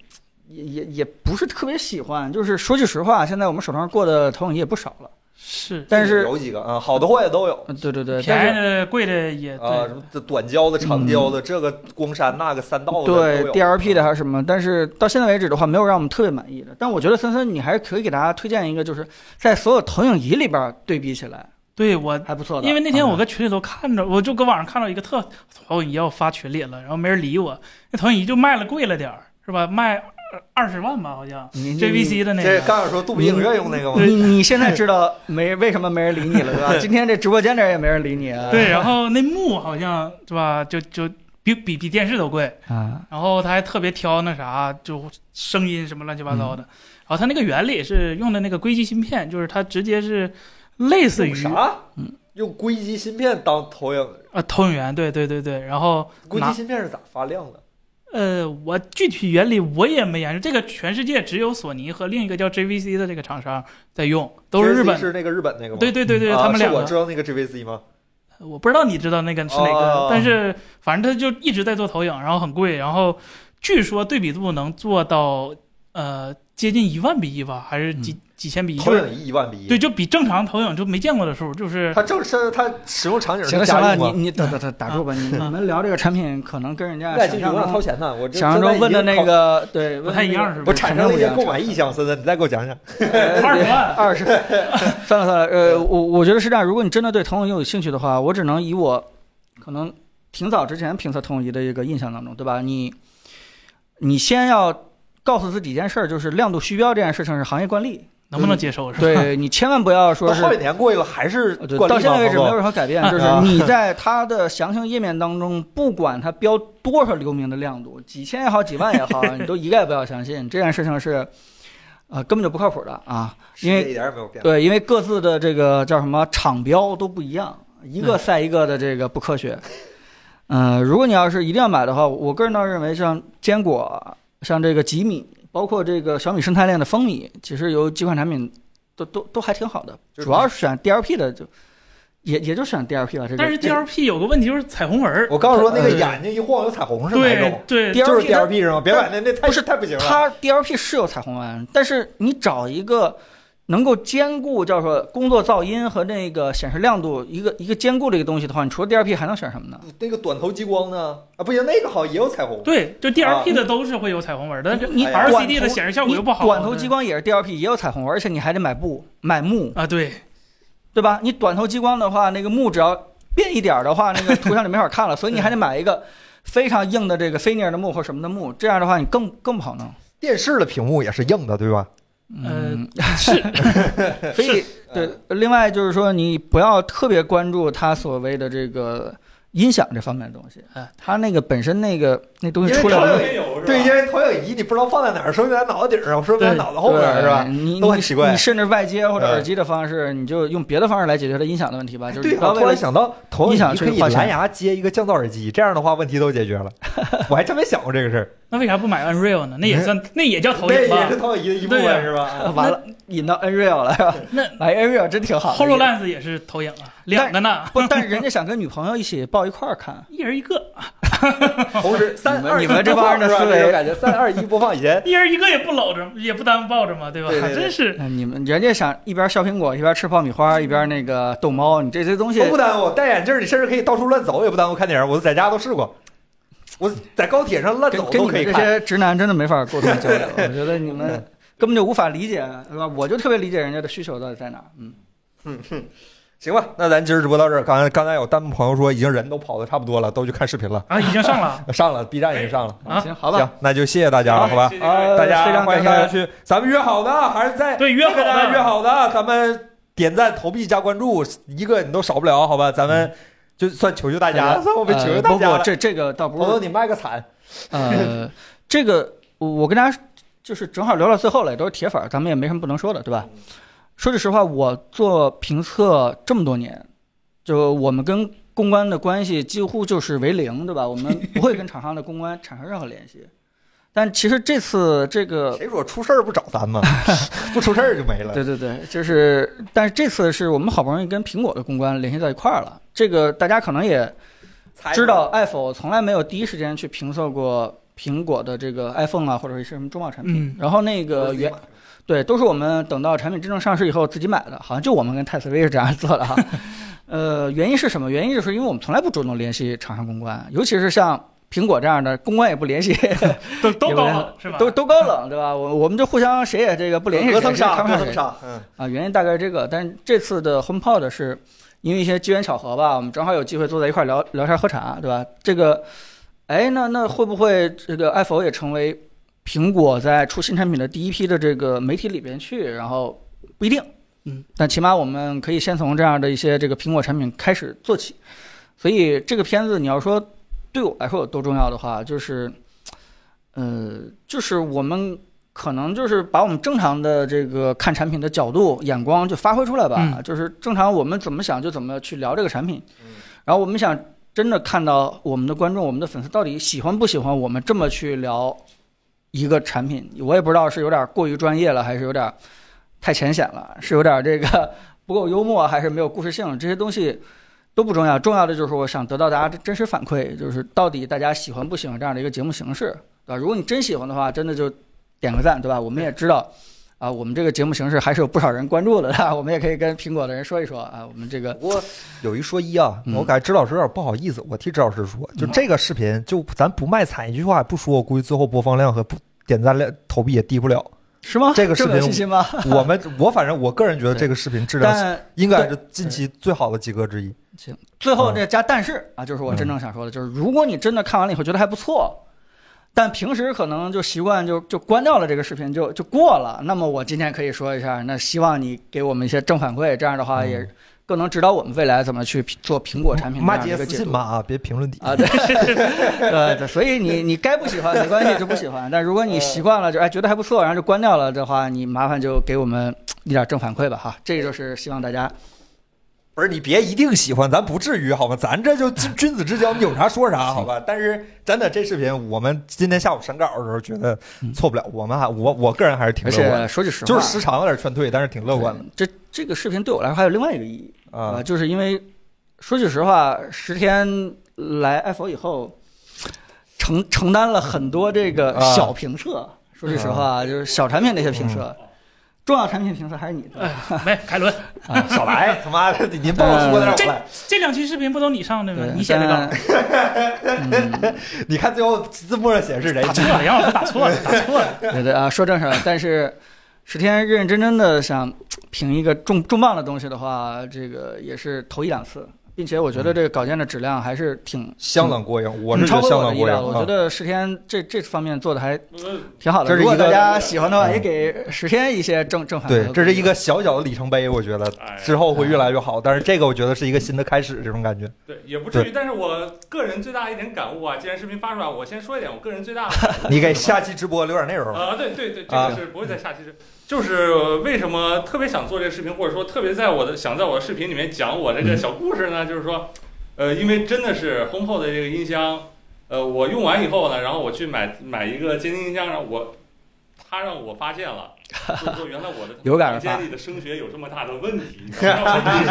也也也不是特别喜欢。就是说句实话，现在我们手上过的投影仪也不少了，是但是有几个啊，好的坏的都有嗯对对对，但便是宜的贵的也啊，对嗯什么这短焦的、长焦的，这个光山那个三道的都对有嗯 DLP 的还是什么，但是到现在为止的话，没有让我们特别满意的。但我觉得森森，你还是可以给大家推荐一个，就是在所有投影仪里边儿对比起来对我还不错的。因为那天嗯我搁群里头看着，我就搁网上看到一个特投影仪要发群里了，然后没人理我，那投影仪就卖了贵了点儿，是吧？卖二十万吧，好像你你 JVC 的那这个。嗯刚想说杜比影院用那个吗？你你现在知 道没为什么没人理你了，对吧？今天这直播间里也没人理你啊。对，然后那幕好像是吧，就就比比比电视都贵，啊，然后他还特别挑那啥，就声音什么乱七八嗯糟的。然后他那个原理是用的那个硅基芯片，就是它直接是类似于用啥？用硅基芯片当投影，啊投影源，对对对对。然后硅拿基芯片是咋发亮的？呃，我具体原理我也没研究，这个全世界只有索尼和另一个叫 JVC 的这个厂商在用，都是日 TSC 本。是那个日本那个吗？对对对对，啊他们是两个我知道那个 GVC 吗？我不知道你知道那个是哪个，哦但是反正他就一直在做投影，然后很贵，然后据说对比度能做到呃接近一万比一吧，还是几、几千比一？投就是影仪一万比一，对，，就比正常投影就没见过的数，就是它正是它使用场景行是了行家了，用吗？你你打打打打住吧，啊你你们聊这个产品可能跟人家外想景象流量掏中钱呢，我这想象中问的那个对不太一样，是我不是？产生了一些购买意向，森森，你再给我讲讲。二十万，二十，算了算了，呃，我我觉得是这样，如果你真的对投影仪有兴趣的话，我只能以我可能挺早之前评测投影仪的一个印象当中，对吧？你你先要告诉自己一件事儿，就是亮度虚标这件事情是行业惯 例，能不能接受？是吧？对你千万不要说到是好几年过去了，还是呃对，惯例到吗现在为止没冯有总任何改变，就是啊你在它的详情页面当中，不管它标多少流明的亮度，几千也好，几万也 好，你都一概不要相信这件事情是，呃，根本就不靠谱的啊！因为世界一点也没有变。对，因为各自的这个叫什么厂标都不一样，一个赛一个的这个不科学。嗯、如果你要是一定要买的话，我个人倒认为像坚果、像这个吉米，包括这个小米生态链的风米，其实有几款产品都都都还挺好的，就是主要是选 DLP 的就。也也就选 DLP 了，这个。但是 DLP 有个问题就是彩虹纹儿，我刚说那个对眼睛一晃有彩虹哦是哪对种？对， DLP 就是它 DLP 是吗？别买那那太不是太不行了。它 DLP 是有彩虹纹，但是你找一个能够兼顾叫做工作噪音和那个显示亮度一个一个兼顾的一个东西的话，你除了 DLP 还能选什么呢？那个短头激光呢？啊，不行，那个好像也有彩虹。对，就啊 DLP 的都是会有彩虹纹儿，但是你哎呀 RCD 的显示效果又不好，啊短头激对光也是 DLP，也有彩虹，而且你还得买布买幕，啊，对，对吧？你短头激光的话，那个幕只要变一点儿的话，那个图像就没法看了， 所以你还得买一个非常硬的这个菲涅尔的幕或什么的幕，这样的话你更更不好弄。电视的屏幕也是硬的，对吧？ 嗯， 是所以对，嗯另外就是说你不要特别关注它所谓的这个音响这方面的东西哎，它那个本身那个那东西因为出来它了有。没有是吧？对，因啊为投影仪你不知道放在哪儿，说不定在脑袋顶上，说不定在对脑袋后边儿对是吧？你都很你奇怪你甚至外接或者嗯耳机的方式，你就用别的方式来解决它音响的问题吧。就是对你啊，不要我为突了然想到，投影音响仪是可个以花钱蓝牙接一个降噪耳机，这样的话问题都解决了。我还真没想过这个事儿，那为啥不买 Unreal 呢？那也哎算，那也叫投那影也吧是投影仪的一部分是 吧？呃完了，引到 Nreal 了是吧？ 那买 Nreal 真挺好的。 ？HoloLens 也是投影啊，两个呢，，不，但是人家想跟女朋友一起抱一块儿看一人一个，同时三们二你们这帮人的一播放是吧思维这种感觉三二一播放以前， 一人一个也不搂着，也不耽误抱着嘛，对吧？对对对真是嗯你们人家想一边削苹果一边吃爆米花一边那个逗猫，你这些东西都不耽误，戴眼镜儿你甚至可以到处乱走，也不耽误看电影。我在家都试过，我在高铁上乱跟走跟都你可以们这看。些直男真的没法沟通交 流，我觉得你们根本就无法理解，对吧？我就特别理解人家的需求到底在哪儿。嗯，行吧，那咱今儿直播到这儿。刚才刚才有弹幕朋友说，已经人都跑的差不多了，都去看视频了，啊，已经 上了上了 B 站已经上了。啊。行，好吧行，，那就谢谢大家了，好吧？谢谢啊，大非家常欢感迎大家谢，去，咱们约好的啊还是在对约好的大家约好的，咱们点赞、投币、加关注，一个你都少不了，好吧？咱们就算求求大家，算我们求求呃大不家不，了。这这个倒不朋是友，你卖个惨，呃，这个我我跟大家就是正好聊到最后了，也都是铁粉儿，咱们也没什么不能说的，对吧？说句实话，我做评测这么多年，就我们跟公关的关系几乎就是为零，对吧？我们不会跟厂商的公关产生任何联系。但其实这次这个，谁说出事儿不找 咱们？不出事儿就没了。呃对对对，就是，但是这次是我们好不容易跟苹果的公关联系到一块儿了。这个大家可能也才知道 Apple 从来没有第一时间去评测过苹果的这个 iPhone 啊，或者是什么重磅产品。嗯然后那个原对，都是我们等到产品真正上市以后自己买的，好像就我们跟泰斯威是这样做 的哈。呃，原因是什么？原因就是因为我们从来不主动联系厂商公关，尤其是像苹果这样的，公关也不 联系，都都有高人冷是吧？都都高冷，对吧？我我们就互相谁也这个不联系谁，隔层谁也纱，看不隔上层谁纱，嗯，啊。原因大概是这个，但是这次的 HomePod 是因为一些机缘巧合吧，我们正好有机会坐在一块儿聊聊天喝茶，对吧？这个，哎，那那会不会这个 i p h o n e 也成为苹果在出新产品的第一批的这个媒体里边去？然后不一定，嗯，但起码我们可以先从这样的一些这个苹果产品开始做起。所以这个片子你要说对我来说有多重要的话，就是，呃，就是我们可能就是把我们正常的这个看产品的角度、眼光就发挥出来吧，嗯就是正常我们怎么想就怎么去聊这个产品，嗯然后我们想真的看到我们的观众、我们的粉丝到底喜欢不喜欢我们这么去聊一个产品，我也不知道是有点过于专业了，还是有点太浅显了， 是有点这个不够幽默，还是没有故事性，这些东西都不重要，重要的就是我想得到大家的真实反馈，就是到底大家喜欢不喜欢这样的一个节目形式，对吧？如果你真喜欢的话，真的就点个赞，对吧？我们也知道。啊，我们这个节目形式还是有不少人关注的， 对吧我们也可以跟苹果的人说一说啊，我们这个不过有一说一啊，嗯我感觉支老师有点不好意思，我替支老师说，就这个视频，就咱不卖惨，一句话也不说，我估计最后播放量和不点赞量、投币也低不 了。是吗？这个视么有频信心吗？我们我反正我个人觉得这个视频质量但应该是近期最好的几个之一。最后这加但是啊，就是我嗯真正想说的，就是如果你真的看完了以后觉得还不错，但平时可能就习惯就就关掉了这个视频就就过了，那么我今天可以说一下，那希望你给我们一些正反馈，这样的话嗯也更能指导我们未来怎么去做苹果产品这骂样的街一个私解信读骂。啊，别评论底啊，对，对对，所以 你你该不喜欢没关系，就不喜欢。但如果你习惯了，就哎觉得还不错，然后就关掉了的话，你麻烦就给我们一点正反馈吧哈。这就是希望大家不是你别一定喜欢，咱不至于好吗？咱这就君君子之交，你有啥说 啥，好吧？但是真的这视频，我们今天下午审稿的时候觉得错不了，我们还我我个人还是挺嗯而乐观且的，说句实话，就是时长有点劝退，但是挺乐观的对这这个视频对我来说还有另外一个意义啊呃。就是因为说句实话，十天来 Apple 以后，承承担了很多这个啊嗯小评测。说句实话，就是小产品的一些评测，重要产品评测还是你的。哎， 没凯伦，少啊来，啊他妈的，您帮我说点儿来。这两期视频不都你上的吗对，？你写的但稿，嗯，你看最后字幕上显示谁？打错了，杨老师打错了，打错了。对对啊，说正事儿。但是十天认认真真的想评一个重重磅的东西的话，这个也是头一两次，并且我觉嗯得这个稿件的质量还是挺相当过硬，我是觉嗯超得过相我的当意过硬料，啊。我觉得十天这这方面做的还呃挺好的。这是如一个果大家喜欢的话，嗯也给十天一些正正反馈对，这是一个小小的里程碑，我觉得哎之后会越来越好。但是这个我觉得是一个新的开始，这种感觉。对，也不至于。但是我个人最大一点感悟啊，既然视频发出来，我先说一点，我个人最大的感悟你给下期直播留点内容。啊，对对对，这啊个是不会在下期是，就是为什么特别想做这个视频，或者说特别在我的想在我的视频里面讲我这个小故事呢？就是说，呃，因为真的是 HomePod 的这个音箱，呃，我用完以后呢，然后我去买买一个监听音箱，然后我他让我发现了，就是说原来我的有感而房发间里的声学有这么大的问题，你知道吗没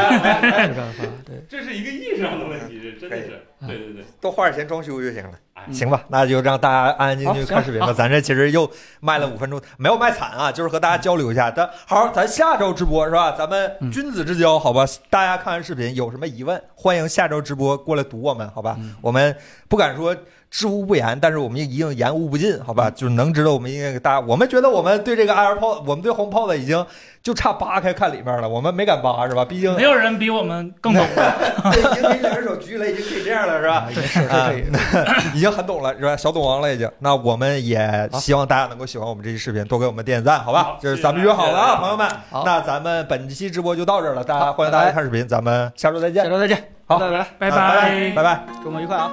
办法，对，这是一个意识上的问题，这真的是，对对对，多花点钱装修就行了。哎行吧，那就让大家安安静静看视频吧。咱这其实又卖了五分钟，没有卖惨啊，就是和大家交流一下。但好，咱下周直播是吧？咱们嗯君子之交，好吧？大家看完视频有什么疑问，欢迎下周直播过来堵我们，好吧？嗯我们不敢说知无不言，但是我们也一定言无不尽，好吧？就能知道我们应该给大家，我们觉得我们对这个 AirPod，我们对 HomePod 已经就差扒开看里面了，我们没敢扒是吧？毕竟没有人比我们更懂。对，已经给两手举了，已经可以这样了，是 吧？对，是是，已经很懂了，是吧？小懂王了，已经。那我们也希望大家能够喜欢我们这期视频，多给我们点赞，好吧好？就是咱们约好了谢谢大啊，家朋友们。好那咱们本期直播就到这儿了，大家好欢迎大拜家拜看视频，咱们下周再见下。周再见，好拜拜，拜拜拜拜。拜。周末愉快啊！